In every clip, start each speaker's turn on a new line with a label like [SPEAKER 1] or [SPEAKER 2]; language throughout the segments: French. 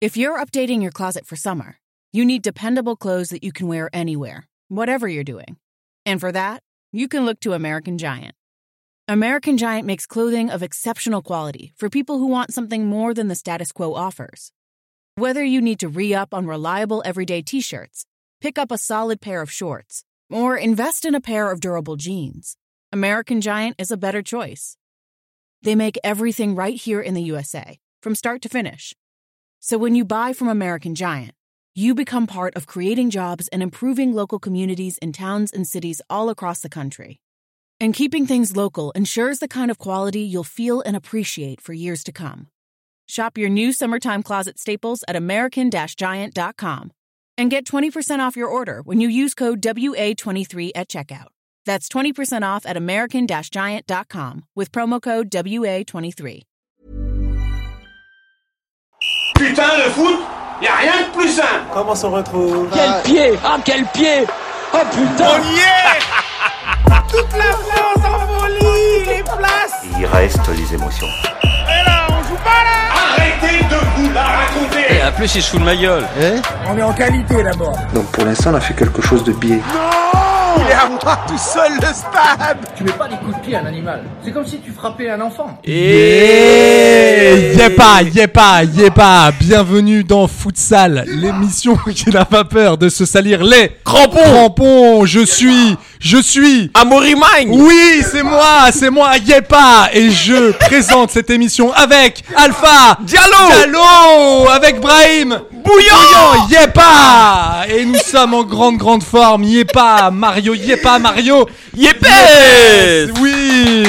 [SPEAKER 1] If you're updating your closet for summer, you need dependable clothes that you can wear anywhere, whatever you're doing. And for that, you can look to American Giant. American Giant makes clothing of exceptional quality for people who want something more than the status quo offers. Whether you need to re up on reliable everyday t shirts, pick up a solid pair of shorts, or invest in a pair of durable jeans, American Giant is a better choice. They make everything right here in the USA, from start to finish. So when you buy from American Giant, you become part of creating jobs and improving local communities in towns and cities all across the country. And keeping things local ensures the kind of quality you'll feel and appreciate for years to come. Shop your new summertime closet staples at American Giant.com and get 20% off your order when you use code WA23 at checkout. That's 20% off at American Giant.com with promo code WA23.
[SPEAKER 2] Putain, le foot, y a rien de plus simple.
[SPEAKER 3] Comment on se retrouve
[SPEAKER 4] Quel pied Ah, quel pied Oh putain
[SPEAKER 2] y est Toute la France en folie, les places.
[SPEAKER 5] Il reste les émotions.
[SPEAKER 2] Et là, on joue pas là. Arrêtez de vous la raconter.
[SPEAKER 6] En plus, il se fout de ma gueule.
[SPEAKER 7] Donc pour l'instant, on a fait quelque chose de biais.
[SPEAKER 2] Il est à moi tout seul le spam.
[SPEAKER 8] Et yeah pas, yeah pas, yeah pas. Bienvenue dans Futsal, l'émission qui n'a pas peur de se salir les crampons. je suis, je suis.
[SPEAKER 6] Amaury Mine
[SPEAKER 8] Oui, c'est moi, c'est moi, yeah pas. Et je présente cette émission avec Alpha
[SPEAKER 6] Diallo
[SPEAKER 8] Diallo, avec Brahim
[SPEAKER 6] Bouillant
[SPEAKER 8] yeah pas. Et nous sommes en grande, grande forme. Yeah pas, Mario, yeah pas, Mario.
[SPEAKER 6] Yepes
[SPEAKER 8] Oui.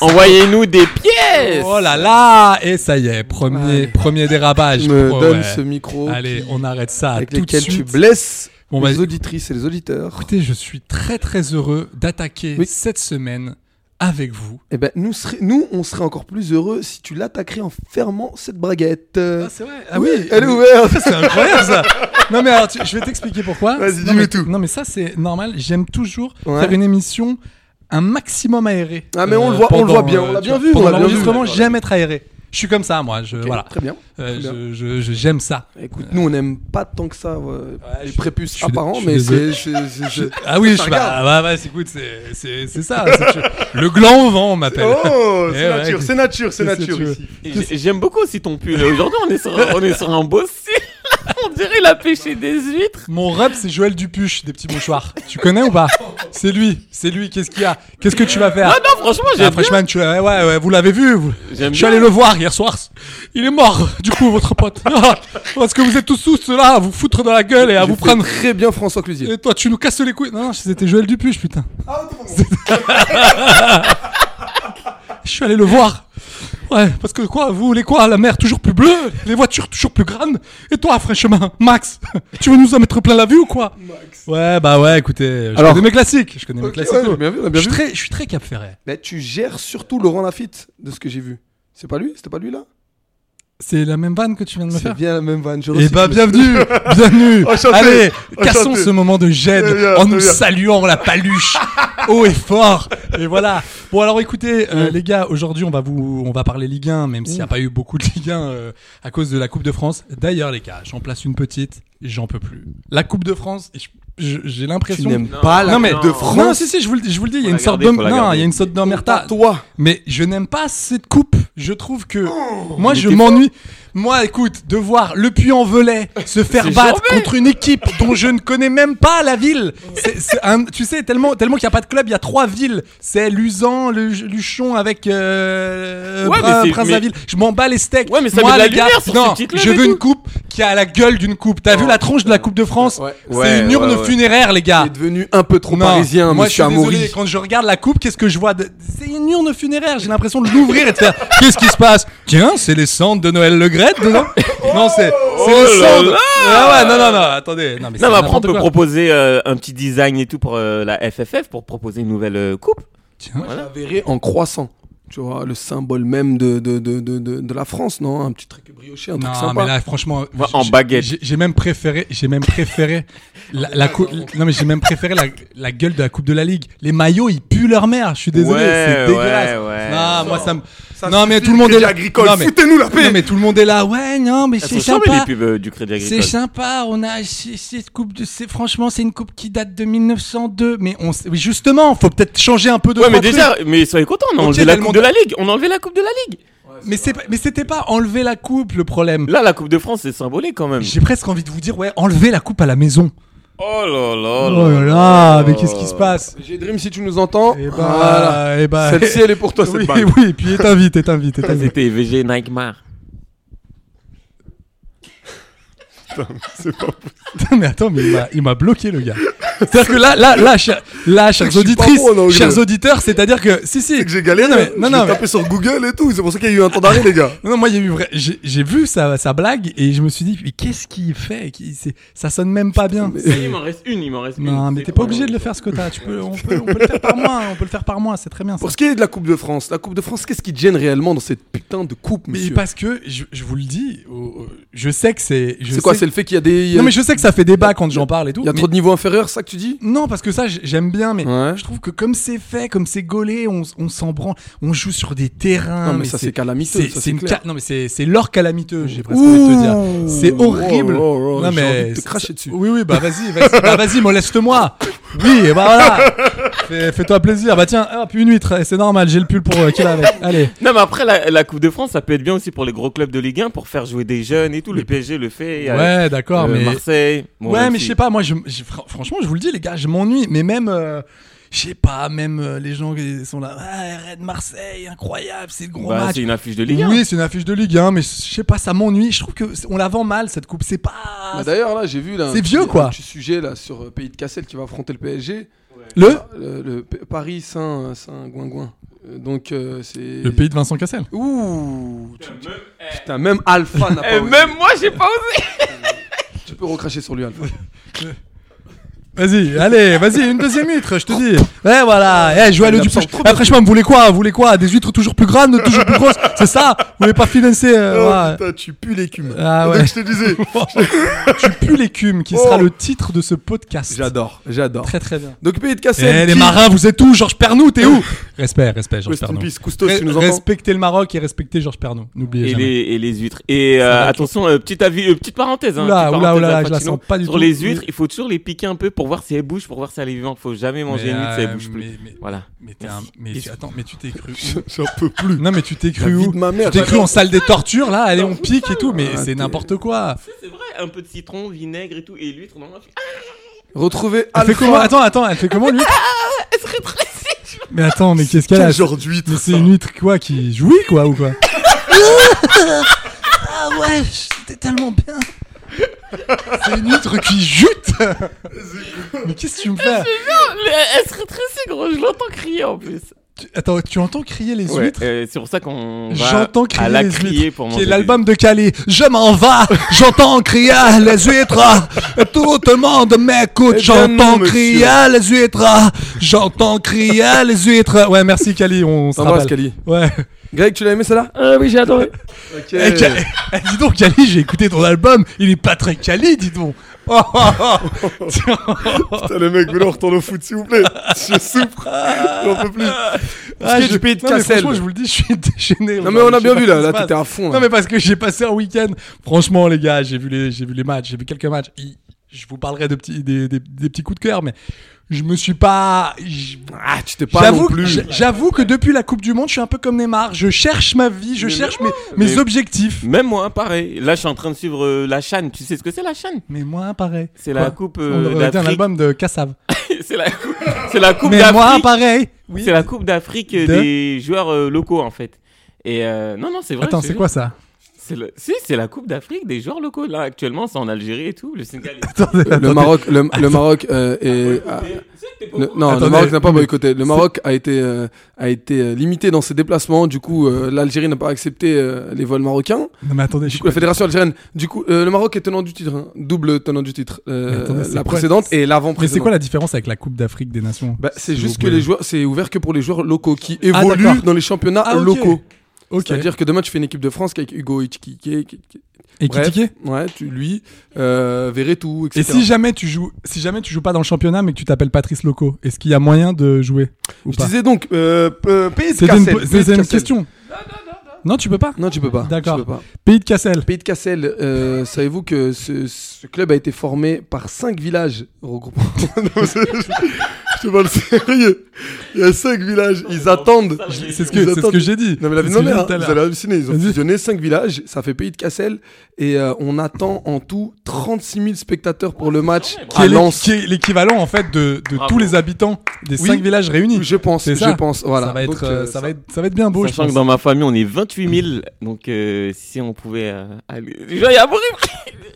[SPEAKER 6] Envoyez-nous des pièces
[SPEAKER 8] Oh là là Et ça y est, premier, premier dérabage.
[SPEAKER 7] Tu me
[SPEAKER 8] Oh,
[SPEAKER 7] donnes
[SPEAKER 8] ouais.
[SPEAKER 7] ce micro
[SPEAKER 8] Allez,
[SPEAKER 7] qui-
[SPEAKER 8] on arrête ça
[SPEAKER 7] avec
[SPEAKER 8] tout de
[SPEAKER 7] lequel tu
[SPEAKER 8] suite.
[SPEAKER 7] blesses
[SPEAKER 8] Bon,
[SPEAKER 7] les
[SPEAKER 8] bah,
[SPEAKER 7] auditrices et les auditeurs.
[SPEAKER 8] Écoutez, je suis très très heureux d'attaquer
[SPEAKER 7] Oui.
[SPEAKER 8] cette semaine avec vous.
[SPEAKER 7] Eh ben, nous, serait- nous, on serait encore plus heureux si tu l'attaquerais en fermant cette braguette. Euh,
[SPEAKER 8] Ah, c'est vrai
[SPEAKER 7] elle est ouverte.
[SPEAKER 8] C'est incroyable ça Non mais alors, tu- je vais t'expliquer pourquoi.
[SPEAKER 7] Vas-y,
[SPEAKER 8] Non,
[SPEAKER 7] dis-le
[SPEAKER 8] mais-
[SPEAKER 7] tout.
[SPEAKER 8] Non mais ça c'est normal, j'aime toujours
[SPEAKER 7] Ouais.
[SPEAKER 8] faire une émission un maximum aérée.
[SPEAKER 7] Ah, mais on le voit- on le voit bien, on
[SPEAKER 8] euh,
[SPEAKER 7] l'a
[SPEAKER 8] tu
[SPEAKER 7] bien
[SPEAKER 8] vois,
[SPEAKER 7] vu, on
[SPEAKER 8] Pendant
[SPEAKER 7] l'a bien vu.
[SPEAKER 8] l'enregistrement,
[SPEAKER 7] Ouais.
[SPEAKER 8] j'aime être aéré. Je suis comme ça moi, je,
[SPEAKER 7] Ok,
[SPEAKER 8] voilà.
[SPEAKER 7] Très bien.
[SPEAKER 8] Euh,
[SPEAKER 7] très
[SPEAKER 8] je- je- je- j'aime ça.
[SPEAKER 7] Écoute, nous, on n'aime pas tant que ça euh,
[SPEAKER 8] je
[SPEAKER 7] les
[SPEAKER 8] suis- je
[SPEAKER 7] prépuces
[SPEAKER 8] suis dé- je
[SPEAKER 7] apparents,
[SPEAKER 8] suis
[SPEAKER 7] mais c'est.
[SPEAKER 8] désolé.
[SPEAKER 7] c'est- c'est-
[SPEAKER 8] Je-
[SPEAKER 7] c'est-
[SPEAKER 8] Ah oui,
[SPEAKER 7] ça
[SPEAKER 8] je,
[SPEAKER 7] regarde.
[SPEAKER 8] bah, bah, bah, écoute, c'est- c'est c'est ça. c'est que- le gland au vent, on m'appelle.
[SPEAKER 7] Oh,
[SPEAKER 8] Eh
[SPEAKER 7] c'est
[SPEAKER 8] ouais,
[SPEAKER 7] nature,
[SPEAKER 8] c'est-
[SPEAKER 7] c'est nature, c'est
[SPEAKER 8] c'est-
[SPEAKER 7] nature
[SPEAKER 8] c'est-
[SPEAKER 7] ici.
[SPEAKER 6] Et j'ai- J'aime beaucoup aussi ton pull. Aujourd'hui, on est sur, un- on est sur un beau site. On dirait il a pêché des huîtres.
[SPEAKER 8] Mon rep, c'est Joël Dupuche, des petits mouchoirs. tu connais ou pas C'est lui, c'est lui. Qu'est-ce qu'il y a Qu'est-ce que tu vas faire
[SPEAKER 6] Ah non, franchement,
[SPEAKER 8] Ah,
[SPEAKER 6] j'aime bien.
[SPEAKER 8] Freshman, tu ouais, ouais, ouais, vous l'avez vu. vous-
[SPEAKER 6] J'aime
[SPEAKER 8] Je suis
[SPEAKER 6] bien.
[SPEAKER 8] allé le voir hier soir. Il est mort, du coup, votre pote. Ah, parce que vous êtes tous sous cela, à vous foutre dans la gueule et à
[SPEAKER 7] J'ai
[SPEAKER 8] vous
[SPEAKER 7] fait
[SPEAKER 8] prendre.
[SPEAKER 7] Très bien, François Clusier.
[SPEAKER 8] Et toi, tu nous casses les couilles. Non, non, c'était Joël Dupuche, putain. Ah, Je suis allé le voir. Ouais, parce que quoi, vous voulez quoi La mer toujours plus bleue, les voitures toujours plus grandes. Et toi, franchement, Max, tu veux nous en mettre plein la vue ou quoi Ouais, bah ouais, écoutez, je
[SPEAKER 7] Alors-
[SPEAKER 8] connais mes classiques. Je connais
[SPEAKER 7] Ok,
[SPEAKER 8] mes
[SPEAKER 7] ouais,
[SPEAKER 8] classiques.
[SPEAKER 7] bien vu, on a bien
[SPEAKER 8] je, suis
[SPEAKER 7] vu.
[SPEAKER 8] très, je suis très Cap Ferret.
[SPEAKER 7] Mais tu gères surtout Laurent Lafitte, de ce que j'ai vu. C'est pas lui C'était pas lui là
[SPEAKER 8] C'est la même vanne que tu viens de me
[SPEAKER 7] C'est
[SPEAKER 8] faire
[SPEAKER 7] bien la même vanne. je
[SPEAKER 8] Eh
[SPEAKER 7] recycle.
[SPEAKER 8] bah bienvenue, bienvenue.
[SPEAKER 7] Enchanté,
[SPEAKER 8] Allez, cassons
[SPEAKER 7] enchanté.
[SPEAKER 8] ce moment de gêne
[SPEAKER 7] Très bien,
[SPEAKER 8] en
[SPEAKER 7] très
[SPEAKER 8] nous
[SPEAKER 7] bien.
[SPEAKER 8] saluant la paluche haut et fort. Et voilà. Bon alors écoutez euh, les gars, aujourd'hui on va vous on va parler Ligue 1 même s'il n'y a pas eu beaucoup de Ligue 1 euh, à cause de la Coupe de France. D'ailleurs les gars, j'en place une petite, j'en peux plus. La Coupe de France, je- je- j'ai l'impression
[SPEAKER 7] Tu n'aimes
[SPEAKER 8] que-
[SPEAKER 7] pas la
[SPEAKER 8] non, mais...
[SPEAKER 7] Coupe de France
[SPEAKER 8] Non, si si, je vous le, je vous le dis, il y a
[SPEAKER 6] Faut
[SPEAKER 8] une
[SPEAKER 6] la
[SPEAKER 8] sorte
[SPEAKER 6] garder,
[SPEAKER 8] d'om-
[SPEAKER 6] faut la
[SPEAKER 8] non,
[SPEAKER 6] garder.
[SPEAKER 8] il y a une sorte d'omerta.
[SPEAKER 7] Toi
[SPEAKER 8] Mais je n'aime pas cette coupe. Je trouve que
[SPEAKER 6] Oh,
[SPEAKER 8] moi je m'ennuie. Moi, écoute, de voir le Puy-en-Velay se faire battre contre une équipe dont je ne connais même pas la ville. C'est- c'est un- tu sais, tellement, tellement qu'il n'y a pas de club, il y a trois villes. C'est Lusan, Lu- Luchon avec euh,
[SPEAKER 6] Ouais,
[SPEAKER 8] Prin-
[SPEAKER 6] mais c'est-
[SPEAKER 8] Prince-Aville. Je m'en bats les steaks.
[SPEAKER 6] Ouais, mais ça
[SPEAKER 8] Moi,
[SPEAKER 6] met de la
[SPEAKER 8] les gars,
[SPEAKER 6] lumière sur ce
[SPEAKER 8] non,
[SPEAKER 6] titre-là
[SPEAKER 8] je
[SPEAKER 6] et
[SPEAKER 8] veux une
[SPEAKER 6] tout. Oh,
[SPEAKER 8] coupe qui a la gueule d'une coupe. T'as vu la tronche de la Coupe de France
[SPEAKER 7] Ouais.
[SPEAKER 8] C'est
[SPEAKER 6] Ouais,
[SPEAKER 8] une urne
[SPEAKER 6] ouais, ouais.
[SPEAKER 8] funéraire, les gars.
[SPEAKER 7] Il est devenu un peu trop
[SPEAKER 8] Non,
[SPEAKER 7] parisien,
[SPEAKER 8] moi,
[SPEAKER 7] monsieur
[SPEAKER 8] je suis désolé,
[SPEAKER 7] Amaury.
[SPEAKER 8] quand je regarde la coupe, qu'est-ce que je vois de- C'est une urne funéraire, j'ai l'impression de l'ouvrir et de faire Qu'est-ce qui se passe Tiens, c'est les cendres de Noël Le Graët dedans Non, Oh c'est c'est les
[SPEAKER 6] là
[SPEAKER 8] cendres
[SPEAKER 6] là
[SPEAKER 8] Ah ouais, non, non, non, attendez Non, mais, c'est
[SPEAKER 6] Non, mais après, on
[SPEAKER 8] n'importe
[SPEAKER 6] peut
[SPEAKER 8] quoi.
[SPEAKER 6] proposer euh, un petit design et tout pour euh, la FFF pour proposer une nouvelle euh, coupe.
[SPEAKER 8] Tiens,
[SPEAKER 7] Je la verrai en croissant. Tu vois, le symbole même de, de, de, de, de, de la France, non Un petit truc brioché, un truc
[SPEAKER 8] Non,
[SPEAKER 7] sympa.
[SPEAKER 8] mais là, franchement,
[SPEAKER 6] Va
[SPEAKER 8] j'ai-
[SPEAKER 6] en baguette.
[SPEAKER 8] J'ai j'ai même préféré, j'ai même préféré la, la cou- Non, mais j'ai même préféré la, la gueule de la Coupe de la Ligue. Les maillots, ils puent leur mère. Je suis désolé,
[SPEAKER 6] Ouais,
[SPEAKER 8] c'est
[SPEAKER 6] ouais,
[SPEAKER 8] dégueulasse.
[SPEAKER 6] Eh ouais.
[SPEAKER 8] non, moi ça me.
[SPEAKER 7] Ça
[SPEAKER 8] non, mais
[SPEAKER 7] suffit,
[SPEAKER 8] tout le monde
[SPEAKER 7] Crédit
[SPEAKER 8] est là.
[SPEAKER 7] Agricole,
[SPEAKER 8] Non, mais-
[SPEAKER 7] foutez-nous la paix.
[SPEAKER 8] Non, mais tout le monde est là. Ouais, non, mais
[SPEAKER 6] Elles
[SPEAKER 8] c'est
[SPEAKER 6] sont charmées,
[SPEAKER 8] sympa.
[SPEAKER 6] les pubs euh, du Crédit
[SPEAKER 8] C'est
[SPEAKER 6] Agricole.
[SPEAKER 8] sympa, on a c'est- cette coupe de c'est franchement c'est une coupe qui date de 1902 mais on s- oui, justement, faut peut-être changer un peu de
[SPEAKER 6] Ouais, mais
[SPEAKER 8] trois trucs.
[SPEAKER 6] déjà, mais soyez contents, on a
[SPEAKER 8] Ok,
[SPEAKER 6] enlevé la
[SPEAKER 8] tellement-
[SPEAKER 6] Coupe de la Ligue. On a enlevé la Coupe de la Ligue.
[SPEAKER 8] mais c'est pas- mais c'était pas enlever la coupe le problème.
[SPEAKER 6] Là, la Coupe de France, c'est symbolique quand même.
[SPEAKER 8] J'ai presque envie de vous dire ouais, enlever la coupe à la maison.
[SPEAKER 6] Oh là là.
[SPEAKER 8] Oh là là, mais qu'est-ce qui se passe
[SPEAKER 7] J'ai Dream, si tu nous entends.
[SPEAKER 8] Eh ben,
[SPEAKER 7] voilà.
[SPEAKER 8] eh ben-
[SPEAKER 7] Celle-ci, elle est pour toi, cette
[SPEAKER 8] oui,
[SPEAKER 7] balle.
[SPEAKER 8] oui, et puis t'invite, et t'invite, et t'invite.
[SPEAKER 6] C'était VG Nike Mar.
[SPEAKER 8] Putain, mais attends, mais il m'a- il m'a bloqué le gars. C'est-à-dire que là, là, là, cher- là, chers
[SPEAKER 7] Je suis pas
[SPEAKER 8] auditrices,
[SPEAKER 7] pro en anglais.
[SPEAKER 8] chers auditeurs, c'est-à-dire que si, si,
[SPEAKER 7] que j'ai galéré.
[SPEAKER 8] Non, mais- non, non,
[SPEAKER 7] j'ai
[SPEAKER 8] mais-
[SPEAKER 7] tapé sur Google et tout. C'est pour ça qu'il y a eu un temps d'arrêt, les gars.
[SPEAKER 8] Non, non, moi j'ai eu vrai- j'ai j'ai vu sa, sa blague et je me suis dit mais qu'est-ce qu'il fait Qui- c'est- Ça sonne même pas bien.
[SPEAKER 6] Il m'en reste une, il m'en reste une.
[SPEAKER 8] Non, mais
[SPEAKER 6] C'est
[SPEAKER 8] t'es pas
[SPEAKER 6] quoi,
[SPEAKER 8] obligé
[SPEAKER 6] là
[SPEAKER 8] de le faire ce que t'as. Tu peux, on peut, on peut le faire par moi. On peut le faire par moi. C'est très bien. Ça.
[SPEAKER 7] Pour ce qui est de la Coupe de France, la Coupe de France, qu'est-ce qui te gêne réellement dans cette putain de coupe,
[SPEAKER 8] Mais
[SPEAKER 7] monsieur
[SPEAKER 8] parce que je, je vous le dis, oh, oh, je sais que c'est. je
[SPEAKER 7] C'est quoi
[SPEAKER 8] sais-
[SPEAKER 7] C'est le fait qu'il y a des.
[SPEAKER 8] Non, mais je sais que ça fait débat quand j'en parle et tout.
[SPEAKER 7] Il y a
[SPEAKER 8] mais-
[SPEAKER 7] trop de niveaux inférieurs, c'est ça que tu dis
[SPEAKER 8] Non, parce que ça, j- j'aime bien, mais
[SPEAKER 7] Ouais.
[SPEAKER 8] je trouve que comme c'est fait, comme c'est gaulé, on, s- on s'en branle, on joue sur des terrains.
[SPEAKER 7] Non, mais ça, c'est calamiteux,
[SPEAKER 8] c'est-
[SPEAKER 7] ça,
[SPEAKER 8] c'est
[SPEAKER 7] c'est
[SPEAKER 8] une
[SPEAKER 7] clair.
[SPEAKER 8] ca- Non, mais c'est c'est l'or calamiteux, j'ai presque envie de te dire. C'est horrible.
[SPEAKER 7] Oh, oh, oh,
[SPEAKER 8] non,
[SPEAKER 7] j'ai
[SPEAKER 8] mais.
[SPEAKER 7] envie de te
[SPEAKER 8] c'est-
[SPEAKER 7] cracher
[SPEAKER 8] ça-
[SPEAKER 7] dessus.
[SPEAKER 8] Oui, oui, bah vas-y, vas-y, bah, vas-y, moleste-moi. Oui, et bah voilà. Fais- Fais-toi plaisir. Bah tiens, hop, une huître, eh, c'est normal, j'ai le pull pour euh, qui va avec. Allez.
[SPEAKER 6] Non, mais après, la, la Coupe de France, ça peut être bien aussi pour les gros clubs de Ligue 1 pour faire jouer des jeunes et tout. Le PSG le fait. euh,
[SPEAKER 8] Ouais, d'accord,
[SPEAKER 6] euh,
[SPEAKER 8] mais.
[SPEAKER 6] Marseille. Bon,
[SPEAKER 8] ouais,
[SPEAKER 6] même
[SPEAKER 8] mais
[SPEAKER 6] si-
[SPEAKER 8] je sais pas, moi, je, je- fran- franchement, je vous le dis, les gars, je m'ennuie, mais même, euh, je sais pas, même euh, les gens qui sont là, ah, Rennes, Marseille, incroyable, c'est le gros
[SPEAKER 6] Bah,
[SPEAKER 8] match.
[SPEAKER 6] c'est une affiche de Ligue 1.
[SPEAKER 8] Oui, c'est une affiche de Ligue 1, mais je sais pas, ça m'ennuie. Je trouve que c'est- on la vend mal cette coupe. C'est pas
[SPEAKER 7] Bah, D'ailleurs, là, j'ai vu. là, un
[SPEAKER 8] Ah, C'est
[SPEAKER 7] petit-
[SPEAKER 8] vieux, quoi.
[SPEAKER 7] Un petit sujet là, sur euh, Pays de Cassel qui va affronter le PSG.
[SPEAKER 8] le
[SPEAKER 7] Ah, Le, le P- Paris Saint- Saint-Gouingouin. Euh, Donc, euh, c'est.
[SPEAKER 8] le pays de Vincent Cassel.
[SPEAKER 7] Ouh tu- tu- Putain, même Alpha n'a pas.
[SPEAKER 6] Et
[SPEAKER 7] osé.
[SPEAKER 6] même moi, j'ai pas osé.
[SPEAKER 7] Tu peux recracher sur lui, Alpha.
[SPEAKER 8] Vas-y, allez, vas-y, une deuxième huître, je te dis. Ouais, voilà. Eh, Joël
[SPEAKER 7] Il
[SPEAKER 8] du
[SPEAKER 7] absorbe trop de
[SPEAKER 8] Eh, franchement, vous voulez quoi Vous voulez quoi Des huîtres toujours plus grandes, toujours plus grosses C'est ça Vous voulez pas financer euh, ouais.
[SPEAKER 7] Oh, putain, tu pues l'écume.
[SPEAKER 8] Ah ouais.
[SPEAKER 7] Donc, je te disais.
[SPEAKER 8] Tu pues l'écume, qui sera le titre de ce podcast.
[SPEAKER 7] J'adore, j'adore.
[SPEAKER 8] Très très bien.
[SPEAKER 7] Donc, Pays de Cassel.
[SPEAKER 8] Eh, les
[SPEAKER 7] qui-
[SPEAKER 8] marins, vous êtes où Georges Pernou, t'es où Respect, respect, Georges
[SPEAKER 7] Rest in
[SPEAKER 8] Pernou.
[SPEAKER 7] peace, Cousteau, si tu nous
[SPEAKER 8] Re-
[SPEAKER 7] entends.
[SPEAKER 8] Respectez le Maroc et respectez Georges Pernou. N'oubliez
[SPEAKER 6] Et
[SPEAKER 8] jamais.
[SPEAKER 6] les, et les huîtres. Et euh,
[SPEAKER 8] va être
[SPEAKER 6] attention, euh, petit avis, euh, petite parenthèse. Hein,
[SPEAKER 8] Oula,
[SPEAKER 6] petite
[SPEAKER 8] oula,
[SPEAKER 6] parenthèse
[SPEAKER 8] oula,
[SPEAKER 6] à
[SPEAKER 8] je la
[SPEAKER 6] Patino.
[SPEAKER 8] sens pas du
[SPEAKER 6] Sur
[SPEAKER 8] tout.
[SPEAKER 6] les huîtres, il faut toujours les piquer un peu pour voir si elles bougent, pour voir si elles vivent. Faut jamais manger une huître si elle
[SPEAKER 8] euh,
[SPEAKER 6] bouge plus.
[SPEAKER 8] mais- mais-
[SPEAKER 6] Voilà.
[SPEAKER 8] Mais t'es un- mais tu,
[SPEAKER 6] Ils-
[SPEAKER 8] attends, mais tu t'es cru où
[SPEAKER 7] J'en peux plus.
[SPEAKER 8] Non, mais tu t'es
[SPEAKER 7] La
[SPEAKER 8] cru
[SPEAKER 7] vie
[SPEAKER 8] où
[SPEAKER 7] de ma mère.
[SPEAKER 8] Tu t'es cru en
[SPEAKER 7] Attends.
[SPEAKER 8] salle des tortures là Allez, on pique et tout, mais
[SPEAKER 7] Ah,
[SPEAKER 8] c'est
[SPEAKER 7] t'es-
[SPEAKER 8] n'importe quoi.
[SPEAKER 6] C'est vrai, un peu de citron, vinaigre et tout, et l'huître, non
[SPEAKER 7] Retrouver
[SPEAKER 8] Elle fait
[SPEAKER 7] Alpha.
[SPEAKER 8] comment Attends, attends, elle fait comment lui Mais attends, mais qu'est-ce qu'elle a
[SPEAKER 7] Quel genre d'huître
[SPEAKER 8] Mais c'est une huître quoi qui jouit quoi ou quoi Ah ouais, c'était tellement bien. C'est une huître qui jute. Mais qu'est-ce que tu me fais
[SPEAKER 6] Ah, Elle se rétrécit, gros, je l'entends crier en plus.
[SPEAKER 8] Tu- Attends, tu entends crier les
[SPEAKER 6] Ouais,
[SPEAKER 8] huîtres
[SPEAKER 6] euh, c'est pour ça qu'on va
[SPEAKER 8] J'entends crier
[SPEAKER 6] à la
[SPEAKER 8] les
[SPEAKER 6] crier
[SPEAKER 8] huîtres.
[SPEAKER 6] pour
[SPEAKER 8] qui
[SPEAKER 6] manger.
[SPEAKER 8] est l'album de Cali. Je m'en vais, j'entends crier les huîtres. Tout le monde m'écoute,
[SPEAKER 7] Eh bien
[SPEAKER 8] j'entends
[SPEAKER 7] non, monsieur.
[SPEAKER 8] crier les huîtres. J'entends crier les huîtres. Ouais, merci Cali, on se
[SPEAKER 7] T'embrasses,
[SPEAKER 8] rappelle.
[SPEAKER 7] Kali.
[SPEAKER 8] Ouais.
[SPEAKER 7] Greg, tu l'as aimé celle-là
[SPEAKER 4] Ah oui, j'ai adoré.
[SPEAKER 7] Ok.
[SPEAKER 8] Eh, Ca- eh, dis donc, Cali, j'ai écouté ton album. Il est pas très Cali, dis donc. Oh, oh, oh. Tiens.
[SPEAKER 7] Putain, les mecs, mais là, on retourne au foot, s'il vous plaît. Je souffre. J'en peux plus.
[SPEAKER 8] Ah,
[SPEAKER 7] Sketch
[SPEAKER 8] je-
[SPEAKER 7] Pete
[SPEAKER 8] non, mais
[SPEAKER 7] Cassel.
[SPEAKER 8] franchement, je vous le dis, je suis déchaîné.
[SPEAKER 7] Non, mais on a
[SPEAKER 8] aujourd'hui, je sais
[SPEAKER 7] bien
[SPEAKER 8] pas ce
[SPEAKER 7] vu
[SPEAKER 8] qui
[SPEAKER 7] là.
[SPEAKER 8] se
[SPEAKER 7] Là,
[SPEAKER 8] passe.
[SPEAKER 7] t'étais à fond. hein.
[SPEAKER 8] Non
[SPEAKER 7] là.
[SPEAKER 8] mais parce que j'ai passé un week-end. Franchement les gars, j'ai vu les, j'ai vu les matchs, j'ai vu quelques matchs. Il- je vous parlerai de petits, des, des- des petits coups de cœur, mais je me suis pas. j-
[SPEAKER 7] Ah, tu t'es pas non
[SPEAKER 8] J'avoue, que-
[SPEAKER 7] plus.
[SPEAKER 8] j- j'avoue que depuis la Coupe du Monde, je suis un peu comme Neymar. Je cherche ma vie, je
[SPEAKER 6] Mais
[SPEAKER 8] cherche
[SPEAKER 6] non,
[SPEAKER 8] mes, mes
[SPEAKER 6] mais-
[SPEAKER 8] objectifs.
[SPEAKER 6] Même moi, pareil. Là, je suis en train de suivre euh, la chaîne. Tu sais ce que c'est la chaîne
[SPEAKER 8] Mais moi, pareil.
[SPEAKER 6] C'est la
[SPEAKER 8] Quoi
[SPEAKER 6] coupe
[SPEAKER 8] On
[SPEAKER 6] euh,
[SPEAKER 8] aurait dit un
[SPEAKER 6] d'Afrique.
[SPEAKER 8] album de Kassav.
[SPEAKER 6] c'est la coupe. C'est la coupe
[SPEAKER 8] Mais moi,
[SPEAKER 6] d'Afrique.
[SPEAKER 8] pareil. Oui.
[SPEAKER 6] C'est la coupe d'Afrique euh,
[SPEAKER 8] De-
[SPEAKER 6] des joueurs euh, locaux en fait. Et euh, non, non, c'est vrai.
[SPEAKER 8] Attends,
[SPEAKER 6] je te
[SPEAKER 8] c'est
[SPEAKER 6] jure.
[SPEAKER 8] quoi ça
[SPEAKER 6] C'est le- Si, c'est la coupe d'Afrique des joueurs locaux. Là, actuellement, c'est en Algérie et tout. Le Sénégal.
[SPEAKER 8] Attendez,
[SPEAKER 7] Le
[SPEAKER 8] attendez.
[SPEAKER 7] Maroc, le, le Maroc euh, est. ah,
[SPEAKER 6] Et- si,
[SPEAKER 7] Ne- non,
[SPEAKER 8] Attendez.
[SPEAKER 7] le Maroc n'a pas boycotté. Le Maroc a été, euh, a été euh, limité dans ses déplacements. Du coup, euh, l'Algérie n'a pas accepté euh, les vols marocains.
[SPEAKER 8] Non, mais attendez, je
[SPEAKER 7] Du
[SPEAKER 8] suis
[SPEAKER 7] coup, la fédération algérienne. Du coup, euh, le Maroc est tenant du titre, hein. double tenant du titre. Euh,
[SPEAKER 8] Mais attendez, c'est
[SPEAKER 7] la
[SPEAKER 8] quoi-
[SPEAKER 7] précédente et
[SPEAKER 8] Mais c'est
[SPEAKER 7] l'avant-précédente.
[SPEAKER 8] quoi la différence avec la Coupe d'Afrique des Nations
[SPEAKER 7] Bah, c'est
[SPEAKER 8] Si
[SPEAKER 7] juste
[SPEAKER 8] vous
[SPEAKER 7] que
[SPEAKER 8] pouvez.
[SPEAKER 7] les joueurs, c'est ouvert que pour les joueurs locaux qui
[SPEAKER 8] Ah,
[SPEAKER 7] évoluent
[SPEAKER 8] d'accord.
[SPEAKER 7] dans les championnats
[SPEAKER 8] Ah, ok.
[SPEAKER 7] locaux.
[SPEAKER 8] Ok.
[SPEAKER 7] C'est-à-dire que demain tu fais une équipe de France avec Hugo Ichkike, qui- qui-
[SPEAKER 8] Et
[SPEAKER 7] bref,
[SPEAKER 8] critiquer
[SPEAKER 7] ouais, tu, lui, euh, Verretou, etc.
[SPEAKER 8] Et si jamais tu joues, si jamais tu joues pas dans le championnat, mais que tu t'appelles Patrice Loco, est-ce qu'il y a moyen de jouer ou
[SPEAKER 7] je
[SPEAKER 8] pas
[SPEAKER 7] disais donc, euh, euh, pays de
[SPEAKER 8] C'était une,
[SPEAKER 7] Cassel. pays de
[SPEAKER 8] c'était une
[SPEAKER 7] Cassel.
[SPEAKER 8] question. Non, tu peux pas.
[SPEAKER 7] Non, tu peux pas.
[SPEAKER 8] D'accord.
[SPEAKER 7] tu peux pas.
[SPEAKER 8] Pays de Cassel.
[SPEAKER 7] Pays de Cassel, euh, savez-vous que ce, ce club a été formé par cinq villages regroupant. Non, c'est- je te parle sérieux. Il y a cinq villages. Ils attendent.
[SPEAKER 8] C'est ce que, c'est ce que j'ai dit.
[SPEAKER 7] Non mais la
[SPEAKER 8] C'est
[SPEAKER 7] ville
[SPEAKER 8] ce que
[SPEAKER 7] non, mais,
[SPEAKER 8] j'ai dit
[SPEAKER 7] hein,
[SPEAKER 8] tout à
[SPEAKER 7] vous
[SPEAKER 8] l'heure.
[SPEAKER 7] allez halluciner, ils ont
[SPEAKER 8] Vas-y.
[SPEAKER 7] fusionné 5 villages, ça fait pays de Cassel, et euh, on attend en tout 36 000 spectateurs pour le match
[SPEAKER 8] Qui
[SPEAKER 7] à
[SPEAKER 8] est l'é-
[SPEAKER 7] Lens.
[SPEAKER 8] qui est l'équivalent en fait de, de tous les habitants des
[SPEAKER 7] Oui.
[SPEAKER 8] cinq villages réunis.
[SPEAKER 7] Je pense,
[SPEAKER 8] C'est ça.
[SPEAKER 7] je pense, voilà.
[SPEAKER 8] Ça va être,
[SPEAKER 7] Donc,
[SPEAKER 8] euh,
[SPEAKER 7] euh,
[SPEAKER 8] ça va être, ça va être bien beau. je
[SPEAKER 6] Sachant que
[SPEAKER 8] pense.
[SPEAKER 6] dans ma famille, on est 28 000, donc euh, si on pouvait euh, aller... Je vais y avoir-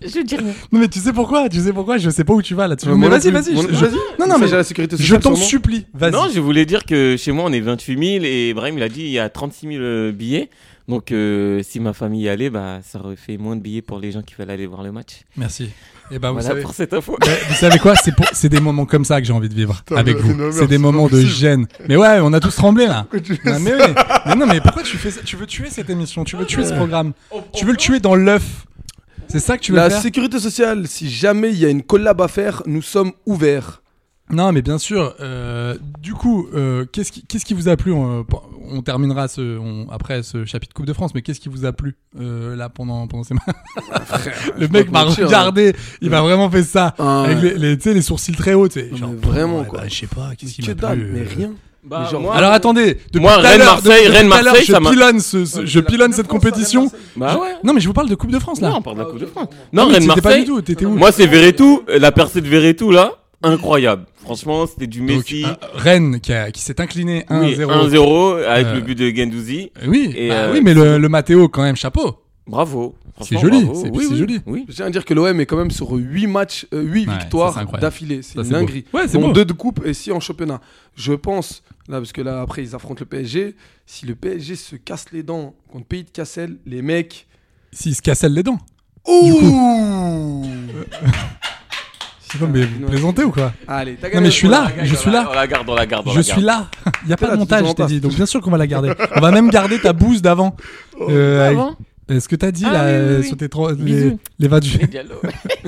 [SPEAKER 6] Je dirais...
[SPEAKER 8] Non mais tu sais pourquoi Tu sais pourquoi Je sais pas où tu vas là-dessus.
[SPEAKER 7] Euh,
[SPEAKER 8] mais
[SPEAKER 7] moi non
[SPEAKER 8] vas-y,
[SPEAKER 7] plus.
[SPEAKER 8] vas-y.
[SPEAKER 7] Moi
[SPEAKER 8] je-
[SPEAKER 7] non- vas-y.
[SPEAKER 8] Non, non, mais
[SPEAKER 7] C'est à la sécurité
[SPEAKER 8] je
[SPEAKER 7] sociale,
[SPEAKER 8] t'en
[SPEAKER 7] sûrement.
[SPEAKER 8] supplie. Vas-y.
[SPEAKER 6] Non, je voulais dire que chez moi, on est 28 000 et Ibrahim, il a dit il y a 36 000 euh, billets. Donc, euh, si ma famille y allait, bah, ça aurait fait moins de billets pour les gens qui veulent aller voir le match.
[SPEAKER 8] Merci. Et ben vous
[SPEAKER 6] voilà
[SPEAKER 8] savez.
[SPEAKER 6] pour cette info.
[SPEAKER 8] Mais vous savez quoi C'est pour- c'est des moments comme ça que j'ai envie de vivre avec
[SPEAKER 9] mais-
[SPEAKER 8] vous.
[SPEAKER 9] non, mais
[SPEAKER 8] C'est des
[SPEAKER 9] c'est
[SPEAKER 8] moments
[SPEAKER 9] pas
[SPEAKER 8] de
[SPEAKER 9] possible.
[SPEAKER 8] gêne. Mais ouais, on a tous tremblé là. Non, mais, oui. mais non, mais pourquoi tu fais ça Tu veux tuer cette émission Tu veux tuer ce programme Tu veux le tuer dans l'œuf C'est ça que tu veux
[SPEAKER 7] La
[SPEAKER 8] faire
[SPEAKER 7] sécurité sociale, si jamais il y a une collab à faire, nous sommes ouverts.
[SPEAKER 8] Non, mais bien sûr. euh, du coup, euh, qu'est-ce qui, qu'est-ce qui vous a plu euh, pe- On terminera ce, on- après ce chapitre Coupe de France, mais qu'est-ce qui vous a plu euh, là pendant, pendant ces matchs
[SPEAKER 7] Ah,
[SPEAKER 8] Le mec
[SPEAKER 7] te
[SPEAKER 8] m'a
[SPEAKER 7] mentir, hein.
[SPEAKER 8] regardé, il m'a vraiment fait ça,
[SPEAKER 7] Ah,
[SPEAKER 8] avec
[SPEAKER 7] ouais.
[SPEAKER 8] les, les, tu sais, les sourcils très hauts. tu sais,
[SPEAKER 7] Non,
[SPEAKER 8] genre,
[SPEAKER 7] mais vraiment,
[SPEAKER 8] ouais,
[SPEAKER 7] quoi.
[SPEAKER 8] bah, je sais pas, qu'est-ce qui
[SPEAKER 7] que
[SPEAKER 8] m'a
[SPEAKER 7] dalle,
[SPEAKER 8] plu
[SPEAKER 7] mais
[SPEAKER 8] euh,
[SPEAKER 7] rien.
[SPEAKER 6] Bah,
[SPEAKER 7] Les gens-
[SPEAKER 6] moi-
[SPEAKER 8] Alors attendez, depuis
[SPEAKER 6] Moi,
[SPEAKER 8] tout à
[SPEAKER 6] Rennes,
[SPEAKER 8] l'heure-
[SPEAKER 6] Marseille,
[SPEAKER 8] depuis tout à
[SPEAKER 6] Rennes,
[SPEAKER 8] l'heure,
[SPEAKER 6] Marseille,
[SPEAKER 8] je
[SPEAKER 6] ça m'a-
[SPEAKER 8] pilonne, ce- ce- je pilonne cette compétition.
[SPEAKER 6] Bah ouais.
[SPEAKER 8] Non, mais je vous parle de Coupe de France là.
[SPEAKER 6] Non, on parle de la Coupe de France. Non,
[SPEAKER 8] mais
[SPEAKER 6] Rennes
[SPEAKER 8] t'étais pas du
[SPEAKER 6] Marseille.
[SPEAKER 8] tout, t'étais où
[SPEAKER 6] Moi, c'est Verretou. euh, La percée de Verretou, là, incroyable. Franchement, c'était du
[SPEAKER 8] Donc,
[SPEAKER 6] Messi.
[SPEAKER 8] euh, Rennes qui, a- qui s'est incliné
[SPEAKER 6] Oui,
[SPEAKER 8] 1-0.
[SPEAKER 6] 1-0 avec
[SPEAKER 8] Euh,
[SPEAKER 6] le but de Gendouzi.
[SPEAKER 8] Oui,
[SPEAKER 6] Et,
[SPEAKER 8] bah
[SPEAKER 6] euh,
[SPEAKER 8] oui, mais le, le Matteo quand même, chapeau.
[SPEAKER 6] Bravo.
[SPEAKER 8] C'est
[SPEAKER 6] Franchement,
[SPEAKER 8] joli,
[SPEAKER 6] bravo.
[SPEAKER 8] c'est
[SPEAKER 6] Oui,
[SPEAKER 8] c'est
[SPEAKER 6] oui,
[SPEAKER 8] joli.
[SPEAKER 6] Oui.
[SPEAKER 7] Je tiens à dire que l'OM est quand même sur 8 matchs, 8
[SPEAKER 8] Ouais, ça, c'est
[SPEAKER 7] victoires
[SPEAKER 8] incroyable.
[SPEAKER 7] d'affilée. C'est
[SPEAKER 8] Ça,
[SPEAKER 7] une
[SPEAKER 8] c'est beau.
[SPEAKER 7] dinguerie.
[SPEAKER 8] Ouais, c'est
[SPEAKER 7] dont
[SPEAKER 8] beau.
[SPEAKER 7] deux de coupe et 6 en championnat. Je pense, là, parce que là, après, ils affrontent le PSG. Si le PSG se casse les dents contre Pays de Cassel, les mecs.
[SPEAKER 8] S'il se casselle les dents.
[SPEAKER 7] Ouh
[SPEAKER 8] Non, mais vous plaisantez ou quoi
[SPEAKER 7] Ah, Allez, t'as
[SPEAKER 8] Non, mais je suis
[SPEAKER 7] On
[SPEAKER 8] là,
[SPEAKER 7] la gagne,
[SPEAKER 8] je
[SPEAKER 7] on
[SPEAKER 8] suis
[SPEAKER 7] la-
[SPEAKER 8] là.
[SPEAKER 6] On la garde, on la garde. on
[SPEAKER 8] Je
[SPEAKER 6] la
[SPEAKER 8] suis
[SPEAKER 6] garde.
[SPEAKER 8] là. Il n'y a pas
[SPEAKER 7] T'es là,
[SPEAKER 8] de
[SPEAKER 7] tu
[SPEAKER 8] montage,
[SPEAKER 7] t'en
[SPEAKER 8] je t'ai
[SPEAKER 7] passes. Oh.
[SPEAKER 8] dit. Donc, bien sûr qu'on va la garder. On va même garder ta bouse d'avant. Euh, avec- euh, ce que t'as dit
[SPEAKER 6] Ah,
[SPEAKER 8] là
[SPEAKER 6] oui, oui,
[SPEAKER 8] euh,
[SPEAKER 6] oui.
[SPEAKER 8] sur tes trois. Les,
[SPEAKER 6] Bisous.
[SPEAKER 8] les 28.
[SPEAKER 6] Les Diallo.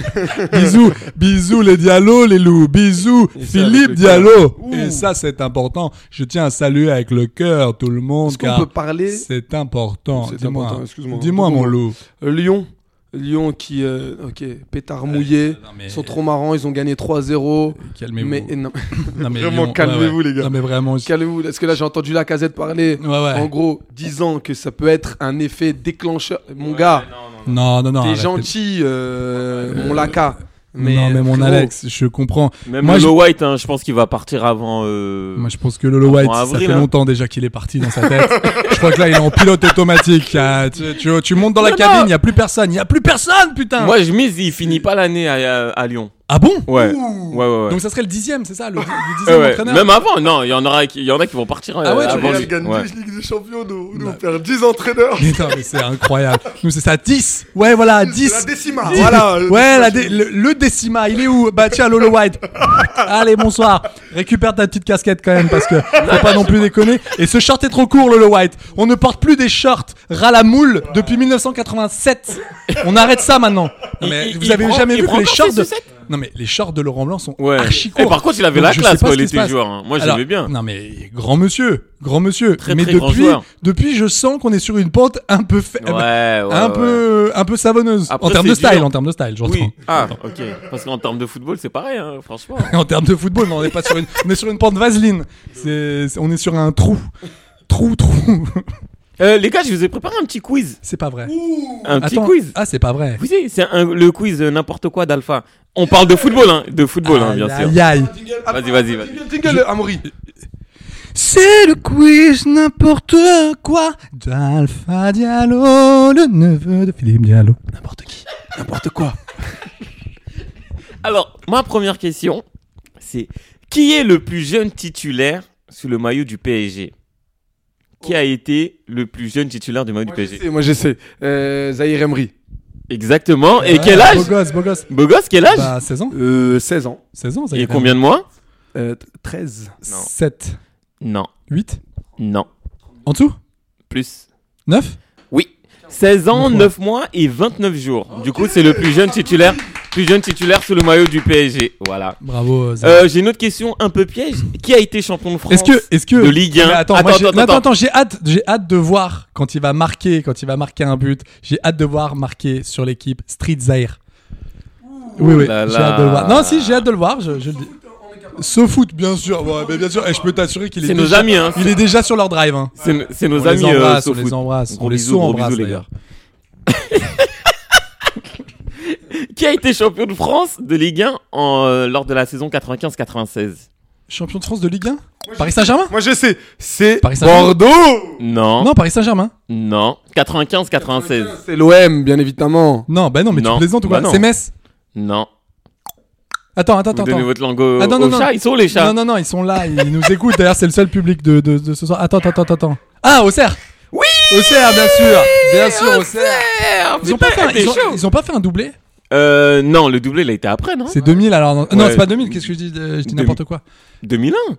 [SPEAKER 8] bisous, bisous les Diallo, les loups. Bisous,
[SPEAKER 7] Et ça, avec
[SPEAKER 8] Philippe
[SPEAKER 7] le
[SPEAKER 8] Diallo.
[SPEAKER 7] cœur.
[SPEAKER 8] Et
[SPEAKER 7] Ouh.
[SPEAKER 8] ça, c'est important. Je tiens à saluer avec le cœur tout le monde.
[SPEAKER 7] Est-ce
[SPEAKER 8] car
[SPEAKER 7] qu'on peut parler
[SPEAKER 8] C'est important.
[SPEAKER 7] C'est
[SPEAKER 8] Dis-moi.
[SPEAKER 7] important, excuse-moi.
[SPEAKER 8] Dis-moi, mon loup.
[SPEAKER 7] Euh, Lyon. Lyon qui. euh, ok, pétard mouillé.
[SPEAKER 8] non, mais-
[SPEAKER 7] Ils sont trop marrants, ils ont gagné 3-0.
[SPEAKER 8] Calmez-vous.
[SPEAKER 7] Mais, non,
[SPEAKER 8] Non, mais
[SPEAKER 7] Vraiment,
[SPEAKER 8] Lyon- ouais,
[SPEAKER 7] calmez-vous,
[SPEAKER 8] ouais.
[SPEAKER 7] les gars.
[SPEAKER 8] Non, mais vraiment. je-
[SPEAKER 7] Calmez-vous, parce que là j'ai entendu la casette parler.
[SPEAKER 8] Ouais, ouais.
[SPEAKER 7] En gros, disant que ça peut être un effet déclencheur. Mon gars,
[SPEAKER 8] Non, Ah, non, non.
[SPEAKER 7] t'es
[SPEAKER 8] arrête.
[SPEAKER 7] gentil, euh, mon Laka. Mais
[SPEAKER 8] non, mais mon
[SPEAKER 7] frérot,
[SPEAKER 8] Alex, je comprends.
[SPEAKER 6] Même
[SPEAKER 8] Moi,
[SPEAKER 6] Lolo
[SPEAKER 8] je-
[SPEAKER 6] White, hein, je pense qu'il va partir avant. euh,
[SPEAKER 8] Moi, je pense que Lolo White,
[SPEAKER 6] En
[SPEAKER 8] ça
[SPEAKER 6] avril,
[SPEAKER 8] fait
[SPEAKER 6] hein.
[SPEAKER 8] longtemps déjà qu'il est parti dans sa tête. je crois que là, il est en pilote automatique. Ah, tu, tu- tu montes dans la
[SPEAKER 6] Non,
[SPEAKER 8] cabine,
[SPEAKER 6] non.
[SPEAKER 8] il n'y a plus personne. Il n'y a plus personne, putain.
[SPEAKER 6] Moi, je mise, il finit pas l'année à, à- à Lyon.
[SPEAKER 8] Ah bon
[SPEAKER 6] Ouais. Ouais, ouais, ouais.
[SPEAKER 8] Donc, ça serait le dixième, c'est ça Le, le
[SPEAKER 6] Ouais,
[SPEAKER 8] dixième
[SPEAKER 6] ouais.
[SPEAKER 8] entraîneur
[SPEAKER 6] Même avant, non, il y en aura qui, il y en a qui vont partir. euh,
[SPEAKER 8] Ah ouais, tu
[SPEAKER 6] avant
[SPEAKER 8] vois,
[SPEAKER 6] lui.
[SPEAKER 9] Real gagne
[SPEAKER 6] Ouais.
[SPEAKER 9] 10 Ligue des Champions, nous,
[SPEAKER 8] Bah.
[SPEAKER 9] nous on perd 10 entraîneurs.
[SPEAKER 8] Mais non, mais c'est incroyable. Nous, c'est ça, 10. Ouais, voilà,
[SPEAKER 9] La
[SPEAKER 8] 10.
[SPEAKER 9] décima,
[SPEAKER 8] Dix.
[SPEAKER 9] voilà.
[SPEAKER 8] Ouais, la dé- le, le décima, il est où Bah tiens, Lolo White. Allez, bonsoir. Récupère ta petite casquette quand même parce que faut pas non plus déconner. Et ce short est trop court, Lolo White. On ne porte plus des shorts ras la moule depuis 1987. On arrête ça maintenant. Non, mais
[SPEAKER 6] Il- il-
[SPEAKER 8] vous
[SPEAKER 6] il
[SPEAKER 8] avez
[SPEAKER 6] prend-
[SPEAKER 8] jamais
[SPEAKER 6] il
[SPEAKER 8] vu
[SPEAKER 6] prend
[SPEAKER 8] que les
[SPEAKER 6] encore
[SPEAKER 8] shorts
[SPEAKER 6] ses
[SPEAKER 8] de...
[SPEAKER 6] sucettes
[SPEAKER 8] Non mais les shorts de Laurent Blanc sont
[SPEAKER 6] Ouais.
[SPEAKER 8] archi courts.
[SPEAKER 6] Et par contre, il avait la
[SPEAKER 8] je
[SPEAKER 6] classe,
[SPEAKER 8] sais pas
[SPEAKER 6] quoi,
[SPEAKER 8] ce
[SPEAKER 6] il
[SPEAKER 8] qui se
[SPEAKER 6] était
[SPEAKER 8] passe.
[SPEAKER 6] joueur, hein. Moi, je
[SPEAKER 8] Alors,
[SPEAKER 6] l'aimais bien.
[SPEAKER 8] Non mais grand monsieur, grand monsieur.
[SPEAKER 6] Très,
[SPEAKER 8] mais
[SPEAKER 6] très grand
[SPEAKER 8] depuis,
[SPEAKER 6] joueur.
[SPEAKER 8] depuis, je sens qu'on est sur une pente un peu faible
[SPEAKER 6] Ouais, ouais,
[SPEAKER 8] Eh ben, un
[SPEAKER 6] ouais.
[SPEAKER 8] peu un peu savonneuse en
[SPEAKER 6] Après,
[SPEAKER 8] termes de
[SPEAKER 6] c'est
[SPEAKER 8] style
[SPEAKER 6] dur.
[SPEAKER 8] en termes de style j'entends
[SPEAKER 6] Oui. Ah, ok. Parce qu'en termes de football, c'est pareil, hein, franchement.
[SPEAKER 8] en termes de football non, on est pas sur une on est sur une pente vaseline c'est c'est- on est sur un trou trou trou
[SPEAKER 6] Euh, les gars, je vous ai préparé un petit quiz.
[SPEAKER 8] c'est pas vrai
[SPEAKER 6] Un petit
[SPEAKER 8] Attends.
[SPEAKER 6] quiz.
[SPEAKER 8] ah c'est pas vrai
[SPEAKER 6] Vous savez, c'est un- le quiz euh, n'importe quoi d'Alpha. On parle de football, hein, de football, hein, bien
[SPEAKER 8] Aïe,
[SPEAKER 6] sûr.
[SPEAKER 8] aïe, aïe.
[SPEAKER 6] Vas-y, vas-y, vas-y.
[SPEAKER 7] Jingle, jingle, Amaury.
[SPEAKER 8] C'est le quiz n'importe quoi d'Alpha Diallo, le neveu de Philippe Diallo.
[SPEAKER 7] N'importe qui, n'importe quoi.
[SPEAKER 6] Alors, ma première question, c'est Qui est le plus jeune titulaire sous le maillot du PSG Qui a été le plus jeune titulaire du maillot du
[SPEAKER 3] Moi
[SPEAKER 6] PSG
[SPEAKER 3] j'essaie, moi j'essaie. Euh, Zahir Emery.
[SPEAKER 6] Exactement. Et
[SPEAKER 8] Ouais,
[SPEAKER 6] quel âge
[SPEAKER 8] Beau gosse, beau gosse.
[SPEAKER 6] Beau gosse, quel âge
[SPEAKER 8] Bah, 16 ans.
[SPEAKER 3] Euh, 16 ans.
[SPEAKER 8] 16 ans, ça
[SPEAKER 6] Il
[SPEAKER 8] y
[SPEAKER 6] est
[SPEAKER 8] est.
[SPEAKER 6] combien de mois
[SPEAKER 3] Euh, 13.
[SPEAKER 6] Non.
[SPEAKER 8] 7,
[SPEAKER 6] Non.
[SPEAKER 8] 8.
[SPEAKER 6] Non.
[SPEAKER 8] En dessous
[SPEAKER 6] Plus.
[SPEAKER 8] 9
[SPEAKER 6] Oui. 16 ans, 9 mois et 29 jours. Du coup, c'est le plus jeune titulaire, plus jeune titulaire sous le maillot du PSG. Voilà.
[SPEAKER 8] Bravo, Zahir.
[SPEAKER 6] Euh, J'ai une autre question un peu piège. Qui a été champion de France
[SPEAKER 8] Est-ce que, est-ce que
[SPEAKER 6] de Ligue 1.
[SPEAKER 8] Mais Eh ben, Attends, moi,
[SPEAKER 6] Attends,
[SPEAKER 8] j'ai-
[SPEAKER 6] attends,
[SPEAKER 8] non, attends,
[SPEAKER 6] attends.
[SPEAKER 8] attends, j'ai hâte, j'ai hâte de voir quand il va marquer, quand il va marquer un but. J'ai hâte de voir marquer sur l'équipe Street Zaire. Oui, oui, j'ai
[SPEAKER 6] là là.
[SPEAKER 8] hâte de le voir. Non, si, j'ai hâte de le voir. Je, je le dis. Ce foot, bien sûr. Ouais, mais bien sûr. Et je peux t'assurer qu'il est,
[SPEAKER 6] C'est nos
[SPEAKER 8] déjà,
[SPEAKER 6] amis, hein.
[SPEAKER 8] il est déjà sur leur drive. hein.
[SPEAKER 6] C'est c'est
[SPEAKER 8] On
[SPEAKER 6] nos
[SPEAKER 8] les
[SPEAKER 6] amis. euh,
[SPEAKER 8] embrasse, on
[SPEAKER 6] SoFoot.
[SPEAKER 8] les embrasse,
[SPEAKER 6] Gros
[SPEAKER 8] on les
[SPEAKER 6] bisous, gros
[SPEAKER 8] sous-embrasse
[SPEAKER 6] bisous, les
[SPEAKER 8] d'ailleurs.
[SPEAKER 6] Qui a été champion de France de Ligue 1 en, euh, lors de la saison 95-96
[SPEAKER 8] Champion de France de Ligue 1 Paris Saint-Germain
[SPEAKER 3] Moi j'essaie. C'est
[SPEAKER 8] Paris Saint-Germain.
[SPEAKER 3] Bordeaux.
[SPEAKER 6] Non.
[SPEAKER 8] Non, Paris Saint-Germain.
[SPEAKER 6] Non. 95-96.
[SPEAKER 3] C'est l'OM, bien évidemment.
[SPEAKER 8] Non, bah non, mais
[SPEAKER 6] Non.
[SPEAKER 8] tu plaisantes ou quoi
[SPEAKER 6] Bah non.
[SPEAKER 8] C'est Metz.
[SPEAKER 6] Non.
[SPEAKER 8] Attends, attends,
[SPEAKER 6] Vous
[SPEAKER 8] attends.
[SPEAKER 6] donnez votre langue au,
[SPEAKER 8] Ah, non,
[SPEAKER 6] au
[SPEAKER 8] non, non.
[SPEAKER 6] chat Ils sont où, les chats
[SPEAKER 8] Non, non, non, ils sont là, ils nous écoutent. D'ailleurs, c'est le seul public de, de, de ce soir. Attends, attends, attends, attends. Ah, Auxerre
[SPEAKER 6] Oui
[SPEAKER 8] Auxerre, bien sûr Bien sûr, Auxerre
[SPEAKER 6] Merde,
[SPEAKER 8] ils ont,
[SPEAKER 6] putain,
[SPEAKER 8] pas fait un,
[SPEAKER 6] t'es
[SPEAKER 8] ils, ont,
[SPEAKER 6] chaud.
[SPEAKER 8] ils ont pas fait un doublé
[SPEAKER 6] Euh, non, le doublé, il a été après, non
[SPEAKER 8] C'est 2000 alors. Non, non,
[SPEAKER 6] Ouais.
[SPEAKER 8] c'est pas 2000, qu'est-ce que je dis euh, Je dis n'importe quoi.
[SPEAKER 6] 2001
[SPEAKER 8] Ils ont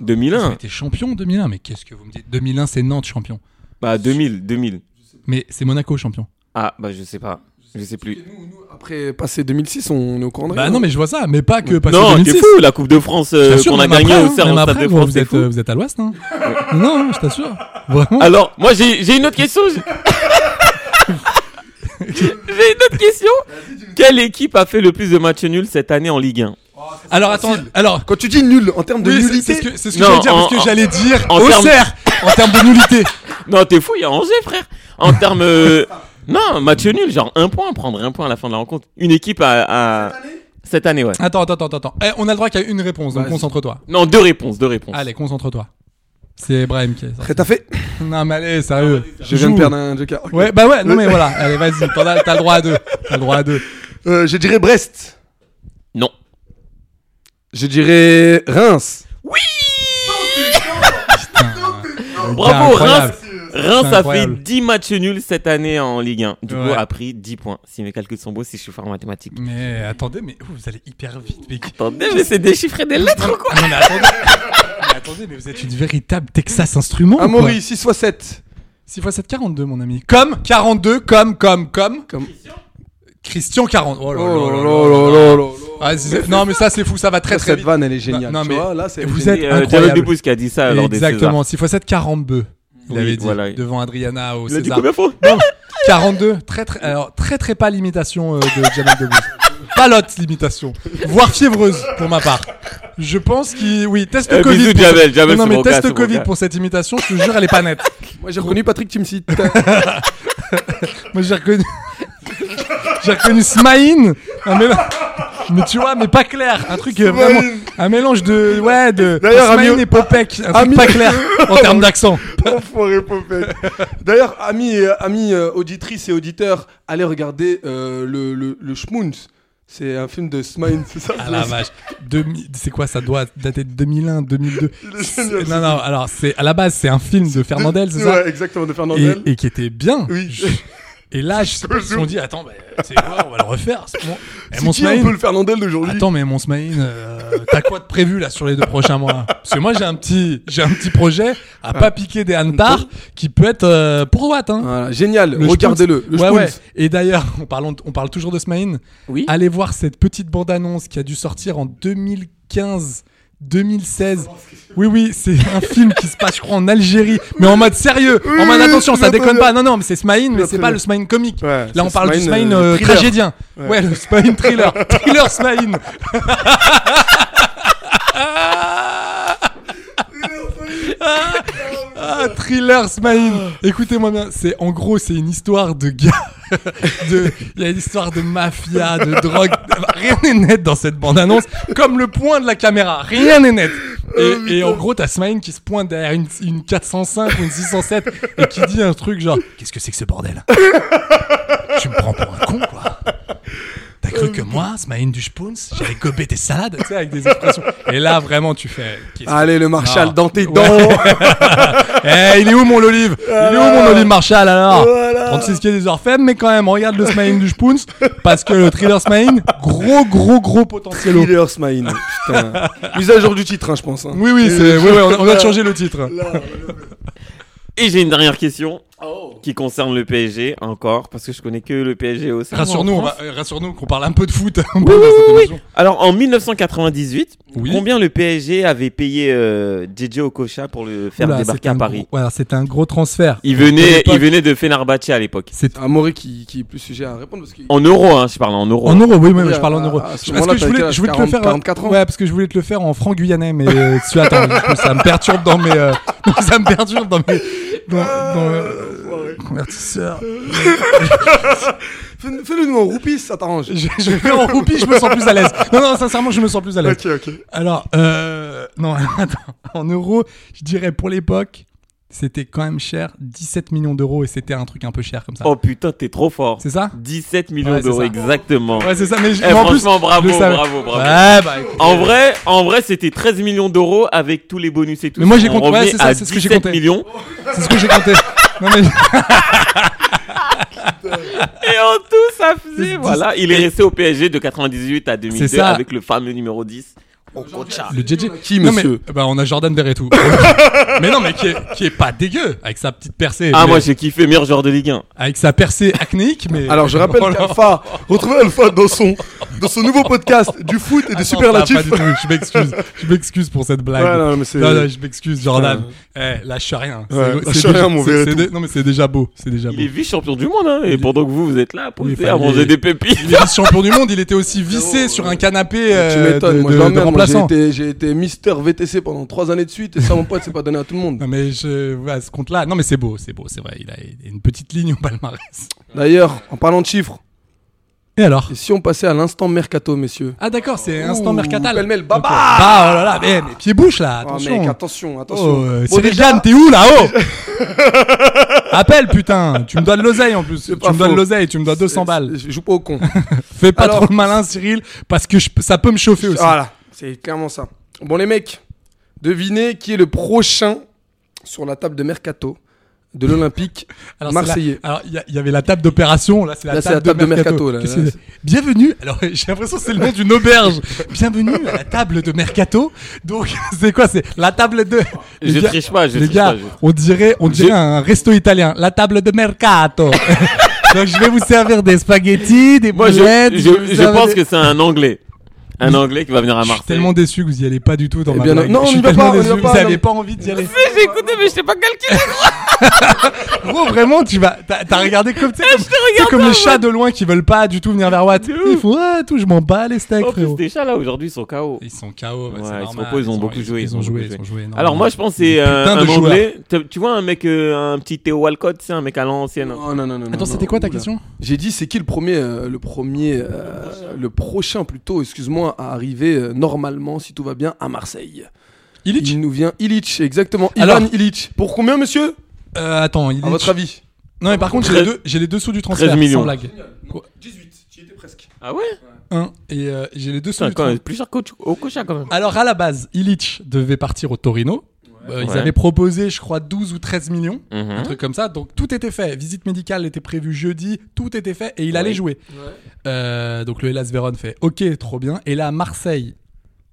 [SPEAKER 6] 2001
[SPEAKER 8] été champion 2001, mais qu'est-ce que vous me dites 2001, c'est Nantes champion.
[SPEAKER 6] Bah, 2000, 2000.
[SPEAKER 8] Mais c'est Monaco champion.
[SPEAKER 6] Ah, bah, je sais pas. Je sais plus.
[SPEAKER 3] Après passé 2006, on est au courant de
[SPEAKER 8] Bah
[SPEAKER 3] rien. hein.
[SPEAKER 8] non, mais je vois ça, mais pas que parce
[SPEAKER 6] non,
[SPEAKER 8] que
[SPEAKER 6] t'es
[SPEAKER 8] 2006.
[SPEAKER 6] fou, la Coupe de France euh,
[SPEAKER 8] Je t'assure,
[SPEAKER 6] qu'on a
[SPEAKER 8] même
[SPEAKER 6] gagnée
[SPEAKER 8] après,
[SPEAKER 6] au
[SPEAKER 8] hein,
[SPEAKER 6] Serre
[SPEAKER 8] même
[SPEAKER 6] en Stade
[SPEAKER 8] après,
[SPEAKER 6] de
[SPEAKER 8] gros,
[SPEAKER 6] France,
[SPEAKER 8] vous,
[SPEAKER 6] c'est
[SPEAKER 8] êtes,
[SPEAKER 6] fou.
[SPEAKER 8] euh, vous êtes à l'ouest, hein Non, non, je t'assure. Vraiment
[SPEAKER 6] Alors, moi, j'ai j'ai une autre question. j'ai j'ai une autre question. Quelle équipe a fait le plus de matchs nuls cette année en Ligue 1
[SPEAKER 8] Alors attends, alors
[SPEAKER 3] Quand tu dis nul en termes de
[SPEAKER 8] Oui, c'est-
[SPEAKER 3] nullité,
[SPEAKER 8] c'est ce que, c'est ce que
[SPEAKER 6] Non,
[SPEAKER 8] j'allais dire,
[SPEAKER 6] en-
[SPEAKER 8] parce que
[SPEAKER 6] en-
[SPEAKER 8] j'allais dire
[SPEAKER 6] en termes-
[SPEAKER 8] Auxerre en termes de nullité.
[SPEAKER 6] Non, t'es fou, il y a Angers, frère. En termes. euh, Non, match nul, genre un point, prendre un point à la fin de la rencontre. Une équipe à. à- Cette année ouais.
[SPEAKER 8] Attends, attends, attends, attends. Eh, on a le droit qu'à une réponse, donc concentre-toi.
[SPEAKER 6] Non, deux réponses, deux réponses.
[SPEAKER 8] Allez, concentre-toi. C'est Brahim qui est sorti.
[SPEAKER 3] Très à fait.
[SPEAKER 8] Non, mais allez, sérieux.
[SPEAKER 3] Je viens de
[SPEAKER 8] Joue.
[SPEAKER 3] perdre un joker. Ok.
[SPEAKER 8] Ouais, bah ouais, non, mais voilà. Allez, vas-y, t'en as- t'as le droit à deux. T'as le droit à deux.
[SPEAKER 3] Euh, je dirais Brest.
[SPEAKER 6] Non.
[SPEAKER 3] Je dirais Reims.
[SPEAKER 6] Bravo,
[SPEAKER 8] C'est incroyable.
[SPEAKER 6] Reims. Reims a fait
[SPEAKER 8] incroyable.
[SPEAKER 6] 10 matchs nuls cette année en Ligue 1. Du coup,
[SPEAKER 8] Ouais.
[SPEAKER 6] a pris 10 points. Si mes calculs sont beaux, si je suis fort en mathématiques.
[SPEAKER 8] Mais attendez, mais ouh, vous allez hyper vite, mec. Ah,
[SPEAKER 6] Attendez, mais c'est déchiffrer des lettres ou quoi
[SPEAKER 8] Non, mais attendez. mais attendez, mais vous êtes une véritable Texas Instrument.
[SPEAKER 3] Amaury, 6 x 7.
[SPEAKER 8] 6 x 7, 42, mon ami. Comme 42, comme, comme, comme.
[SPEAKER 3] Comme-
[SPEAKER 8] Christian 40. Oh là là là là. Ah, c'est- non, mais ça, c'est fou, ça va très très
[SPEAKER 3] Cette
[SPEAKER 8] vite.
[SPEAKER 3] vanne, elle est géniale.
[SPEAKER 8] Non,
[SPEAKER 3] tu
[SPEAKER 8] mais
[SPEAKER 3] vois, là, c'est-
[SPEAKER 8] vous
[SPEAKER 3] c'est-
[SPEAKER 8] êtes
[SPEAKER 6] C'est euh, Diallo
[SPEAKER 8] incroyable.
[SPEAKER 6] Debouze qui a dit ça lors des
[SPEAKER 8] Exactement, 6 x 7, 42. Il
[SPEAKER 6] Oui,
[SPEAKER 8] avait dit
[SPEAKER 6] voilà.
[SPEAKER 8] devant Adriana au
[SPEAKER 6] Il a dit
[SPEAKER 8] César.
[SPEAKER 6] combien de fois
[SPEAKER 8] Non, 42, très très, alors, très très pâle imitation euh, de Jamal Debbouze. Palote l'imitation, voire fiévreuse pour ma part. Je pense qu'il. Oui, test
[SPEAKER 6] Euh,
[SPEAKER 8] Covid.
[SPEAKER 6] bisous,
[SPEAKER 8] pour
[SPEAKER 6] Jamel,
[SPEAKER 8] cette-
[SPEAKER 6] Jamel,
[SPEAKER 8] non,
[SPEAKER 6] c'est
[SPEAKER 8] non, mais
[SPEAKER 6] mon gars,
[SPEAKER 8] test
[SPEAKER 6] c'est mon
[SPEAKER 8] Covid
[SPEAKER 6] gars.
[SPEAKER 8] pour cette imitation, je te jure, elle est pas nette.
[SPEAKER 3] Moi, j'ai reconnu Patrick Timsit.
[SPEAKER 8] Moi j'ai reconnu. j'ai reconnu Smaïn. Un mélange... Mais tu vois, mais pas clair. Un truc euh, vraiment. Un mélange de. Ouais, de.
[SPEAKER 3] D'ailleurs,
[SPEAKER 8] Smaïn
[SPEAKER 3] ami-
[SPEAKER 8] et Popek. Un
[SPEAKER 3] ami-
[SPEAKER 8] truc pas clair en termes d'accent.
[SPEAKER 3] Enfoiré, Popek. D'ailleurs, amis, et- amis euh, auditrices et auditeurs, allez regarder euh, le, le, le Schmounz. C'est un film de Smine, c'est ça
[SPEAKER 8] Ah la vache. 2000 C'est quoi ça doit dater de 2001, 2002 C'est- Non, non, alors c'est à la base c'est un film de Fernandel, c'est ça
[SPEAKER 3] Ouais, exactement, de
[SPEAKER 8] et,
[SPEAKER 3] Fernandel.
[SPEAKER 8] et qui était bien.
[SPEAKER 3] Oui.
[SPEAKER 8] Je- Et là, je- ils se sont dit, attends, bah, c'est quoi, on va le refaire. c'est Bon. Eh,
[SPEAKER 3] C'est
[SPEAKER 8] mon
[SPEAKER 3] qui un
[SPEAKER 8] Smaïn-
[SPEAKER 3] peu le Fernandel d'aujourd'hui
[SPEAKER 8] Attends, mais mon Smaïn, euh, t'as quoi de prévu là sur les deux prochains mois Parce que moi j'ai un petit, j'ai un petit projet à pas piquer des hantards qui peut être euh, pour Watt. Hein.
[SPEAKER 3] Voilà, génial,
[SPEAKER 8] Le
[SPEAKER 3] regardez-le.
[SPEAKER 8] Schmounz.
[SPEAKER 3] Le
[SPEAKER 8] Ouais,
[SPEAKER 3] Schmounz.
[SPEAKER 8] ouais. Et d'ailleurs, on parle, on parle toujours de Smaïn.
[SPEAKER 6] Oui.
[SPEAKER 8] Allez voir cette petite bande-annonce qui a dû sortir en 2015. 2016. Oui, oui, c'est un film qui se passe, je crois, en Algérie, mais en mode sérieux. en mode
[SPEAKER 3] oui,
[SPEAKER 8] attention,
[SPEAKER 3] je vois
[SPEAKER 8] ça
[SPEAKER 3] très
[SPEAKER 8] déconne
[SPEAKER 3] bien.
[SPEAKER 8] pas. Non, non, mais c'est Smaïn, mais
[SPEAKER 3] vois
[SPEAKER 8] c'est
[SPEAKER 3] très
[SPEAKER 8] pas
[SPEAKER 3] bien.
[SPEAKER 8] le Smaïn comique.
[SPEAKER 3] Ouais, c'est
[SPEAKER 8] Là, on parle du
[SPEAKER 3] Smaïn,
[SPEAKER 8] Smaïn
[SPEAKER 3] euh,
[SPEAKER 8] euh,
[SPEAKER 3] thriller.
[SPEAKER 8] tragédien. Ouais. le Smaïn thriller. thriller Smaïn. Ah, thriller Smaïn. Écoutez-moi bien, c'est en gros, c'est une histoire de gars. de- Il y a une histoire de mafia, de drogue. Rien n'est net dans cette bande-annonce, comme le point de la caméra. Rien n'est net.
[SPEAKER 3] Oh,
[SPEAKER 8] Et, et en gros, t'as Smaïn qui se pointe derrière une, une 405 ou une 607 et qui dit un truc genre Qu'est-ce que c'est que ce bordel Tu me prends pour un con, quoi. T'as cru que moi moi, Smaïn du Spoons, j'avais gobé tes salades, tu sais, avec des expressions. Et là, vraiment, tu fais. qu'est-ce que-
[SPEAKER 7] Allez, le Marshall
[SPEAKER 8] Non.
[SPEAKER 7] dans tes
[SPEAKER 8] Ouais.
[SPEAKER 7] dents.
[SPEAKER 8] Eh, il est où mon Olive Il est où mon Olive Marshall alors
[SPEAKER 7] Voilà.
[SPEAKER 8] 36 qui est des heures faibles, mais quand même, regarde le Smaïn du Spoons, parce que le thriller Smaïn, gros, gros, gros potentiel.
[SPEAKER 7] Killer Smile. Putain. Mise à jour du titre, hein, je pense. hein.
[SPEAKER 8] Oui, oui, c'est, ouais, ouais, on, on a changé le titre.
[SPEAKER 6] Et j'ai une dernière question qui concerne le PSG encore, parce que je connais que le PSG aussi.
[SPEAKER 8] Rassure-nous, on va- euh, rassure-nous qu'on parle un peu de foot. un peu dans cette émission.
[SPEAKER 6] Alors en 1998,
[SPEAKER 8] Oui.
[SPEAKER 6] combien le PSG avait payé euh, JJ Okocha pour le faire
[SPEAKER 8] Oula,
[SPEAKER 6] débarquer
[SPEAKER 8] c'était
[SPEAKER 6] à
[SPEAKER 8] un
[SPEAKER 6] Paris
[SPEAKER 8] gros- voilà, c'était un gros transfert.
[SPEAKER 6] il venait,
[SPEAKER 8] À
[SPEAKER 6] il
[SPEAKER 8] l'époque.
[SPEAKER 6] venait de Fenerbahçe à l'époque.
[SPEAKER 8] C'était
[SPEAKER 7] Amoré Ah, qui, qui est plus sujet à répondre parce qu'il.
[SPEAKER 8] Oh.
[SPEAKER 6] En euros, hein, je parle en euros.
[SPEAKER 8] en euros, oui, oui,
[SPEAKER 7] Oui,
[SPEAKER 8] oui, je parle en
[SPEAKER 7] à-
[SPEAKER 8] euros.
[SPEAKER 7] à ce
[SPEAKER 8] Je-
[SPEAKER 7] moment-là,
[SPEAKER 8] que je
[SPEAKER 7] t'avais
[SPEAKER 8] voulais,
[SPEAKER 7] quel
[SPEAKER 8] je voulais te le
[SPEAKER 7] 40,
[SPEAKER 8] faire,
[SPEAKER 7] 44 ans
[SPEAKER 8] ouais, parce que je voulais te le faire en franc guyanais, mais euh, tu attends, du coup, ça me perturbe dans mes, euh, ça me perturbe dans mes, dans, dans, euh, convertisseurs.
[SPEAKER 7] Fais- Fais-le nous en roupie, ça t'arrange.
[SPEAKER 8] Je, je vais en roupie, je me sens plus à l'aise. Non, non, sincèrement, je me sens plus à l'aise.
[SPEAKER 7] Ok, ok.
[SPEAKER 8] Alors, euh, non, attends, en euros, je dirais pour l'époque, c'était quand même cher, 17 millions d'euros et c'était un truc un peu cher comme ça.
[SPEAKER 6] Oh putain, t'es trop fort.
[SPEAKER 8] C'est ça
[SPEAKER 6] 17 millions
[SPEAKER 8] Ouais, c'est
[SPEAKER 6] d'euros
[SPEAKER 8] ça.
[SPEAKER 6] exactement.
[SPEAKER 8] Ouais, c'est ça, mais, je-
[SPEAKER 6] Eh,
[SPEAKER 8] mais en plus,
[SPEAKER 6] franchement, bravo,
[SPEAKER 8] je le savais.
[SPEAKER 6] bravo, bravo.
[SPEAKER 8] Ouais, bah, écoute.
[SPEAKER 6] En vrai, en vrai, c'était 13 millions d'euros avec tous les bonus et tout.
[SPEAKER 8] Mais moi,
[SPEAKER 6] ça.
[SPEAKER 8] j'ai
[SPEAKER 6] On
[SPEAKER 8] compté- ouais,
[SPEAKER 6] revenait
[SPEAKER 8] c'est ça,
[SPEAKER 6] à
[SPEAKER 8] c'est ce que j'ai
[SPEAKER 6] 17
[SPEAKER 8] compté.
[SPEAKER 6] millions.
[SPEAKER 8] c'est ce que j'ai compté. Non, mais
[SPEAKER 6] Et en tout, ça faisait.
[SPEAKER 8] C'est
[SPEAKER 6] Voilà, il est resté au PSG de 98 à 2002
[SPEAKER 8] C'est ça.
[SPEAKER 6] avec le fameux numéro 10.
[SPEAKER 8] le JJ.
[SPEAKER 7] Qui,
[SPEAKER 8] Non, mais-
[SPEAKER 7] monsieur
[SPEAKER 8] bah, on a Jordan Verretou. mais non, mais qui est, qui est pas dégueu avec sa petite percée.
[SPEAKER 6] Ah,
[SPEAKER 8] mais-
[SPEAKER 6] moi, j'ai kiffé meilleur joueur de Ligue 1.
[SPEAKER 8] Avec sa percée acnéique, mais.
[SPEAKER 7] Alors, je rappelle
[SPEAKER 8] Oh là.
[SPEAKER 7] qu'Alpha, retrouvez Alpha dans son, dans son nouveau podcast du foot et des
[SPEAKER 8] Attends,
[SPEAKER 7] superlatifs.
[SPEAKER 8] pas du tout, Je m'excuse. Je m'excuse pour cette blague.
[SPEAKER 7] Ouais, non, mais c'est-
[SPEAKER 8] Non, non, je m'excuse, Jordan. Eh, lâche rien. C'est-
[SPEAKER 7] Ouais,
[SPEAKER 8] c'est
[SPEAKER 7] lâche
[SPEAKER 8] déjà-
[SPEAKER 7] rien, mon
[SPEAKER 8] c'est-
[SPEAKER 7] Verretou.
[SPEAKER 8] c'est dé- Non, mais c'est déjà beau. C'est déjà
[SPEAKER 6] Il
[SPEAKER 8] beau.
[SPEAKER 6] est vice-champion du monde, hein, et pendant que vous, vous êtes là à poser,
[SPEAKER 8] il est
[SPEAKER 6] à
[SPEAKER 8] pas- il
[SPEAKER 6] manger
[SPEAKER 8] est-
[SPEAKER 6] des pépites.
[SPEAKER 8] Il est vice-champion du monde, il était aussi vissé sur un canapé
[SPEAKER 7] Oh. Tu
[SPEAKER 8] euh,
[SPEAKER 7] m'étonnes,
[SPEAKER 8] de,
[SPEAKER 7] moi
[SPEAKER 8] de-
[SPEAKER 7] je
[SPEAKER 8] de
[SPEAKER 7] l'emmerde, moi, j'ai
[SPEAKER 8] remplaçant.
[SPEAKER 7] été, j'ai été Mister VTC pendant 3 années de suite et ça mon pote c'est pas donné à tout le monde.
[SPEAKER 8] Non mais je, ouais, à ce compte-là, non mais c'est beau, c'est beau, c'est vrai, il a il a une petite ligne au palmarès.
[SPEAKER 7] D'ailleurs, en parlant de chiffres,
[SPEAKER 8] Et alors
[SPEAKER 7] et si on passait à l'instant mercato messieurs
[SPEAKER 8] Ah d'accord, c'est instant
[SPEAKER 7] Ouh,
[SPEAKER 8] mercatal.
[SPEAKER 7] pêle-mêle,
[SPEAKER 8] Ok.
[SPEAKER 7] baba
[SPEAKER 8] Bah oh là là, mais, mais pied bouche là,
[SPEAKER 7] Ah,
[SPEAKER 8] attention.
[SPEAKER 7] mec, attention,
[SPEAKER 8] Oh,
[SPEAKER 7] attention.
[SPEAKER 8] euh,
[SPEAKER 7] Bon,
[SPEAKER 8] Cyril
[SPEAKER 7] déjà,
[SPEAKER 8] Gann, t'es où là-haut Appelle putain, tu me dois de l'oseille en plus. Tu
[SPEAKER 7] C'est
[SPEAKER 8] me
[SPEAKER 7] pas
[SPEAKER 8] dois de
[SPEAKER 7] faux.
[SPEAKER 8] l'oseille, tu me dois 200 balles.
[SPEAKER 7] Je joue pas au con.
[SPEAKER 8] Fais pas
[SPEAKER 7] Alors- Ah,
[SPEAKER 8] trop le malin Cyril, parce que je peux- ça peut me chauffer aussi.
[SPEAKER 7] Voilà, c'est clairement ça. Bon les mecs, devinez qui est le prochain sur la table de mercato de l'Olympique
[SPEAKER 8] Alors, c'est
[SPEAKER 7] marseillais.
[SPEAKER 8] la- Ah, alors, il y, a- il y avait la table d'opération. Là, c'est la,
[SPEAKER 7] Là, c'est
[SPEAKER 8] table,
[SPEAKER 7] la table
[SPEAKER 8] de
[SPEAKER 7] de
[SPEAKER 8] mercato.
[SPEAKER 7] mercato, là.
[SPEAKER 8] Qu'est-ce
[SPEAKER 7] Là,
[SPEAKER 8] que- Bienvenue. Alors, j'ai l'impression que c'est le nom d'une auberge. Bienvenue à la table de mercato. Donc, c'est quoi C'est la table de.
[SPEAKER 6] Je
[SPEAKER 8] Les gars-
[SPEAKER 6] triche pas, je
[SPEAKER 8] les
[SPEAKER 6] triche
[SPEAKER 8] gars,
[SPEAKER 6] pas, je-
[SPEAKER 8] on dirait, on dirait un resto italien. La table de mercato. Donc, je vais vous servir des spaghettis, des
[SPEAKER 6] Moi, je,
[SPEAKER 8] boulettes.
[SPEAKER 6] je-
[SPEAKER 8] vais vous
[SPEAKER 6] je
[SPEAKER 8] servir
[SPEAKER 6] pense
[SPEAKER 8] des-
[SPEAKER 6] que c'est un Anglais. Un Anglais qui va venir à
[SPEAKER 8] Je suis
[SPEAKER 6] Marseille.
[SPEAKER 8] tellement déçu que vous y allez pas du tout dans
[SPEAKER 7] Eh
[SPEAKER 8] ma
[SPEAKER 7] bien,
[SPEAKER 8] blague.
[SPEAKER 7] non, on
[SPEAKER 8] Je suis
[SPEAKER 7] y va
[SPEAKER 8] tellement
[SPEAKER 7] pas, on y
[SPEAKER 8] déçu.
[SPEAKER 7] va pas,
[SPEAKER 8] Vous avez
[SPEAKER 7] non.
[SPEAKER 8] pas envie d'y aller.
[SPEAKER 6] J'ai écouté, mais je sais pas calculer.
[SPEAKER 8] Gros, vraiment, tu vas, t'as t'as regardé comme, tu sais, comme, tu sais, comme les chats de loin qui veulent pas du tout venir vers Watt. Ils font, ah, tout, je m'en bats les steaks,
[SPEAKER 6] En plus,
[SPEAKER 8] frérot.
[SPEAKER 6] déjà là, aujourd'hui, ils sont KO.
[SPEAKER 8] Ils sont KO, bah,
[SPEAKER 6] Ouais,
[SPEAKER 8] c'est
[SPEAKER 6] ils se
[SPEAKER 8] normal.
[SPEAKER 6] reposent, ils ont beaucoup joué,
[SPEAKER 8] Ils ont joué,
[SPEAKER 6] beaucoup
[SPEAKER 8] ils ont joué. énormément.
[SPEAKER 6] Alors moi je pense que c'est euh,
[SPEAKER 8] Putain de
[SPEAKER 6] un
[SPEAKER 8] joueur.
[SPEAKER 6] anglais. Tu- Tu vois un mec, euh, un petit Théo Walcott, c'est un mec à l'ancienne.
[SPEAKER 7] Non, non, non, non,
[SPEAKER 8] Attends,
[SPEAKER 7] non,
[SPEAKER 8] c'était quoi ta
[SPEAKER 7] oula.
[SPEAKER 8] question
[SPEAKER 7] J'ai dit c'est qui le premier, euh, le premier, euh, le prochain plutôt, excuse-moi, à arriver euh, normalement, si tout va bien, à Marseille.
[SPEAKER 8] Illich
[SPEAKER 7] Il nous vient Illich, exactement.
[SPEAKER 8] Alors-
[SPEAKER 7] Ivan Illich. Pour combien, monsieur
[SPEAKER 8] Euh, attends, il
[SPEAKER 7] À votre avis
[SPEAKER 8] Non, mais par contre, j'ai les
[SPEAKER 6] Treize-
[SPEAKER 8] deux- j'ai les deux sous du transfert,
[SPEAKER 6] 13 millions.
[SPEAKER 8] sans blague.
[SPEAKER 7] 18, j'y étais presque.
[SPEAKER 6] Ah ouais
[SPEAKER 8] Un, et euh, j'ai les deux sous
[SPEAKER 6] Putain,
[SPEAKER 8] du
[SPEAKER 6] quand
[SPEAKER 8] transfert.
[SPEAKER 6] même, plus cher qu'au au Cocha quand même.
[SPEAKER 8] Alors à la base, Illich devait partir au Torino. Euh, ils
[SPEAKER 6] Ouais.
[SPEAKER 8] avaient proposé, je crois, 12 ou 13 millions,
[SPEAKER 6] Mhm.
[SPEAKER 8] un truc comme ça. Donc tout était fait. Visite médicale était prévue jeudi, tout était fait et il allait jouer. Euh, donc le Hellas Véron fait OK, trop bien. Et là, à Marseille,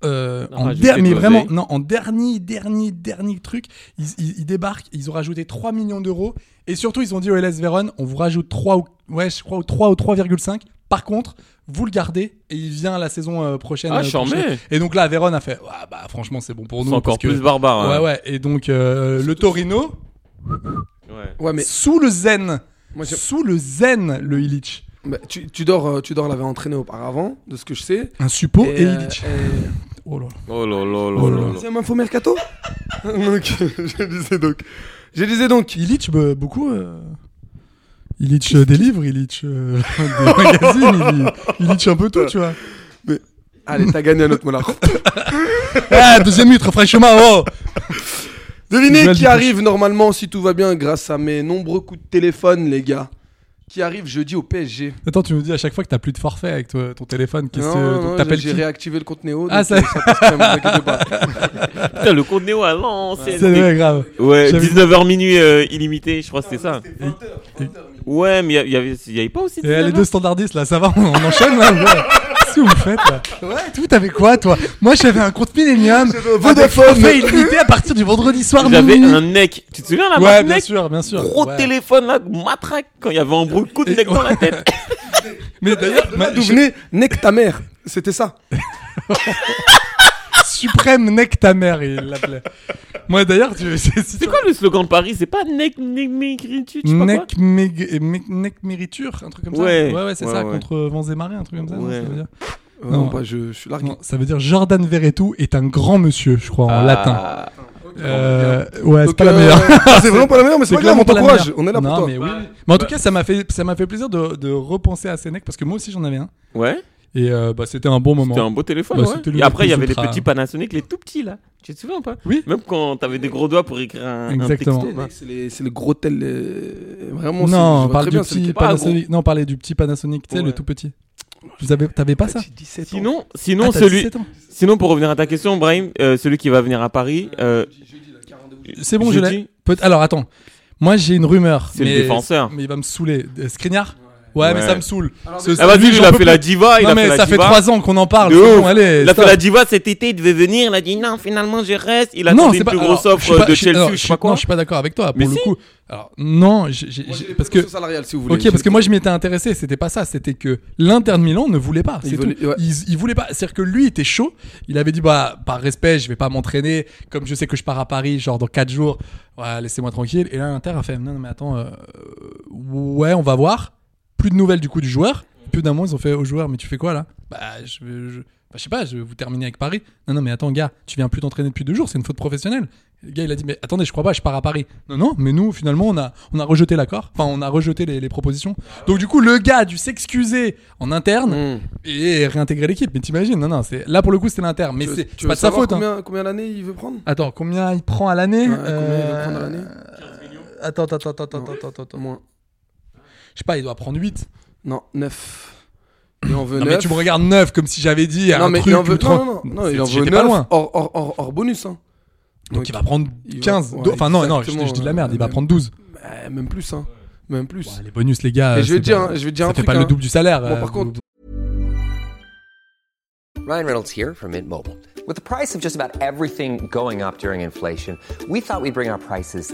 [SPEAKER 8] euh,
[SPEAKER 6] On a
[SPEAKER 8] en
[SPEAKER 6] rajouté
[SPEAKER 8] dernier,
[SPEAKER 6] de
[SPEAKER 8] vraiment,
[SPEAKER 6] l'oseille.
[SPEAKER 8] non, en dernier, dernier, dernier truc, ils, ils- ils débarquent, ils ont rajouté 3 millions d'euros. Et surtout, ils ont dit au Hellas Véron, on vous rajoute 3 ou, ouais, je crois, 3 ou 3,5. Par contre, vous le gardez et il vient la saison euh, prochaine.
[SPEAKER 6] Ah,
[SPEAKER 8] euh,
[SPEAKER 6] charmé.
[SPEAKER 8] prochaine. Et donc là, Véron a fait, Ah, bah franchement, c'est bon pour
[SPEAKER 6] C'est
[SPEAKER 8] nous.
[SPEAKER 6] encore
[SPEAKER 8] parce que-
[SPEAKER 6] plus barbare. hein.
[SPEAKER 8] Ouais, ouais. Et donc, euh, le Torino,
[SPEAKER 6] Ouais.
[SPEAKER 7] Ouais, mais
[SPEAKER 8] sous le zen,
[SPEAKER 7] moi, j'ai-
[SPEAKER 8] sous le zen, le Illich.
[SPEAKER 7] bah, tu, Tudor, euh, Tudor l'avait entraîné auparavant, de ce que je sais.
[SPEAKER 8] Un suppo et,
[SPEAKER 7] euh,
[SPEAKER 8] Illich.
[SPEAKER 7] et-
[SPEAKER 8] Oh là là.
[SPEAKER 6] Oh là là là là là.
[SPEAKER 7] Deuxième info mercato Donc, euh, je disais donc. Je disais donc.
[SPEAKER 8] Illich, bah, beaucoup. euh, Illich euh, des livres, Illich euh, des magazines, il- Illich un peu tout, tu vois.
[SPEAKER 7] Allez, t'as gagné un autre molar.
[SPEAKER 8] Ah, deuxième huître, fraîchement, oh
[SPEAKER 7] Devinez
[SPEAKER 8] Duel
[SPEAKER 7] qui
[SPEAKER 8] du
[SPEAKER 7] arrive normalement, si tout va bien, grâce à mes nombreux coups de téléphone, les gars. qui arrive jeudi au PSG.
[SPEAKER 8] Attends, tu me dis à chaque fois que t'as plus de forfait avec toi- ton téléphone. Qu'est-ce
[SPEAKER 7] Non,
[SPEAKER 8] que
[SPEAKER 7] non, non,
[SPEAKER 8] t'appelles
[SPEAKER 7] j'ai
[SPEAKER 8] qui
[SPEAKER 7] j'ai réactivé le compte Néo.
[SPEAKER 8] Ah,
[SPEAKER 7] donc,
[SPEAKER 8] ça-
[SPEAKER 7] euh, ça Bah, passe quand même, vous inquiétez pas.
[SPEAKER 6] Putain, le compte Néo à l'ancienne.
[SPEAKER 8] C'est vrai, grave.
[SPEAKER 6] Ouais,
[SPEAKER 8] J'avais-
[SPEAKER 6] 19h minuit euh, illimité, je crois que c'était ça. Ouais, mais il y, avait- y avait pas aussi
[SPEAKER 8] Et Eh, les
[SPEAKER 6] 19h?
[SPEAKER 8] deux standardistes là, ça va, on, on enchaîne là. ouais. Qu'est-ce que vous faites là Ouais, tout t'avais quoi toi Moi j'avais un compte Millennium. Vodafone. illimité à partir du vendredi soir
[SPEAKER 6] J'avais
[SPEAKER 8] minuit.
[SPEAKER 6] un neck. Tu te souviens la
[SPEAKER 8] Ouais,
[SPEAKER 6] marque
[SPEAKER 8] bien
[SPEAKER 6] neck
[SPEAKER 8] sûr, bien sûr.
[SPEAKER 6] Gros
[SPEAKER 8] Ouais.
[SPEAKER 6] téléphone là, matraque quand il y avait un bruit de coup de neck dans la tête.
[SPEAKER 8] Mais d'ailleurs, ma-
[SPEAKER 7] Bah, D'où venait Nec ta mère C'était ça.
[SPEAKER 8] Suprême Neck ta mère, il l'appelait. Moi d'ailleurs, tu si
[SPEAKER 6] C'est
[SPEAKER 8] tu-
[SPEAKER 6] quoi le slogan de Paris C'est pas neck, neck, maigritude, je sais pas quoi
[SPEAKER 8] Neck, még- mé- neck mériture, un truc comme ça.
[SPEAKER 6] Ouais,
[SPEAKER 8] ouais, c'est
[SPEAKER 6] ouais,
[SPEAKER 8] ça,
[SPEAKER 6] ouais.
[SPEAKER 8] contre vents et marées, un truc comme ça. non, ça
[SPEAKER 6] Ouais.
[SPEAKER 8] veut dire.
[SPEAKER 7] Euh,
[SPEAKER 8] Non.
[SPEAKER 7] non, bah, je, je suis largué.
[SPEAKER 8] Non, ça veut dire Jordan Verretou est un grand monsieur, je crois, en latin.
[SPEAKER 6] Ah,
[SPEAKER 8] Euh, ouais, c'est
[SPEAKER 7] Donc,
[SPEAKER 8] pas la
[SPEAKER 7] euh,
[SPEAKER 8] meilleure.
[SPEAKER 7] c'est vraiment pas la meilleure, mais c'est pas grave,
[SPEAKER 8] clairement
[SPEAKER 7] on
[SPEAKER 8] pas la
[SPEAKER 7] t'encourage.
[SPEAKER 8] meilleure.
[SPEAKER 7] On est là
[SPEAKER 8] Non,
[SPEAKER 7] pour toi.
[SPEAKER 8] Mais, oui, oui. mais en tout cas, ça m'a fait, ça m'a fait plaisir de, de repenser à Sénèque parce que moi aussi j'en avais un.
[SPEAKER 6] Ouais,
[SPEAKER 8] Et euh, bah, c'était un bon moment.
[SPEAKER 6] c'était un beau téléphone.
[SPEAKER 8] Bah,
[SPEAKER 6] ouais.
[SPEAKER 8] c'était le
[SPEAKER 6] Et après, il y avait les
[SPEAKER 8] ultra-
[SPEAKER 6] petits Panasonic, les tout petits là. Tu te souviens ou pas
[SPEAKER 8] Oui.
[SPEAKER 6] Même quand t'avais des gros doigts pour écrire un, un
[SPEAKER 8] Exactement.
[SPEAKER 6] texto. bah.
[SPEAKER 7] C'est les, c'est les gros tels. euh, vraiment, c'est-
[SPEAKER 8] Non,
[SPEAKER 7] je
[SPEAKER 8] on
[SPEAKER 7] vois
[SPEAKER 8] parle
[SPEAKER 7] très
[SPEAKER 8] du
[SPEAKER 7] bien, c'est
[SPEAKER 8] petit
[SPEAKER 7] lequel.
[SPEAKER 6] pas
[SPEAKER 8] Panasonic. Non, on parlait du petit Panasonic, tu sais,
[SPEAKER 7] Ouais.
[SPEAKER 8] le tout petit. Vous avez, t'avais pas ça
[SPEAKER 7] J'ai 17 ans.
[SPEAKER 6] Sinon, sinon
[SPEAKER 8] Ah, t'as
[SPEAKER 6] celui,
[SPEAKER 8] 17 ans.
[SPEAKER 6] sinon pour revenir à ta question, Brahim, euh, celui qui va venir à Paris. euh,
[SPEAKER 8] C'est bon, je
[SPEAKER 6] jeudi,
[SPEAKER 8] l'ai. Peut- Alors attends, moi j'ai une rumeur.
[SPEAKER 6] C'est le
[SPEAKER 8] mais-
[SPEAKER 6] défenseur.
[SPEAKER 8] Mais il va me saouler. Euh, Skriniar ouais, mais
[SPEAKER 6] Ouais.
[SPEAKER 8] ça me saoule. Ce-
[SPEAKER 6] Ah vas-y,
[SPEAKER 8] lui,
[SPEAKER 6] lui, il
[SPEAKER 8] j'en
[SPEAKER 6] a
[SPEAKER 8] peux
[SPEAKER 6] fait la
[SPEAKER 8] plus.
[SPEAKER 6] diva, il
[SPEAKER 8] Non,
[SPEAKER 6] a
[SPEAKER 8] mais
[SPEAKER 6] fait la
[SPEAKER 8] ça fait
[SPEAKER 6] diva.
[SPEAKER 8] 3 ans qu'on en parle.
[SPEAKER 6] De
[SPEAKER 8] c'est
[SPEAKER 6] ouf.
[SPEAKER 8] bon, allez,
[SPEAKER 6] Il a
[SPEAKER 8] stop.
[SPEAKER 6] fait la diva cet été, il devait venir, il a dit non, finalement je reste. Il a
[SPEAKER 8] non,
[SPEAKER 6] tenté
[SPEAKER 8] c'est
[SPEAKER 6] une
[SPEAKER 8] pas
[SPEAKER 6] plus grosse
[SPEAKER 8] alors, je suis
[SPEAKER 6] offre
[SPEAKER 8] pas-
[SPEAKER 6] de
[SPEAKER 8] je suis-
[SPEAKER 6] Chelsea,
[SPEAKER 8] alors,
[SPEAKER 6] je sais pas
[SPEAKER 8] Non,
[SPEAKER 6] quoi.
[SPEAKER 8] je suis pas d'accord avec toi. Pour
[SPEAKER 6] Mais
[SPEAKER 8] le
[SPEAKER 6] si.
[SPEAKER 8] coup, alors non, j'ai- j'ai-
[SPEAKER 7] Moi, j'ai
[SPEAKER 8] j'ai-
[SPEAKER 7] les
[SPEAKER 8] parce que
[SPEAKER 7] prétentions salariales, si vous voulez.
[SPEAKER 8] Ok, parce que moi je m'y étais intéressé, c'était pas ça, c'était que l'Inter de Milan ne voulait pas,
[SPEAKER 7] Il
[SPEAKER 8] c'est tout.
[SPEAKER 7] voulait- ouais.
[SPEAKER 8] Il, il voulait pas, c'est-à-dire que lui était chaud, il avait dit bah par respect, je vais pas m'entraîner, comme je sais que je pars à Paris genre dans 4 jours, ouais, laissez-moi tranquille. Et là l'Inter a fait non, non mais attends, euh, ouais on va voir, plus de nouvelles du coup du joueur. Plus d'un mois ils ont fait au joueur mais tu fais quoi là Bah je, vais- je- bah, je sais pas, je vais vous terminer avec Paris. Non non mais attends gars, tu viens plus t'entraîner depuis deux jours, c'est une faute professionnelle. Le gars il a dit mais attendez je crois pas, je pars à Paris. Non non mais nous finalement on a on a rejeté l'accord, enfin on a rejeté les, les propositions. Donc du coup le gars a dû s'excuser en interne
[SPEAKER 6] Hmm.
[SPEAKER 8] et réintégrer l'équipe. Mais t'imagines non non c'est là pour le coup c'était l'interne mais
[SPEAKER 7] Tu veux-
[SPEAKER 8] c'est
[SPEAKER 7] tu
[SPEAKER 8] c'est
[SPEAKER 7] veux
[SPEAKER 8] pas de sa
[SPEAKER 7] savoir
[SPEAKER 8] faute. hein.
[SPEAKER 7] Combien, combien d'années il veut prendre
[SPEAKER 8] Attends combien il prend à l'année
[SPEAKER 7] Ouais, combien il veut prendre à l'année
[SPEAKER 8] Euh, Attends attends attends attends
[SPEAKER 7] Non.
[SPEAKER 8] attends attends. attends.
[SPEAKER 7] Moins.
[SPEAKER 8] Je sais pas il doit prendre 8
[SPEAKER 7] Non, 9. Il en veut
[SPEAKER 8] Non
[SPEAKER 7] 9.
[SPEAKER 8] mais tu me regardes neuf comme si j'avais dit un
[SPEAKER 7] Non, mais
[SPEAKER 8] truc
[SPEAKER 7] il en veut,
[SPEAKER 8] ultra-
[SPEAKER 7] non, non, non, non, il en
[SPEAKER 8] J'étais
[SPEAKER 7] veut
[SPEAKER 8] pas
[SPEAKER 7] 9
[SPEAKER 8] loin.
[SPEAKER 7] Hors, hors, hors, hors bonus. Hein.
[SPEAKER 8] Donc il va prendre
[SPEAKER 7] il va-
[SPEAKER 8] 15.
[SPEAKER 7] ouais,
[SPEAKER 8] do- enfin non, non, je,
[SPEAKER 7] exactement,
[SPEAKER 8] je dis de la merde, il va
[SPEAKER 7] ouais.
[SPEAKER 8] prendre 12.
[SPEAKER 7] Bah, même plus. Hein. Même plus.
[SPEAKER 8] Ouais, les bonus les gars,
[SPEAKER 7] Et
[SPEAKER 8] euh,
[SPEAKER 7] je vais
[SPEAKER 8] c'est
[SPEAKER 7] te dire,
[SPEAKER 8] pas-
[SPEAKER 7] un- je vais te dire
[SPEAKER 8] ça fait
[SPEAKER 7] un truc.
[SPEAKER 8] pas le
[SPEAKER 7] hein.
[SPEAKER 8] double du salaire.
[SPEAKER 7] Bon,
[SPEAKER 8] euh,
[SPEAKER 7] par contre,
[SPEAKER 5] Ryan Reynolds here from Mint Mobile. With the price of just about everything going up during inflation, we thought we'd bring our prices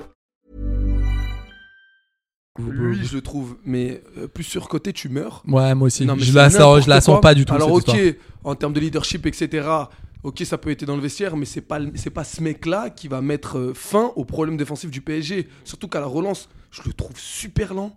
[SPEAKER 7] lui, je le trouve, mais euh, plus surcoté, tu meurs.
[SPEAKER 8] Ouais, moi aussi.
[SPEAKER 7] Non, mais
[SPEAKER 8] je
[SPEAKER 7] c'est
[SPEAKER 8] la sens,
[SPEAKER 7] n'importe
[SPEAKER 8] je la sens
[SPEAKER 7] quoi.
[SPEAKER 8] pas du tout.
[SPEAKER 7] Alors,
[SPEAKER 8] cette
[SPEAKER 7] ok,
[SPEAKER 8] histoire.
[SPEAKER 7] en termes de leadership, etc. Ok, ça peut être dans le vestiaire, mais c'est pas, le- c'est pas ce mec-là qui va mettre euh, fin au problème défensif du PSG. Surtout qu'à la relance, je le trouve super lent.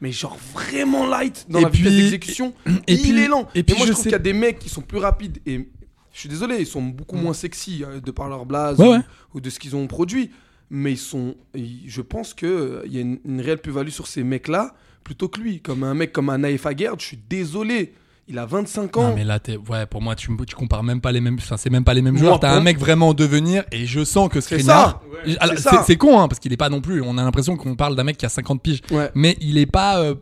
[SPEAKER 7] Mais genre vraiment light dans
[SPEAKER 8] Et
[SPEAKER 7] la vitesse
[SPEAKER 8] puis-
[SPEAKER 7] d'exécution.
[SPEAKER 8] et
[SPEAKER 7] Il
[SPEAKER 8] puis-
[SPEAKER 7] est lent.
[SPEAKER 8] et
[SPEAKER 7] Et
[SPEAKER 8] puis
[SPEAKER 7] moi,
[SPEAKER 8] je
[SPEAKER 7] je trouve
[SPEAKER 8] sais-
[SPEAKER 7] qu'il y a des mecs qui sont plus rapides et je suis désolé, ils sont beaucoup moins sexy hein, de par leur blase
[SPEAKER 8] Mm. Ouais,
[SPEAKER 7] ou,
[SPEAKER 8] ouais.
[SPEAKER 7] ou de ce qu'ils ont produit. Mais ils sont, ils- je pense que euh, il y a une, une réelle plus-value sur ces mecs-là plutôt que lui. Comme un mec comme un Naïf Aguerd, je suis désolé, il a 25 ans.
[SPEAKER 8] Non, mais là, t'es- ouais, pour moi, tu, me- tu compares même pas les mêmes. Enfin, c'est même pas les mêmes
[SPEAKER 7] Moi,
[SPEAKER 8] joueurs. T'as
[SPEAKER 7] pour-
[SPEAKER 8] un mec vraiment en devenir et je sens que
[SPEAKER 7] C'est
[SPEAKER 8] Skriniar.
[SPEAKER 7] ça.
[SPEAKER 8] Je- alors,
[SPEAKER 7] c'est
[SPEAKER 8] C'est
[SPEAKER 7] ça.
[SPEAKER 8] c'est con, hein, parce qu'il est pas non plus. On a l'impression qu'on parle d'un mec qui a 50 piges.
[SPEAKER 7] Ouais.
[SPEAKER 8] Mais il est pas. euh,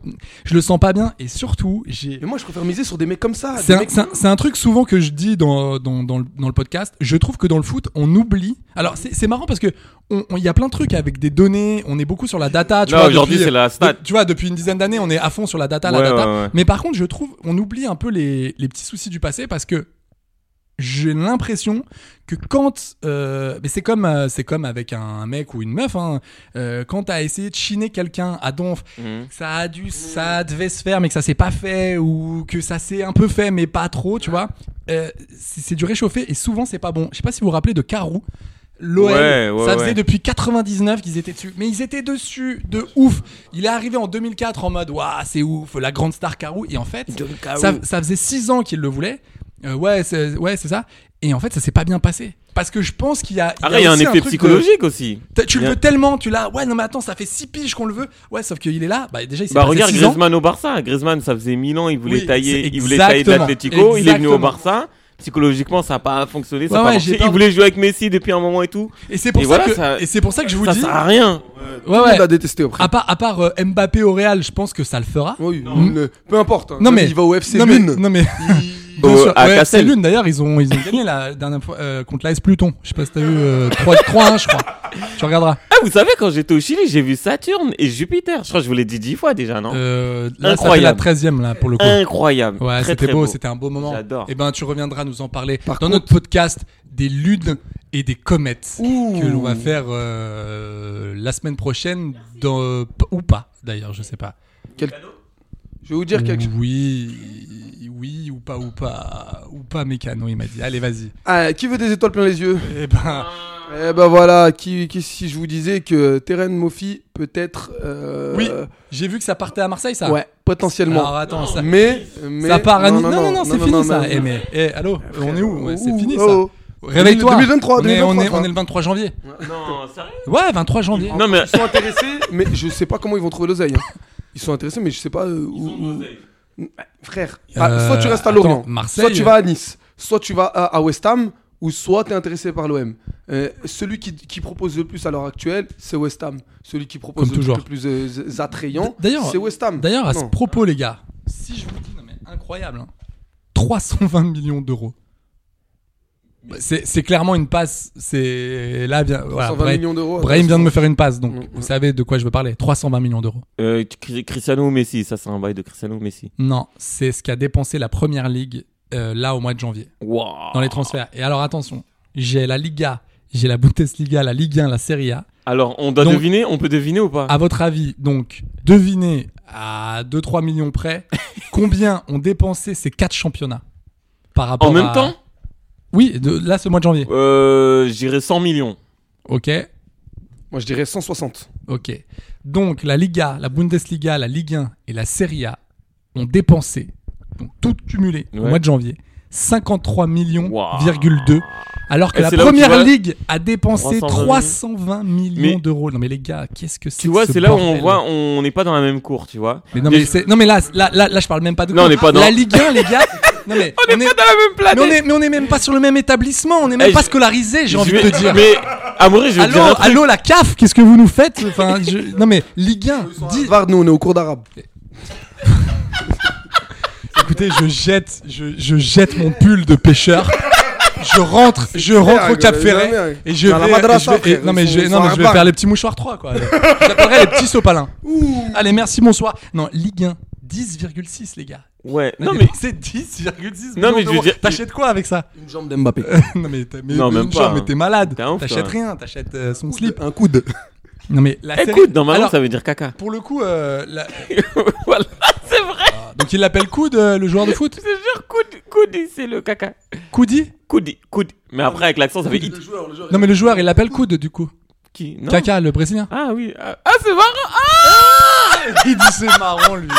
[SPEAKER 8] je le sens pas bien et surtout, j'ai.
[SPEAKER 7] Mais moi, je préfère miser sur des mecs comme ça.
[SPEAKER 8] C'est
[SPEAKER 7] des
[SPEAKER 8] un,
[SPEAKER 7] mecs-
[SPEAKER 8] c'est un- c'est un truc souvent que je dis dans, dans, dans le, dans le podcast. Je trouve que dans le foot, on oublie. Alors, c'est c'est marrant parce que on- on- il y a plein de trucs avec des données. On est beaucoup sur la data. tu
[SPEAKER 6] Là,
[SPEAKER 8] vois,
[SPEAKER 6] aujourd'hui,
[SPEAKER 8] depuis-
[SPEAKER 6] c'est la stat.
[SPEAKER 8] de- tu vois, depuis une dizaine d'années, on est à fond sur la data,
[SPEAKER 6] Ouais,
[SPEAKER 8] la data.
[SPEAKER 6] ouais, ouais.
[SPEAKER 8] Mais par contre, je trouve, on oublie un peu les, les petits soucis du passé parce que j'ai l'impression que quand euh, mais c'est comme euh, c'est comme avec un mec ou une meuf hein, euh, quand t'as essayé de chiner quelqu'un à donf
[SPEAKER 6] Mhm.
[SPEAKER 8] ça a dû ça devait se faire mais que ça s'est pas fait ou que ça s'est un peu fait mais pas trop tu vois euh, c'est c'est du réchauffé et souvent c'est pas bon je sais pas si vous vous rappelez de Carou L'OL,
[SPEAKER 6] Ouais, ouais,
[SPEAKER 8] ça faisait
[SPEAKER 6] ouais.
[SPEAKER 8] depuis 99 qu'ils étaient dessus. Mais ils étaient dessus de ouf. Il est arrivé en 2004 en mode Waouh, c'est ouf, la grande star Carou. Et en fait, ça, ça faisait 6 ans qu'il le voulait. Euh, ouais, c'est ouais, c'est ça. Et en fait, ça s'est pas bien passé. Parce que je pense qu'il y a.
[SPEAKER 6] Après, il y a un
[SPEAKER 8] aussi
[SPEAKER 6] effet
[SPEAKER 8] truc de-
[SPEAKER 6] psychologique aussi.
[SPEAKER 8] T'as- Tu le
[SPEAKER 6] Il y a-
[SPEAKER 8] veux tellement, tu l'as. Ouais, non, mais attends, ça fait 6 piges qu'on le veut. Ouais, sauf qu'il est là. Bah, déjà, il s'est
[SPEAKER 6] Bah
[SPEAKER 8] passé
[SPEAKER 6] regarde
[SPEAKER 8] six ans.
[SPEAKER 6] Griezmann au Barça. Griezmann, ça faisait 1000 ans, il voulait
[SPEAKER 8] Oui,
[SPEAKER 6] tailler,
[SPEAKER 8] c'est
[SPEAKER 6] il voulait tailler de
[SPEAKER 8] exactement.
[SPEAKER 6] l'Atlético, il est venu
[SPEAKER 8] Exactement.
[SPEAKER 6] au Barça. Psychologiquement, ça n'a pas fonctionné, ça
[SPEAKER 8] Ouais,
[SPEAKER 6] a pas
[SPEAKER 8] ouais,
[SPEAKER 6] marché.
[SPEAKER 8] j'ai peur
[SPEAKER 6] Il
[SPEAKER 8] de-
[SPEAKER 6] voulait jouer avec Messi depuis un moment et tout.
[SPEAKER 8] Et c'est pour,
[SPEAKER 6] Et
[SPEAKER 8] ça
[SPEAKER 6] voilà,
[SPEAKER 8] que-
[SPEAKER 6] ça-
[SPEAKER 8] et c'est pour ça que je vous
[SPEAKER 6] ça
[SPEAKER 8] dis.
[SPEAKER 6] sert à rien.
[SPEAKER 8] Ouais,
[SPEAKER 7] Il
[SPEAKER 8] ouais.
[SPEAKER 7] a détesté après.
[SPEAKER 8] À part, à part euh, Mbappé au Real, je pense que ça le fera.
[SPEAKER 7] Oui, le- peu importe. hein.
[SPEAKER 8] Non, mais-
[SPEAKER 7] il va au FC
[SPEAKER 8] non, mais,
[SPEAKER 7] Lune.
[SPEAKER 8] non, mais. Bien
[SPEAKER 6] Au-
[SPEAKER 8] sûr.
[SPEAKER 6] à
[SPEAKER 8] Ouais,
[SPEAKER 6] Cassel.
[SPEAKER 8] c'est l'une d'ailleurs, ils ont, ils ont gagné la dernière fois euh, contre l'AS Pluton. Je sais pas si t'as vu euh, 3 3-1, je crois. Tu regarderas.
[SPEAKER 6] Ah, vous savez, quand j'étais au Chili, j'ai vu Saturne et Jupiter. Je crois que je vous l'ai dit 10 fois déjà, non
[SPEAKER 8] Euh, là, ça fait la
[SPEAKER 6] Incroyable.
[SPEAKER 8] 13 e là pour le coup.
[SPEAKER 6] Incroyable.
[SPEAKER 8] Ouais,
[SPEAKER 6] Très,
[SPEAKER 8] c'était
[SPEAKER 6] très
[SPEAKER 8] beau, c'était un beau moment.
[SPEAKER 6] J'adore.
[SPEAKER 8] Et ben, tu reviendras nous en parler dans notre podcast des lunes et des comètes que l'on va faire euh, la semaine prochaine dans- ou pas d'ailleurs, je sais pas.
[SPEAKER 7] Je vais vous dire
[SPEAKER 8] Mm.
[SPEAKER 7] quelque chose.
[SPEAKER 8] Oui, oui ou pas ou pas ou pas mécano, il m'a dit. Allez, vas-y.
[SPEAKER 7] Ah, qui veut des étoiles plein les yeux
[SPEAKER 8] Et ben,
[SPEAKER 7] Eh ben voilà, qui, qui- si je vous disais que Terren Mofi peut être. euh,
[SPEAKER 8] oui, j'ai vu que ça partait à Marseille ça.
[SPEAKER 7] Ouais, potentiellement.
[SPEAKER 8] Alors attends, ça,
[SPEAKER 7] mais, mais-
[SPEAKER 8] ça part à Nice. Non non non, c'est fini ça. Eh, mais eh, allô, on est où Ouais, C'est
[SPEAKER 7] Ouh,
[SPEAKER 8] fini
[SPEAKER 7] oh,
[SPEAKER 8] ça. Réveille-toi.
[SPEAKER 7] 2023,
[SPEAKER 8] on, est, on, est,
[SPEAKER 7] 2023,
[SPEAKER 8] on est le 23 janvier.
[SPEAKER 6] Non, sérieux
[SPEAKER 8] Ouais, 23 janvier.
[SPEAKER 6] Non, mais.
[SPEAKER 7] Ils sont intéressés, mais je sais pas comment ils vont trouver l'oseille. hein. Ils sont intéressés, mais je sais pas euh, où. où- Frère, ah,
[SPEAKER 8] Euh,
[SPEAKER 7] soit tu restes à
[SPEAKER 8] attends,
[SPEAKER 7] Lorient,
[SPEAKER 8] Marseille- euh.
[SPEAKER 7] soit tu vas à Nice, soit tu vas à, à West Ham, ou soit tu es intéressé par l'OM. Euh, celui qui, qui propose le plus à l'heure actuelle, c'est West Ham. Celui qui propose
[SPEAKER 8] Comme
[SPEAKER 7] le truc
[SPEAKER 8] toujours.
[SPEAKER 7] le plus euh, z- attrayant,
[SPEAKER 8] D'ailleurs-
[SPEAKER 7] c'est West Ham.
[SPEAKER 8] D'ailleurs, à ce
[SPEAKER 7] Non.
[SPEAKER 8] propos, les gars, si je vous dis, non mais incroyable, hein, 320 millions d'euros. Bah, C'est c'est clairement une passe. C'est là, bien. Voilà,
[SPEAKER 7] 320
[SPEAKER 8] Brahim,
[SPEAKER 7] millions d'euros,
[SPEAKER 8] bah, Brahim vient de me faire une passe, donc
[SPEAKER 7] Mm,
[SPEAKER 8] vous
[SPEAKER 7] mm.
[SPEAKER 8] savez de quoi je veux parler. 320 millions d'euros.
[SPEAKER 6] Euh, tu- Cri- Cristiano ou Messi Ça, c'est un bail de Cristiano ou Messi.
[SPEAKER 8] Non, c'est ce qu'a dépensé la première ligue euh, là au mois de janvier
[SPEAKER 6] Waouh
[SPEAKER 8] dans les transferts. Et alors attention, j'ai la Liga, j'ai la Bundesliga, la Ligue 1, la Serie A.
[SPEAKER 6] Alors, on doit
[SPEAKER 8] Donc- Ah,
[SPEAKER 6] deviner On peut deviner ou pas
[SPEAKER 8] À votre avis, donc, devinez à 2-3 millions près combien ont dépensé ces quatre championnats par rapport
[SPEAKER 6] En même
[SPEAKER 8] à-
[SPEAKER 6] temps
[SPEAKER 8] Oui, de, là, ce mois de janvier.
[SPEAKER 6] euh, J'irais 100 millions.
[SPEAKER 8] Ok,
[SPEAKER 7] euh, Moi, je dirais 160.
[SPEAKER 8] ok. Donc, la Liga, la Bundesliga, la Ligue 1 et la Serie A ont dépensé, donc toutes cumulées, au
[SPEAKER 6] Ouais.
[SPEAKER 8] mois de janvier, 53 millions,
[SPEAKER 6] Waouh.
[SPEAKER 8] virgule deux, alors que
[SPEAKER 6] Et
[SPEAKER 8] la
[SPEAKER 6] c'est là où tu
[SPEAKER 8] première
[SPEAKER 6] vois-
[SPEAKER 8] ligue a dépensé
[SPEAKER 6] 320
[SPEAKER 8] 320 millions
[SPEAKER 6] Mais-
[SPEAKER 8] d'euros. Non mais les gars, qu'est-ce que c'est
[SPEAKER 6] Tu vois,
[SPEAKER 8] que ce
[SPEAKER 6] c'est là où on
[SPEAKER 8] bordel
[SPEAKER 6] voit, on n'est pas dans la même cour, tu vois.
[SPEAKER 8] Mais non, mais,
[SPEAKER 6] Et-
[SPEAKER 8] c'est- non, mais là, là, là, là, je parle même pas de
[SPEAKER 6] Non, on n'est pas dans-
[SPEAKER 8] la Ligue 1, les gars. Non, mais
[SPEAKER 6] On n'est pas dans la même planète
[SPEAKER 8] mais on est, mais on est même pas sur le même établissement, on est même
[SPEAKER 6] Eh,
[SPEAKER 8] pas
[SPEAKER 6] je-
[SPEAKER 8] scolarisé, j'ai
[SPEAKER 6] Je
[SPEAKER 8] envie de
[SPEAKER 6] vais-
[SPEAKER 8] te dire.
[SPEAKER 6] Mais, Amaury, je vais
[SPEAKER 8] Allô,
[SPEAKER 6] te dire un truc.
[SPEAKER 8] allô, la CAF, qu'est-ce que vous nous faites Enfin, je- non mais Ligue 1, dis-
[SPEAKER 7] Vard, nous, on est au cours d'arabe.
[SPEAKER 8] écoutez, je jette, je, je jette mon pull de pêcheur. Je rentre, je rentre au
[SPEAKER 7] clair,
[SPEAKER 8] Cap
[SPEAKER 7] que-
[SPEAKER 8] Ferret
[SPEAKER 7] jamais.
[SPEAKER 8] et je
[SPEAKER 7] Dans la
[SPEAKER 8] vais, et
[SPEAKER 7] madrasa,
[SPEAKER 8] je vais- et-
[SPEAKER 7] frère,
[SPEAKER 8] non mais
[SPEAKER 7] ils
[SPEAKER 8] je vais,
[SPEAKER 7] sont-
[SPEAKER 8] non,
[SPEAKER 7] ils
[SPEAKER 8] mais
[SPEAKER 7] sont
[SPEAKER 8] je vais
[SPEAKER 7] arabes.
[SPEAKER 8] faire les petits mouchoirs 3 quoi. J'appellerai les petits sopalins. Allez, merci, bonsoir. Non, Ligue 1, 10,6 les gars.
[SPEAKER 6] Ouais,
[SPEAKER 8] On a
[SPEAKER 6] non mais.
[SPEAKER 8] dépensé 10,6 millions
[SPEAKER 6] Non, mais je veux
[SPEAKER 8] d'euros.
[SPEAKER 6] dire-
[SPEAKER 8] T'achètes quoi avec ça
[SPEAKER 7] Une jambe d'Mbappé.
[SPEAKER 8] Non mais t'as- mais-
[SPEAKER 6] Non,
[SPEAKER 8] mais
[SPEAKER 6] même
[SPEAKER 8] une
[SPEAKER 6] pas,
[SPEAKER 8] jambe,
[SPEAKER 6] hein.
[SPEAKER 8] mais t'es malade.
[SPEAKER 6] T'es un ouf, hein.
[SPEAKER 8] T'achètes
[SPEAKER 6] toi.
[SPEAKER 8] rien, t'achètes euh, son slip.
[SPEAKER 7] Un coude.
[SPEAKER 8] Non mais la série-
[SPEAKER 6] Écoute, normalement,
[SPEAKER 8] Alors,
[SPEAKER 6] ça veut dire caca.
[SPEAKER 8] pour le coup, euh, la- Ah,
[SPEAKER 6] voilà, c'est vrai.
[SPEAKER 8] donc il l'appelle Coude, euh, le joueur de foot.
[SPEAKER 6] C'est genre Koudi, Koudi, c'est le caca.
[SPEAKER 8] Coudi
[SPEAKER 6] Koudi, Koudi. Mais après, avec l'accent, ça fait hit.
[SPEAKER 8] Non mais le joueur, il l'appelle Coude du coup.
[SPEAKER 6] Qui Non.
[SPEAKER 8] Caca, le Brésilien.
[SPEAKER 6] Ah oui. Ah, ah, c'est marrant.
[SPEAKER 8] hein.
[SPEAKER 6] Ah
[SPEAKER 8] Il dit c'est marrant lui,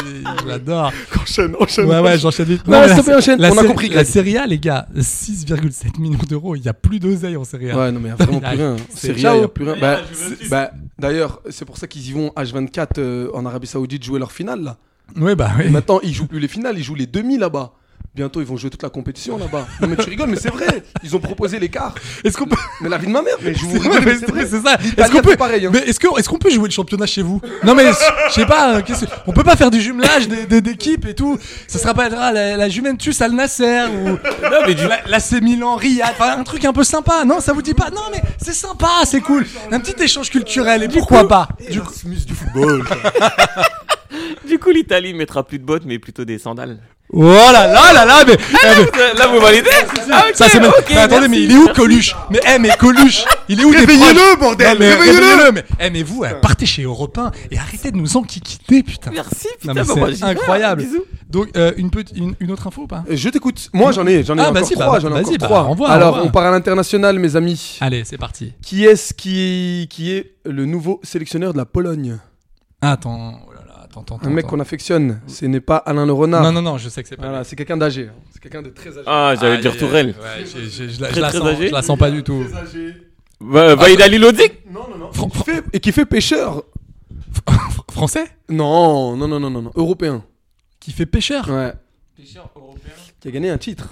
[SPEAKER 8] je l'adore.
[SPEAKER 7] Enchaîne, enchaîne.
[SPEAKER 8] Ouais ouais, j'enchaîne vite.
[SPEAKER 7] Non,
[SPEAKER 8] mais
[SPEAKER 7] s'il te
[SPEAKER 8] la-
[SPEAKER 7] plaît, enchaîne.
[SPEAKER 8] la
[SPEAKER 7] On a
[SPEAKER 8] série-
[SPEAKER 7] compris,
[SPEAKER 8] La
[SPEAKER 7] Greg.
[SPEAKER 8] Serie A les gars, 6,7 millions d'euros, il y a plus d'oseille en Série A.
[SPEAKER 7] Ouais, non, mais y a vraiment
[SPEAKER 8] Il y a-
[SPEAKER 7] plus rien.
[SPEAKER 8] Hein. c'est-
[SPEAKER 7] C'est rien,
[SPEAKER 8] ciao.
[SPEAKER 7] y a plus rien. Bah, c'est- bah, d'ailleurs, c'est pour ça qu'ils y vont H24 euh, en Arabie Saoudite jouer leur finale là.
[SPEAKER 8] Ouais bah oui.
[SPEAKER 7] Maintenant, ils jouent plus les finales, ils jouent les demi là-bas. Bientôt, ils vont jouer toute la compétition là-bas. Non, mais tu rigoles, mais c'est vrai. Ils ont proposé l'écart.
[SPEAKER 8] Est-ce qu'on peut
[SPEAKER 7] Mais la vie de ma mère, mais je vous
[SPEAKER 8] C'est
[SPEAKER 7] rigole,
[SPEAKER 8] vrai,
[SPEAKER 7] mais
[SPEAKER 8] c'est
[SPEAKER 7] c'est vrai.
[SPEAKER 8] c'est ça. Est-ce
[SPEAKER 7] L'Italie
[SPEAKER 8] qu'on
[SPEAKER 7] a
[SPEAKER 8] peut,
[SPEAKER 7] fait pareil, hein.
[SPEAKER 8] mais est-ce que- est-ce qu'on peut jouer le championnat chez vous Non mais je sais pas. euh, qu'est-ce que- on peut pas faire du jumelage des- des- d'équipes et tout. Ça se rappellera la, la Juventus Al Nasser ou la, la C Milan Riyad. Enfin un truc un peu sympa. Non, ça vous dit pas Non mais c'est sympa, c'est cool. Un petit échange culturel et pourquoi pas Du coup- eh,
[SPEAKER 6] ah. Du coup, l'Italie mettra plus de bottes, mais plutôt des sandales.
[SPEAKER 8] Oh là là là là mais. eh, mais-
[SPEAKER 6] Euh, Là, vous validez Ah, ok,
[SPEAKER 8] Ça c'est mal-
[SPEAKER 6] ok,
[SPEAKER 8] mais attendez,
[SPEAKER 6] merci.
[SPEAKER 8] mais il est où Coluche Mais eh, mais Coluche, il est où Réveillez-le bordel, réveillez-le. mais eh, mais vous, eh, partez chez Europe 1 et arrêtez de nous enquiquiter putain.
[SPEAKER 6] Merci,
[SPEAKER 8] Non,
[SPEAKER 6] putain,
[SPEAKER 8] mais
[SPEAKER 6] bah, moi, j'y
[SPEAKER 8] c'est
[SPEAKER 6] vais.
[SPEAKER 8] incroyable.
[SPEAKER 6] Bisous.
[SPEAKER 8] Donc euh, une petite une, une autre info ou pas
[SPEAKER 7] Euh, Je t'écoute. Moi, j'en ai, j'en ai
[SPEAKER 8] Ah,
[SPEAKER 7] encore
[SPEAKER 8] bah si, bah,
[SPEAKER 7] trois.
[SPEAKER 8] bah,
[SPEAKER 7] j'en ai
[SPEAKER 8] vas-y,
[SPEAKER 7] encore
[SPEAKER 8] bah,
[SPEAKER 7] trois.
[SPEAKER 8] renvoie,
[SPEAKER 7] Alors,
[SPEAKER 8] renvoie.
[SPEAKER 7] on part à l'international, mes amis.
[SPEAKER 8] Allez, c'est parti.
[SPEAKER 7] Qui est-ce qui, qui est le nouveau sélectionneur de la Pologne
[SPEAKER 8] Attends, oh là là, T'entends,
[SPEAKER 7] Un mec
[SPEAKER 8] t'entends.
[SPEAKER 7] qu'on affectionne, ce n'est pas Alain le renard.
[SPEAKER 8] Non, non, non, je sais que c'est pas.
[SPEAKER 7] Voilà, c'est quelqu'un d'âgé. hein. C'est quelqu'un de très âgé.
[SPEAKER 6] Ah, j'allais
[SPEAKER 8] Ah,
[SPEAKER 6] dire
[SPEAKER 8] j'ai-
[SPEAKER 6] Tourelle.
[SPEAKER 8] ouais, j'ai- j'ai- je la-
[SPEAKER 6] Très,
[SPEAKER 8] je la
[SPEAKER 6] très
[SPEAKER 8] sens-
[SPEAKER 6] âgé.
[SPEAKER 8] je la sens pas du tout.
[SPEAKER 7] Très âgé.
[SPEAKER 6] Va- Vaïd Ali Lodic
[SPEAKER 7] Non, non, non. Qui fait- Et qui fait pêcheur.
[SPEAKER 8] Français
[SPEAKER 7] Non, non, non, non, non, non. Européen.
[SPEAKER 8] Qui fait pêcheur
[SPEAKER 7] Ouais. Qui a gagné un titre.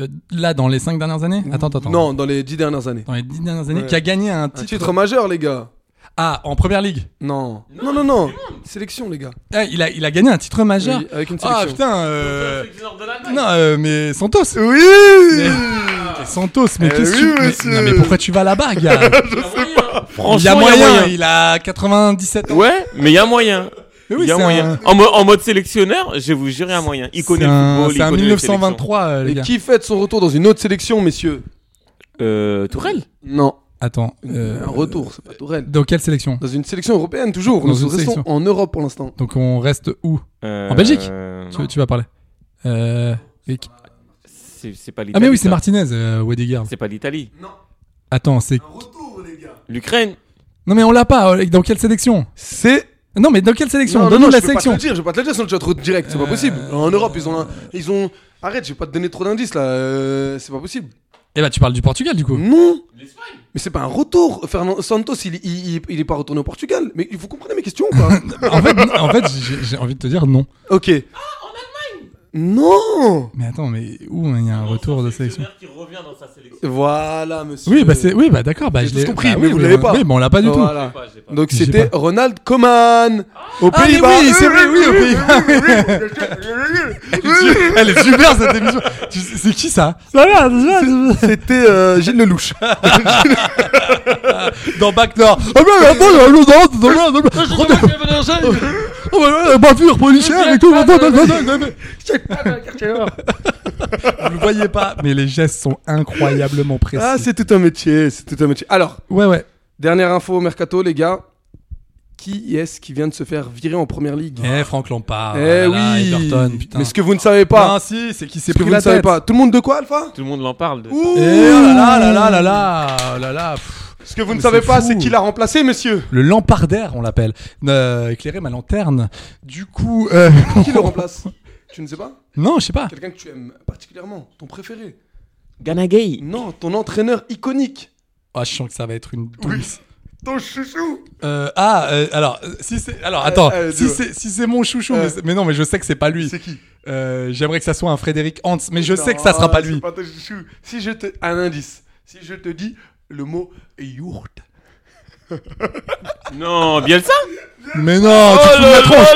[SPEAKER 8] Euh, Là, dans les 5 dernières années Attends, attends. attends.
[SPEAKER 7] Non, dans les dix dernières années.
[SPEAKER 8] Dans les 10 dernières années
[SPEAKER 7] Ouais.
[SPEAKER 8] Qui a gagné un
[SPEAKER 7] Un
[SPEAKER 8] titre.
[SPEAKER 7] titre majeur, les gars.
[SPEAKER 8] Ah, en première ligue
[SPEAKER 7] Non. Non, non, non. Sélection, les gars.
[SPEAKER 8] Ah, il, a, il a gagné un titre majeur
[SPEAKER 7] Oui, avec une
[SPEAKER 8] Ah
[SPEAKER 7] sélection.
[SPEAKER 8] putain euh... Non, euh, mais Santos Oui Santos, mais
[SPEAKER 7] Eh
[SPEAKER 8] qu'est-ce
[SPEAKER 7] oui,
[SPEAKER 8] que tu...
[SPEAKER 7] monsieur.
[SPEAKER 8] mais, non, mais pourquoi tu vas là-bas, gars Il y a
[SPEAKER 6] Franchement,
[SPEAKER 8] moyen, il a 97 ans.
[SPEAKER 6] Ouais, mais il y a moyen.
[SPEAKER 8] Mais
[SPEAKER 6] Il y a
[SPEAKER 8] c'est
[SPEAKER 6] moyen.
[SPEAKER 8] un-
[SPEAKER 6] En, mo- en mode sélectionneur, je vous jure, il y a moyen. Il connaît
[SPEAKER 8] c'est un-
[SPEAKER 6] le football, il
[SPEAKER 8] C'est un
[SPEAKER 6] connaît les sélections.
[SPEAKER 8] 1923, euh, les
[SPEAKER 7] Et
[SPEAKER 8] gars.
[SPEAKER 7] qui fête son retour dans une autre sélection, messieurs
[SPEAKER 6] Euh, Tourelle
[SPEAKER 7] Non.
[SPEAKER 8] Attends, euh,
[SPEAKER 7] Un retour, c'est pas Tourelle.
[SPEAKER 8] dans quelle sélection
[SPEAKER 7] Dans une sélection européenne, toujours.
[SPEAKER 8] Dans
[SPEAKER 7] Nous
[SPEAKER 8] une
[SPEAKER 7] restons
[SPEAKER 8] sélection.
[SPEAKER 7] en Europe pour l'instant.
[SPEAKER 8] Donc on reste où
[SPEAKER 6] Euh,
[SPEAKER 8] Belgique
[SPEAKER 6] euh,
[SPEAKER 8] tu, tu vas parler. Euh, et qui-
[SPEAKER 6] C'est c'est pas
[SPEAKER 8] Ah
[SPEAKER 6] l'Italie.
[SPEAKER 8] mais oui, c'est
[SPEAKER 6] ça.
[SPEAKER 8] Martinez, euh, Wedegaard.
[SPEAKER 6] C'est pas l'Italie.
[SPEAKER 8] Attends, c'est...
[SPEAKER 6] L'Ukraine
[SPEAKER 8] Non mais on l'a pas, euh, dans quelle sélection
[SPEAKER 7] C'est.
[SPEAKER 8] Non mais dans quelle sélection
[SPEAKER 7] Non, non,
[SPEAKER 8] Donne-nous
[SPEAKER 7] non,
[SPEAKER 8] la
[SPEAKER 7] je peux
[SPEAKER 8] sélection.
[SPEAKER 7] pas te le dire, je vais pas te le dire sur le chat route direct,
[SPEAKER 8] Euh.
[SPEAKER 7] c'est pas possible. En Europe, ils ont un- Ils ont... Arrête, je vais pas te donner trop d'indices là, euh, c'est pas possible.
[SPEAKER 8] Eh bah tu parles du Portugal du coup.
[SPEAKER 7] Non Mais c'est pas un retour Fernando Santos, il, il, il- il est pas retourné au Portugal. Mais vous comprenez mes questions ou pas
[SPEAKER 8] en fait, en fait, j'ai- j'ai envie de te dire non.
[SPEAKER 7] Ok. Ah, en Allemagne Non
[SPEAKER 8] Mais attends, mais où il y a un retour de sélection
[SPEAKER 6] qui revient dans sa sélection.
[SPEAKER 7] Voilà, monsieur.
[SPEAKER 8] Oui, bah c'est oui, bah d'accord, bah
[SPEAKER 7] J'ai
[SPEAKER 8] je
[SPEAKER 7] tous
[SPEAKER 8] l'ai
[SPEAKER 7] compris,
[SPEAKER 8] bah
[SPEAKER 7] mais
[SPEAKER 8] oui,
[SPEAKER 7] vous
[SPEAKER 8] bah,
[SPEAKER 7] l'avez pas.
[SPEAKER 8] Oui, mais on l'a pas du tout.
[SPEAKER 7] Voilà. Donc
[SPEAKER 8] J'ai
[SPEAKER 7] c'était
[SPEAKER 8] pas.
[SPEAKER 7] Ronald Koeman aux
[SPEAKER 8] Ah, mais
[SPEAKER 7] Pays-Bas.
[SPEAKER 8] oui, c'est vrai, oui, aux Elle est super cette émission. Tu sais- C'est qui ça
[SPEAKER 7] C'était euh, Gilles Lelouch.
[SPEAKER 8] Dans Bac Nord. Ah, mais attends, il y a un autre, dans le- dans le- Oh, bah, ouais, bavure policière et tout. attends, attends, attends, attends. Vous le voyez pas, mais les gestes sont incroyablement précis.
[SPEAKER 7] Ah, c'est tout un métier, c'est tout un métier. Alors,
[SPEAKER 8] Ouais, ouais.
[SPEAKER 7] dernière info au mercato, les gars. Qui est-ce qui vient de se faire virer en première ligue
[SPEAKER 8] Eh, Franck Lampard.
[SPEAKER 7] Eh
[SPEAKER 8] oh là là,
[SPEAKER 7] oui
[SPEAKER 8] Everton, putain.
[SPEAKER 7] Mais ce que vous ne savez pas,
[SPEAKER 8] Non, si, c'est qui
[SPEAKER 7] ce
[SPEAKER 8] s'est
[SPEAKER 7] que
[SPEAKER 8] pris
[SPEAKER 7] vous
[SPEAKER 8] la
[SPEAKER 7] ne savez
[SPEAKER 8] tête.
[SPEAKER 7] pas. Tout le monde de quoi, Alpha
[SPEAKER 6] Tout le monde l'en parle. de-
[SPEAKER 7] Ouh
[SPEAKER 8] Eh, oh là là là là là là, oh là là. pff.
[SPEAKER 7] Ce que vous ne
[SPEAKER 8] Mais
[SPEAKER 7] savez
[SPEAKER 8] c'est
[SPEAKER 7] pas,
[SPEAKER 8] fou.
[SPEAKER 7] c'est qui l'a remplacé, monsieur
[SPEAKER 8] Le lampadaire, on l'appelle. Euh, éclairer ma lanterne. Du coup, euh,
[SPEAKER 7] Qui le remplace Tu ne sais pas
[SPEAKER 8] non, je sais pas.
[SPEAKER 7] Quelqu'un que tu aimes particulièrement, ton préféré.
[SPEAKER 6] Ganagay.
[SPEAKER 7] Non, ton entraîneur iconique.
[SPEAKER 8] Ah, je sens que ça va être une douce.
[SPEAKER 7] Ton chouchou
[SPEAKER 8] Euh, ah, euh, alors, euh, si c'est, alors, attends,
[SPEAKER 7] euh,
[SPEAKER 8] si
[SPEAKER 7] dis-moi.
[SPEAKER 8] c'est, si c'est mon chouchou,
[SPEAKER 7] Euh.
[SPEAKER 8] mais, c'est- mais non, mais je sais que c'est pas lui.
[SPEAKER 7] C'est qui
[SPEAKER 8] Euh, j'aimerais que ça soit un Frédéric Hans, mais je sais que ça sera pas lui.
[SPEAKER 7] c'est ton chouchou. Si je te... Un indice. Si je te dis le mot yourt.
[SPEAKER 6] Non, Bielsa Oh
[SPEAKER 8] Mais non, Oh,
[SPEAKER 7] Oh
[SPEAKER 8] tu te fous de la tronche.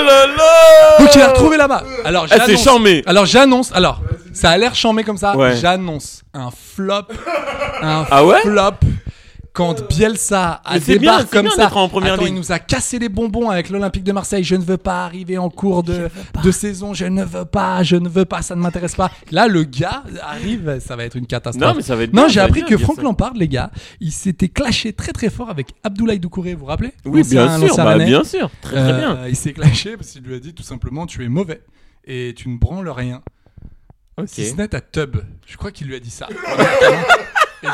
[SPEAKER 8] Ok, il a retrouvé là-bas. Alors,
[SPEAKER 6] Ah, c'est
[SPEAKER 8] j'annonce-
[SPEAKER 6] chambé.
[SPEAKER 8] Alors, j'annonce. Alors, ça a l'air chambé comme ça.
[SPEAKER 6] Ouais.
[SPEAKER 8] J'annonce un flop. Un
[SPEAKER 6] Ah ouais
[SPEAKER 8] flop. Quand Bielsa a
[SPEAKER 6] Mais c'est
[SPEAKER 8] débarqué
[SPEAKER 6] bien, c'est
[SPEAKER 8] comme
[SPEAKER 6] bien
[SPEAKER 8] ça,
[SPEAKER 6] d'être en première
[SPEAKER 8] Attends, il
[SPEAKER 6] ligue.
[SPEAKER 8] nous a cassé les bonbons avec l'Olympique de Marseille. Je ne veux pas arriver en cours de, de saison. Je ne veux pas, je ne veux pas, ça ne m'intéresse pas. Là, le gars arrive, ça va être une catastrophe.
[SPEAKER 6] Non, mais ça va être
[SPEAKER 8] Non,
[SPEAKER 6] bien,
[SPEAKER 8] j'ai
[SPEAKER 6] ça va
[SPEAKER 8] appris
[SPEAKER 6] être
[SPEAKER 8] que
[SPEAKER 6] bien,
[SPEAKER 8] Franck
[SPEAKER 6] ça.
[SPEAKER 8] Lampard, les gars, il s'était clashé très très fort avec Abdoulaye Doucouré. Vous vous rappelez
[SPEAKER 6] Oui, bien
[SPEAKER 8] L'ancien-
[SPEAKER 6] sûr,
[SPEAKER 8] l'ancien
[SPEAKER 6] bah,
[SPEAKER 8] Rennais.
[SPEAKER 6] bien sûr. Très très
[SPEAKER 8] Euh,
[SPEAKER 6] bien.
[SPEAKER 8] Il s'est clashé parce qu'il lui a dit tout simplement tu es mauvais et tu ne branles rien. Si ce
[SPEAKER 6] Ok.
[SPEAKER 8] n'est ta tub. Je crois qu'il lui a dit ça. et,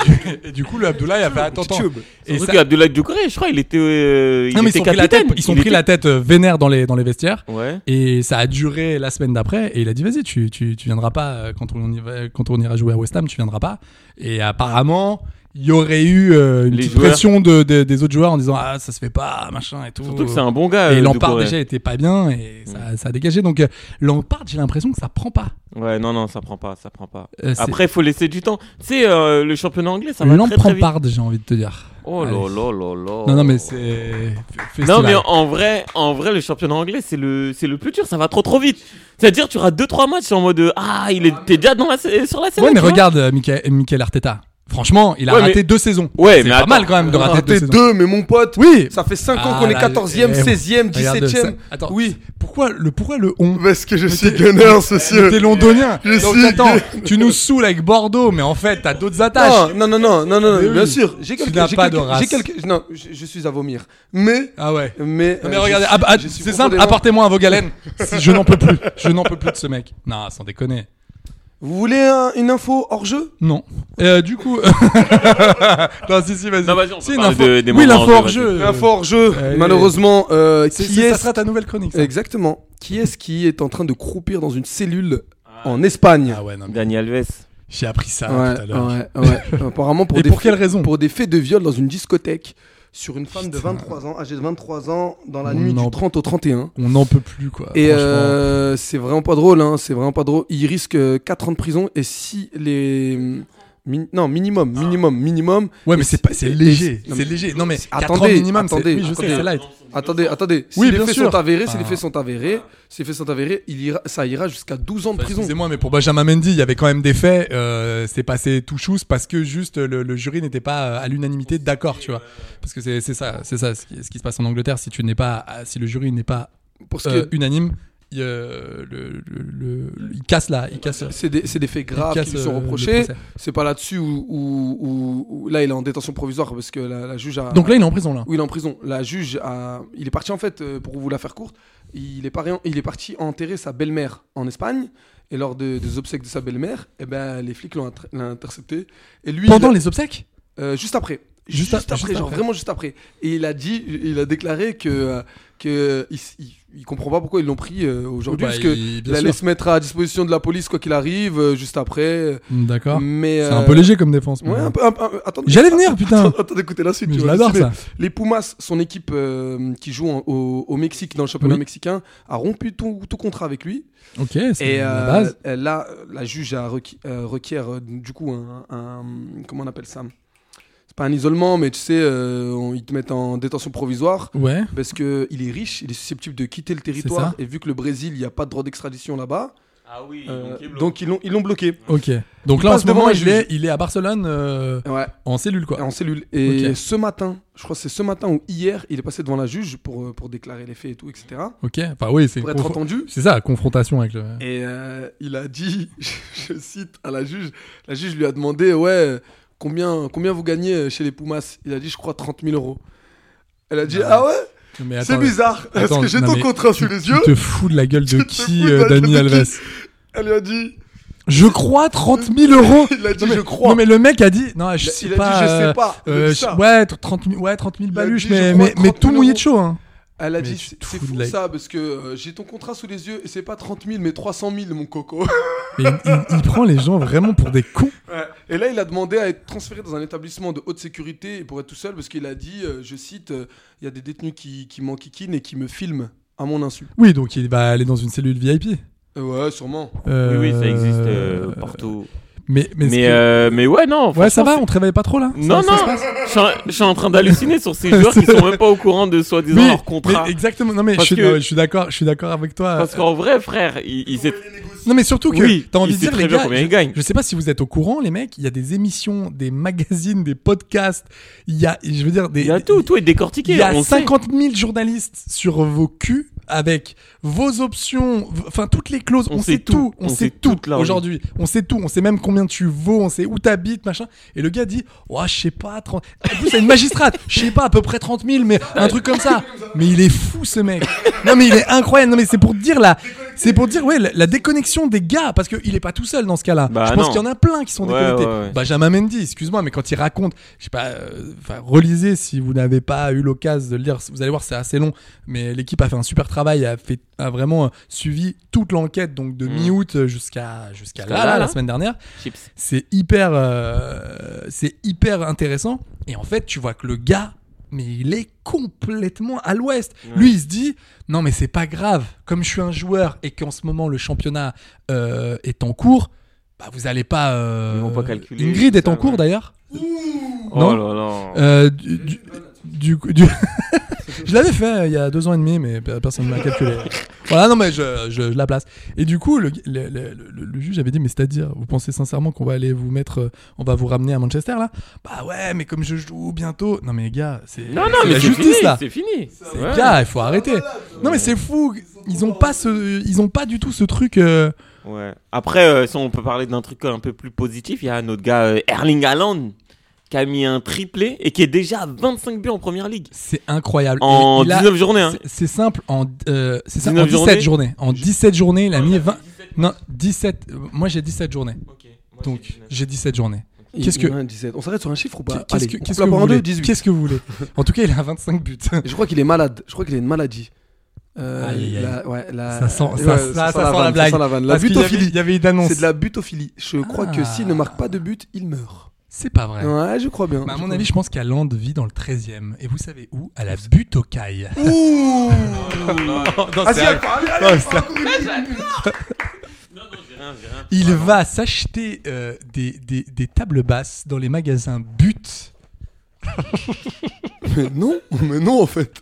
[SPEAKER 8] du, et du coup, le Abdoulaye a fait attends, attends. Et
[SPEAKER 6] Surtout
[SPEAKER 8] ça-
[SPEAKER 6] qu'Abdoulaye Doucouré, je crois, il était, euh, il
[SPEAKER 8] Non, mais ils
[SPEAKER 6] était
[SPEAKER 8] sont pris la
[SPEAKER 6] capitaine.
[SPEAKER 8] tête, ils sont
[SPEAKER 6] Il
[SPEAKER 8] pris
[SPEAKER 6] était-
[SPEAKER 8] la tête euh, vénère dans les, dans les vestiaires.
[SPEAKER 6] Ouais.
[SPEAKER 8] Et ça a duré la semaine d'après. Et il a dit vas-y, tu, tu, tu viendras pas euh, quand on, y va- quand on ira jouer à West Ham, tu viendras pas. Et apparemment, il y aurait eu euh, une
[SPEAKER 6] Les
[SPEAKER 8] petite
[SPEAKER 6] joueurs.
[SPEAKER 8] pression de, de- des autres joueurs en disant ah ça se fait pas, machin et tout.
[SPEAKER 6] Surtout que c'est un bon gars.
[SPEAKER 8] Et
[SPEAKER 6] euh,
[SPEAKER 8] Lampard
[SPEAKER 6] Doucouré.
[SPEAKER 8] déjà était pas bien et
[SPEAKER 6] Mm.
[SPEAKER 8] ça, ça a dégagé. Donc euh, Lampard, j'ai l'impression que ça prend pas.
[SPEAKER 6] Ouais, non, non, ça prend pas, ça prend pas.
[SPEAKER 8] Euh, c'est-
[SPEAKER 6] Après, il faut laisser du temps. Tu sais, euh, le championnat anglais, ça va très très vite.
[SPEAKER 8] Lampard, j'ai envie de te dire.
[SPEAKER 6] Oh là
[SPEAKER 8] Allez.
[SPEAKER 6] là là là.
[SPEAKER 8] Non, non, mais c'est.
[SPEAKER 6] Non,
[SPEAKER 8] festival.
[SPEAKER 6] mais en vrai, en vrai, le championnat anglais, c'est le, c'est le plus dur. Ça va trop trop vite. C'est-à-dire, tu auras 2-3 matchs en mode euh, Ah, il est, t'es déjà dans la, sé- sur la scène.
[SPEAKER 8] Ouais, mais regarde euh, Michael, Michael Arteta. Franchement, il a
[SPEAKER 6] Ouais,
[SPEAKER 8] raté
[SPEAKER 6] mais-
[SPEAKER 8] deux saisons.
[SPEAKER 6] Ouais,
[SPEAKER 8] c'est
[SPEAKER 6] mais
[SPEAKER 8] pas
[SPEAKER 6] attends.
[SPEAKER 8] mal quand même de rater deux
[SPEAKER 7] Raté
[SPEAKER 8] saisons.
[SPEAKER 7] deux, mais mon pote.
[SPEAKER 8] Oui.
[SPEAKER 7] Ça fait 5 ans
[SPEAKER 8] Ah,
[SPEAKER 7] qu'on est
[SPEAKER 8] là,
[SPEAKER 7] 14e,
[SPEAKER 8] eh, vous-
[SPEAKER 7] 16e,
[SPEAKER 8] regarde
[SPEAKER 7] 17e.
[SPEAKER 8] ça. Attends,
[SPEAKER 7] Oui.
[SPEAKER 8] Pourquoi le, pourquoi le on
[SPEAKER 7] Parce que je suis
[SPEAKER 8] t'es-
[SPEAKER 7] gunner,
[SPEAKER 8] T'es
[SPEAKER 7] monsieur.
[SPEAKER 8] londonien.
[SPEAKER 7] Je
[SPEAKER 8] Donc
[SPEAKER 7] suis-
[SPEAKER 8] attends, tu nous saoules avec Bordeaux, mais en fait, t'as d'autres attaches.
[SPEAKER 7] Non, non, non, non, non, non,
[SPEAKER 8] Mais
[SPEAKER 7] bien
[SPEAKER 8] oui.
[SPEAKER 7] sûr. J'ai
[SPEAKER 8] Tu
[SPEAKER 7] quelques,
[SPEAKER 8] n'as
[SPEAKER 7] j'ai
[SPEAKER 8] pas de
[SPEAKER 7] quelques-
[SPEAKER 8] race.
[SPEAKER 7] j'ai quelques- non, je, je suis à vomir. Mais,
[SPEAKER 8] Ah ouais.
[SPEAKER 7] mais.
[SPEAKER 8] Non, mais
[SPEAKER 7] euh,
[SPEAKER 8] regardez,
[SPEAKER 7] je suis-
[SPEAKER 8] ah, ah,
[SPEAKER 7] je suis
[SPEAKER 8] c'est simple,
[SPEAKER 7] profondément-
[SPEAKER 8] apportez-moi un Vogalen. Si- je n'en peux plus. Je n'en peux plus de ce mec. Non, sans déconner.
[SPEAKER 7] Vous voulez un- une info hors jeu
[SPEAKER 8] Non. Euh, du coup. non, si, si, vas-y.
[SPEAKER 6] Non, Ah, vas-y, on peut
[SPEAKER 8] Si, une
[SPEAKER 6] parler
[SPEAKER 8] info-
[SPEAKER 6] de- des
[SPEAKER 8] Oui,
[SPEAKER 6] moments
[SPEAKER 8] l'info
[SPEAKER 6] hors
[SPEAKER 8] hors
[SPEAKER 6] jeu,
[SPEAKER 8] jeu.
[SPEAKER 7] Info hors jeu,
[SPEAKER 8] Euh, allez.
[SPEAKER 7] malheureusement. euh,
[SPEAKER 8] C'est-
[SPEAKER 7] qui
[SPEAKER 8] c'est-
[SPEAKER 7] est
[SPEAKER 8] Ça sera ta nouvelle chronique. ça.
[SPEAKER 7] Exactement. Qui est-ce qui est en train de croupir dans une cellule en Espagne
[SPEAKER 8] Ah ouais, non, mais
[SPEAKER 6] Dani Alves.
[SPEAKER 8] j'ai appris ça
[SPEAKER 7] Ouais,
[SPEAKER 8] tout à l'heure.
[SPEAKER 7] ouais, ouais. Apparemment pour
[SPEAKER 8] Et
[SPEAKER 7] des
[SPEAKER 8] pour
[SPEAKER 7] faits-
[SPEAKER 8] quelle raison
[SPEAKER 7] Pour des faits de viol dans une discothèque sur une femme de
[SPEAKER 8] Putain.
[SPEAKER 7] 23 ans, âgée de 23 ans, dans la
[SPEAKER 8] On
[SPEAKER 7] nuit
[SPEAKER 8] en-
[SPEAKER 7] du 30 au 31.
[SPEAKER 8] On n'en peut plus, quoi.
[SPEAKER 7] Et
[SPEAKER 8] Ah, franchement.
[SPEAKER 7] euh, c'est vraiment pas drôle, hein, c'est vraiment pas drôle. Il risque 4 ans de prison et si les. mm, min- non, minimum, minimum, minimum.
[SPEAKER 8] Ah. Ouais, mais
[SPEAKER 7] Et
[SPEAKER 8] c'est
[SPEAKER 7] si-
[SPEAKER 8] pas, c'est
[SPEAKER 7] et-
[SPEAKER 8] léger.
[SPEAKER 7] et- non,
[SPEAKER 8] C'est
[SPEAKER 7] mais-
[SPEAKER 8] léger. Non, mais
[SPEAKER 7] Attendez,
[SPEAKER 8] 4 ans minimum, c'est-
[SPEAKER 7] attendez,
[SPEAKER 8] oui, je sais,
[SPEAKER 7] attendez.
[SPEAKER 8] c'est light.
[SPEAKER 7] Attendez, attendez. Si
[SPEAKER 8] Oui,
[SPEAKER 7] les
[SPEAKER 8] bien
[SPEAKER 7] faits
[SPEAKER 8] sûr.
[SPEAKER 7] sont avérés, si les
[SPEAKER 8] Ah.
[SPEAKER 7] faits sont avérés, si les faits sont avérés, il ira, ça ira jusqu'à 12 ans de prison.
[SPEAKER 8] Bah, Excusez-moi, mais pour Benjamin Mendy, il y avait quand même des faits. euh, c'est passé tout chousse parce que juste le, le jury n'était pas euh, à l'unanimité d'accord, tu vois. Parce que c'est c'est ça, c'est ça ce qui, ce qui se passe en Angleterre. Si tu n'es pas, ah, si le jury n'est pas
[SPEAKER 7] Parce
[SPEAKER 8] euh,
[SPEAKER 7] que
[SPEAKER 8] unanime, il, euh, le, le- le- le- il casse là, il casse.
[SPEAKER 7] c'est des, c'est des faits graves
[SPEAKER 8] casse,
[SPEAKER 7] qui lui sont
[SPEAKER 8] euh, le
[SPEAKER 7] reprochés.
[SPEAKER 8] procès.
[SPEAKER 7] C'est pas là-dessus où, où- où- où- Là, il est en détention provisoire parce que la, la juge a.
[SPEAKER 8] Donc là, il est en prison là.
[SPEAKER 7] Oui, il est en prison. La juge a... Il est parti en fait, euh, pour vous la faire courte, il est, pari- il est parti enterrer sa belle-mère en Espagne. Et lors de- des obsèques de sa belle-mère, eh ben, les flics l'ont inter- l'ont intercepté. Et lui,
[SPEAKER 8] Pendant
[SPEAKER 7] il-
[SPEAKER 8] les obsèques.
[SPEAKER 7] euh, juste après.
[SPEAKER 8] Juste
[SPEAKER 7] Juste,
[SPEAKER 8] a-
[SPEAKER 7] après,
[SPEAKER 8] juste
[SPEAKER 7] genre
[SPEAKER 8] après.
[SPEAKER 7] vraiment juste après. Et il a dit, il a déclaré que, euh, que il, s- il- il comprend pas pourquoi ils l'ont pris euh, aujourd'hui,
[SPEAKER 8] Bah,
[SPEAKER 7] parce que
[SPEAKER 8] il- bien
[SPEAKER 7] il allait
[SPEAKER 8] sûr.
[SPEAKER 7] se mettre à disposition de la police quoi qu'il arrive, euh, juste après.
[SPEAKER 8] D'accord.
[SPEAKER 7] Mais
[SPEAKER 8] Ah. C'est
[SPEAKER 7] euh,
[SPEAKER 8] un peu léger comme défense. mais
[SPEAKER 7] Ouais,
[SPEAKER 8] bon.
[SPEAKER 7] un peu. un peu- un peu- attendez.
[SPEAKER 8] J'allais venir, putain.
[SPEAKER 7] Attends, attends d'écouter la suite.
[SPEAKER 8] Mais
[SPEAKER 7] tu
[SPEAKER 8] je
[SPEAKER 7] vas
[SPEAKER 8] l'adore
[SPEAKER 7] halluciner.
[SPEAKER 8] ça.
[SPEAKER 7] Les Pumas, son équipe euh, qui joue en- au, au Mexique dans le championnat
[SPEAKER 8] Oui.
[SPEAKER 7] mexicain, a rompu tout, tout contrat avec lui.
[SPEAKER 8] Ok, c'est
[SPEAKER 7] Et
[SPEAKER 8] la
[SPEAKER 7] euh,
[SPEAKER 8] base.
[SPEAKER 7] euh, là, euh, la juge a requi- euh, requiert euh, du coup un, un- Comment on appelle ça C'est pas un isolement, mais tu sais, euh, on- ils te mettent en détention provisoire.
[SPEAKER 8] Ouais.
[SPEAKER 7] Parce que il est riche, il est susceptible de quitter le territoire.
[SPEAKER 8] ça.
[SPEAKER 7] Et vu que le Brésil, il n'y a pas de droit d'extradition là-bas,
[SPEAKER 6] Ah oui,
[SPEAKER 7] euh, donc ils l'ont ils l'ont bloqué.
[SPEAKER 8] Ok. Donc là, en
[SPEAKER 7] passe
[SPEAKER 8] ce moment,
[SPEAKER 7] devant un
[SPEAKER 8] il est,
[SPEAKER 7] juge.
[SPEAKER 8] il est à Barcelone euh,
[SPEAKER 7] Ouais.
[SPEAKER 8] en cellule, quoi.
[SPEAKER 7] en cellule. Et
[SPEAKER 8] Ok.
[SPEAKER 7] ce matin, je crois que c'est ce matin ou hier, il est passé devant la juge pour, euh, pour déclarer les faits et tout, etc.
[SPEAKER 8] Ok. Enfin, oui, c'est une
[SPEAKER 7] Pour être
[SPEAKER 8] confro-
[SPEAKER 7] entendu.
[SPEAKER 8] C'est ça, confrontation avec le.
[SPEAKER 7] Et euh, il a dit, je cite à la juge, la juge lui a demandé, ouais, euh, combien, combien vous gagnez euh, chez les Pumas Il a dit, je crois, 30 000 euros. Elle a dit, ah ouais
[SPEAKER 8] Mais
[SPEAKER 7] C'est
[SPEAKER 8] attends,
[SPEAKER 7] bizarre,
[SPEAKER 8] attends,
[SPEAKER 7] parce que j'ai
[SPEAKER 8] non,
[SPEAKER 7] ton
[SPEAKER 8] mais
[SPEAKER 7] contrat
[SPEAKER 8] tu-
[SPEAKER 7] sous les
[SPEAKER 8] tu
[SPEAKER 7] yeux.
[SPEAKER 8] te fous de la gueule de
[SPEAKER 7] Tu te
[SPEAKER 8] qui,
[SPEAKER 7] fous
[SPEAKER 8] euh,
[SPEAKER 7] de la gueule
[SPEAKER 8] Dani
[SPEAKER 7] de
[SPEAKER 8] Alves
[SPEAKER 7] qui Elle lui a dit,
[SPEAKER 8] Je crois 30 000 euros.
[SPEAKER 7] il a dit,
[SPEAKER 8] Non, mais-
[SPEAKER 7] je crois.
[SPEAKER 8] Non, mais le mec a dit. Non,
[SPEAKER 7] Il
[SPEAKER 8] je
[SPEAKER 7] a-
[SPEAKER 8] sais
[SPEAKER 7] il a
[SPEAKER 8] pas.
[SPEAKER 7] dit, je sais
[SPEAKER 8] euh,
[SPEAKER 7] pas, il a
[SPEAKER 8] euh,
[SPEAKER 7] dit
[SPEAKER 8] je-
[SPEAKER 7] ça.
[SPEAKER 8] ouais, 30 000, ouais, 30 000
[SPEAKER 7] Il a
[SPEAKER 8] baluches,
[SPEAKER 7] dit, je
[SPEAKER 8] mais, mais,
[SPEAKER 7] crois,
[SPEAKER 8] mais
[SPEAKER 7] 30 000
[SPEAKER 8] tout mouillé de chaud.
[SPEAKER 7] euros.
[SPEAKER 8] Hein.
[SPEAKER 7] Elle a
[SPEAKER 8] Mais
[SPEAKER 7] dit,
[SPEAKER 8] tu te
[SPEAKER 7] c'est
[SPEAKER 8] fous de
[SPEAKER 7] fou
[SPEAKER 8] la-
[SPEAKER 7] ça, parce que euh, j'ai ton contrat sous les yeux, et c'est pas 30 000, mais 300 000, mon coco.
[SPEAKER 8] Mais il, il- il prend les gens vraiment pour des cons.
[SPEAKER 7] Ouais. Et là, il a demandé à être transféré dans un établissement de haute sécurité et pour être tout seul parce qu'il a dit, euh, je cite, euh, il y a des détenus qui, qui m'enquiquinent et qui me filment à mon insu.
[SPEAKER 8] Oui, donc il va aller dans une cellule VIP.
[SPEAKER 7] Euh, ouais, sûrement.
[SPEAKER 8] Euh,
[SPEAKER 6] Oui, oui, ça existe euh, partout.
[SPEAKER 8] Mais, mais,
[SPEAKER 6] Mais,
[SPEAKER 8] ce que-
[SPEAKER 6] euh, mais ouais, non.
[SPEAKER 8] ouais, ça
[SPEAKER 6] franchement,
[SPEAKER 8] va, on te réveille pas trop là
[SPEAKER 6] Non,
[SPEAKER 8] Ça- ça se
[SPEAKER 6] non,
[SPEAKER 8] passe
[SPEAKER 6] je suis en- je suis en train d'halluciner sur ces joueurs qui sont même pas au courant de soi-disant
[SPEAKER 8] Oui,
[SPEAKER 6] leur contrat.
[SPEAKER 8] mais exactement. Non mais je
[SPEAKER 6] Parce
[SPEAKER 8] suis,
[SPEAKER 6] que-
[SPEAKER 8] ouais, je suis d'accord, je suis d'accord avec toi.
[SPEAKER 6] Parce qu'en vrai, frère, il, il s'est-
[SPEAKER 8] Non mais surtout que
[SPEAKER 6] Oui,
[SPEAKER 8] t'as envie
[SPEAKER 6] il
[SPEAKER 8] de
[SPEAKER 6] sait
[SPEAKER 8] dire
[SPEAKER 6] très
[SPEAKER 8] les
[SPEAKER 6] bien
[SPEAKER 8] gars,
[SPEAKER 6] combien il
[SPEAKER 8] je-
[SPEAKER 6] gagne.
[SPEAKER 8] Je sais pas si vous êtes au courant les mecs, il y a des émissions, des magazines, des podcasts, il y a, je veux dire des.
[SPEAKER 6] il a tout, tout est décortiqué.
[SPEAKER 8] Il y a
[SPEAKER 6] on sait.
[SPEAKER 8] 50 000 journalistes sur vos culs avec vos options, v- enfin toutes les clauses. On, sait, tout, on, sait, tout
[SPEAKER 6] là, oui.
[SPEAKER 8] aujourd'hui. On sait tout, on sait même combien tu vaux, on sait où t'habites, machin. Et le gars dit, oh, je sais pas, 30... en plus c'est une magistrate, je sais pas, à peu près 30 000, mais un truc comme ça. Mais il est fou ce mec. Non mais il est incroyable. Non mais c'est pour dire la, c'est pour dire ouais la, la déconnexion des gars parce qu'il est pas tout seul dans ce cas-là.
[SPEAKER 6] Bah,
[SPEAKER 8] je pense
[SPEAKER 6] non.
[SPEAKER 8] qu'il y en a plein qui sont
[SPEAKER 6] Ouais,
[SPEAKER 8] déconnectés.
[SPEAKER 6] ouais, ouais.
[SPEAKER 8] Benjamin Mendy, excuse-moi, mais quand il raconte, je sais pas, euh, enfin, relisez si vous n'avez pas eu l'occasion de le lire. Vous allez voir, c'est assez long, mais l'équipe a fait un super travail, a fait, a vraiment euh, suivi toute l'enquête, donc de mi-août jusqu'à Mm. jusqu'à là,
[SPEAKER 6] là,
[SPEAKER 8] là, la
[SPEAKER 6] là.
[SPEAKER 8] semaine dernière.
[SPEAKER 6] Chips.
[SPEAKER 8] C'est hyper, euh, c'est hyper intéressant. Et en fait, tu vois que le gars, mais il est complètement à l'ouest. Lui, il se dit, non, mais c'est pas grave. Comme je suis un joueur et qu'en ce moment le championnat euh, est en cours, bah vous allez pas. euh,
[SPEAKER 6] Ils vont pas calculer,
[SPEAKER 8] Ingrid
[SPEAKER 6] tout
[SPEAKER 8] est
[SPEAKER 6] ça,
[SPEAKER 8] en cours
[SPEAKER 6] ouais.
[SPEAKER 8] d'ailleurs.
[SPEAKER 6] Oh là là.
[SPEAKER 8] Euh, du, du, du coup- du- je l'avais fait euh, il y a deux ans et demi, mais pe- personne ne m'a calculé. voilà, non, mais je, je- je la place. Et du coup, le, le- le- le- le juge avait dit, mais c'est-à-dire, vous pensez sincèrement qu'on va aller vous mettre, euh, on va vous ramener à Manchester là Bah ouais, mais comme je joue bientôt. Non mais gars, c'est
[SPEAKER 6] Non, non,
[SPEAKER 8] c'est
[SPEAKER 6] mais
[SPEAKER 8] la
[SPEAKER 6] c'est
[SPEAKER 8] justice
[SPEAKER 6] fini.
[SPEAKER 8] là.
[SPEAKER 6] C'est fini.
[SPEAKER 8] Les
[SPEAKER 6] Ouais.
[SPEAKER 8] gars, il faut arrêter. Non mais c'est fou. Ils ont pas ce, ils ont pas du tout ce truc. euh,
[SPEAKER 6] Ouais. Après, euh, si on peut parler d'un truc un peu plus positif, il y a notre gars euh, Erling Haaland qui a mis un triplé et qui est déjà à 25 buts en première ligue.
[SPEAKER 8] C'est incroyable.
[SPEAKER 6] En
[SPEAKER 8] Et il a-
[SPEAKER 6] 19 journées, hein.
[SPEAKER 8] c'est- C'est simple, en, euh, c'est ça, en
[SPEAKER 6] 19
[SPEAKER 8] 17 journées.
[SPEAKER 6] journées.
[SPEAKER 8] En 17 journées, il a mis 20. Non, 17. euh, Moi, j'ai 17 journées. Donc, j'ai 17 journées. Qu'est-ce que.
[SPEAKER 7] Ouais, 17. On s'arrête sur un chiffre ou pas
[SPEAKER 8] Qu'est-ce
[SPEAKER 7] Allez,
[SPEAKER 8] que,
[SPEAKER 7] coupe
[SPEAKER 8] qu'est-ce
[SPEAKER 7] la
[SPEAKER 8] que vous
[SPEAKER 7] part en deux,
[SPEAKER 8] voulez
[SPEAKER 7] 18.
[SPEAKER 8] Qu'est-ce que vous voulez En tout cas, il a 25 buts.
[SPEAKER 7] Et Je crois qu'il est malade. Je crois qu'il a une maladie. Euh,
[SPEAKER 8] Aïe, aïe, aïe.
[SPEAKER 7] la- ouais, la-
[SPEAKER 8] Ça sent-
[SPEAKER 7] ouais,
[SPEAKER 8] ça- ça- ça sent la
[SPEAKER 7] vanne,
[SPEAKER 8] blague.
[SPEAKER 7] sent la vanne. La
[SPEAKER 8] Parce qu'il y avait-
[SPEAKER 7] butophilie.
[SPEAKER 8] Il y avait une annonce.
[SPEAKER 7] C'est de la butophilie. Je crois que
[SPEAKER 8] Ah.
[SPEAKER 7] s'il ne marque pas de but, il meurt.
[SPEAKER 8] C'est pas vrai.
[SPEAKER 7] Ouais, je crois bien.
[SPEAKER 8] Bah, à
[SPEAKER 7] Je
[SPEAKER 8] mon
[SPEAKER 7] crois
[SPEAKER 8] avis, je pense qu'Alande vit dans le 13 e Et vous savez où À la butte aux cailles.
[SPEAKER 7] bien. Ouh
[SPEAKER 8] Ah, c'est- Non, c'est- Il va s'acheter euh, des, des- des tables basses dans les magasins But.
[SPEAKER 7] Mais non, mais non en fait.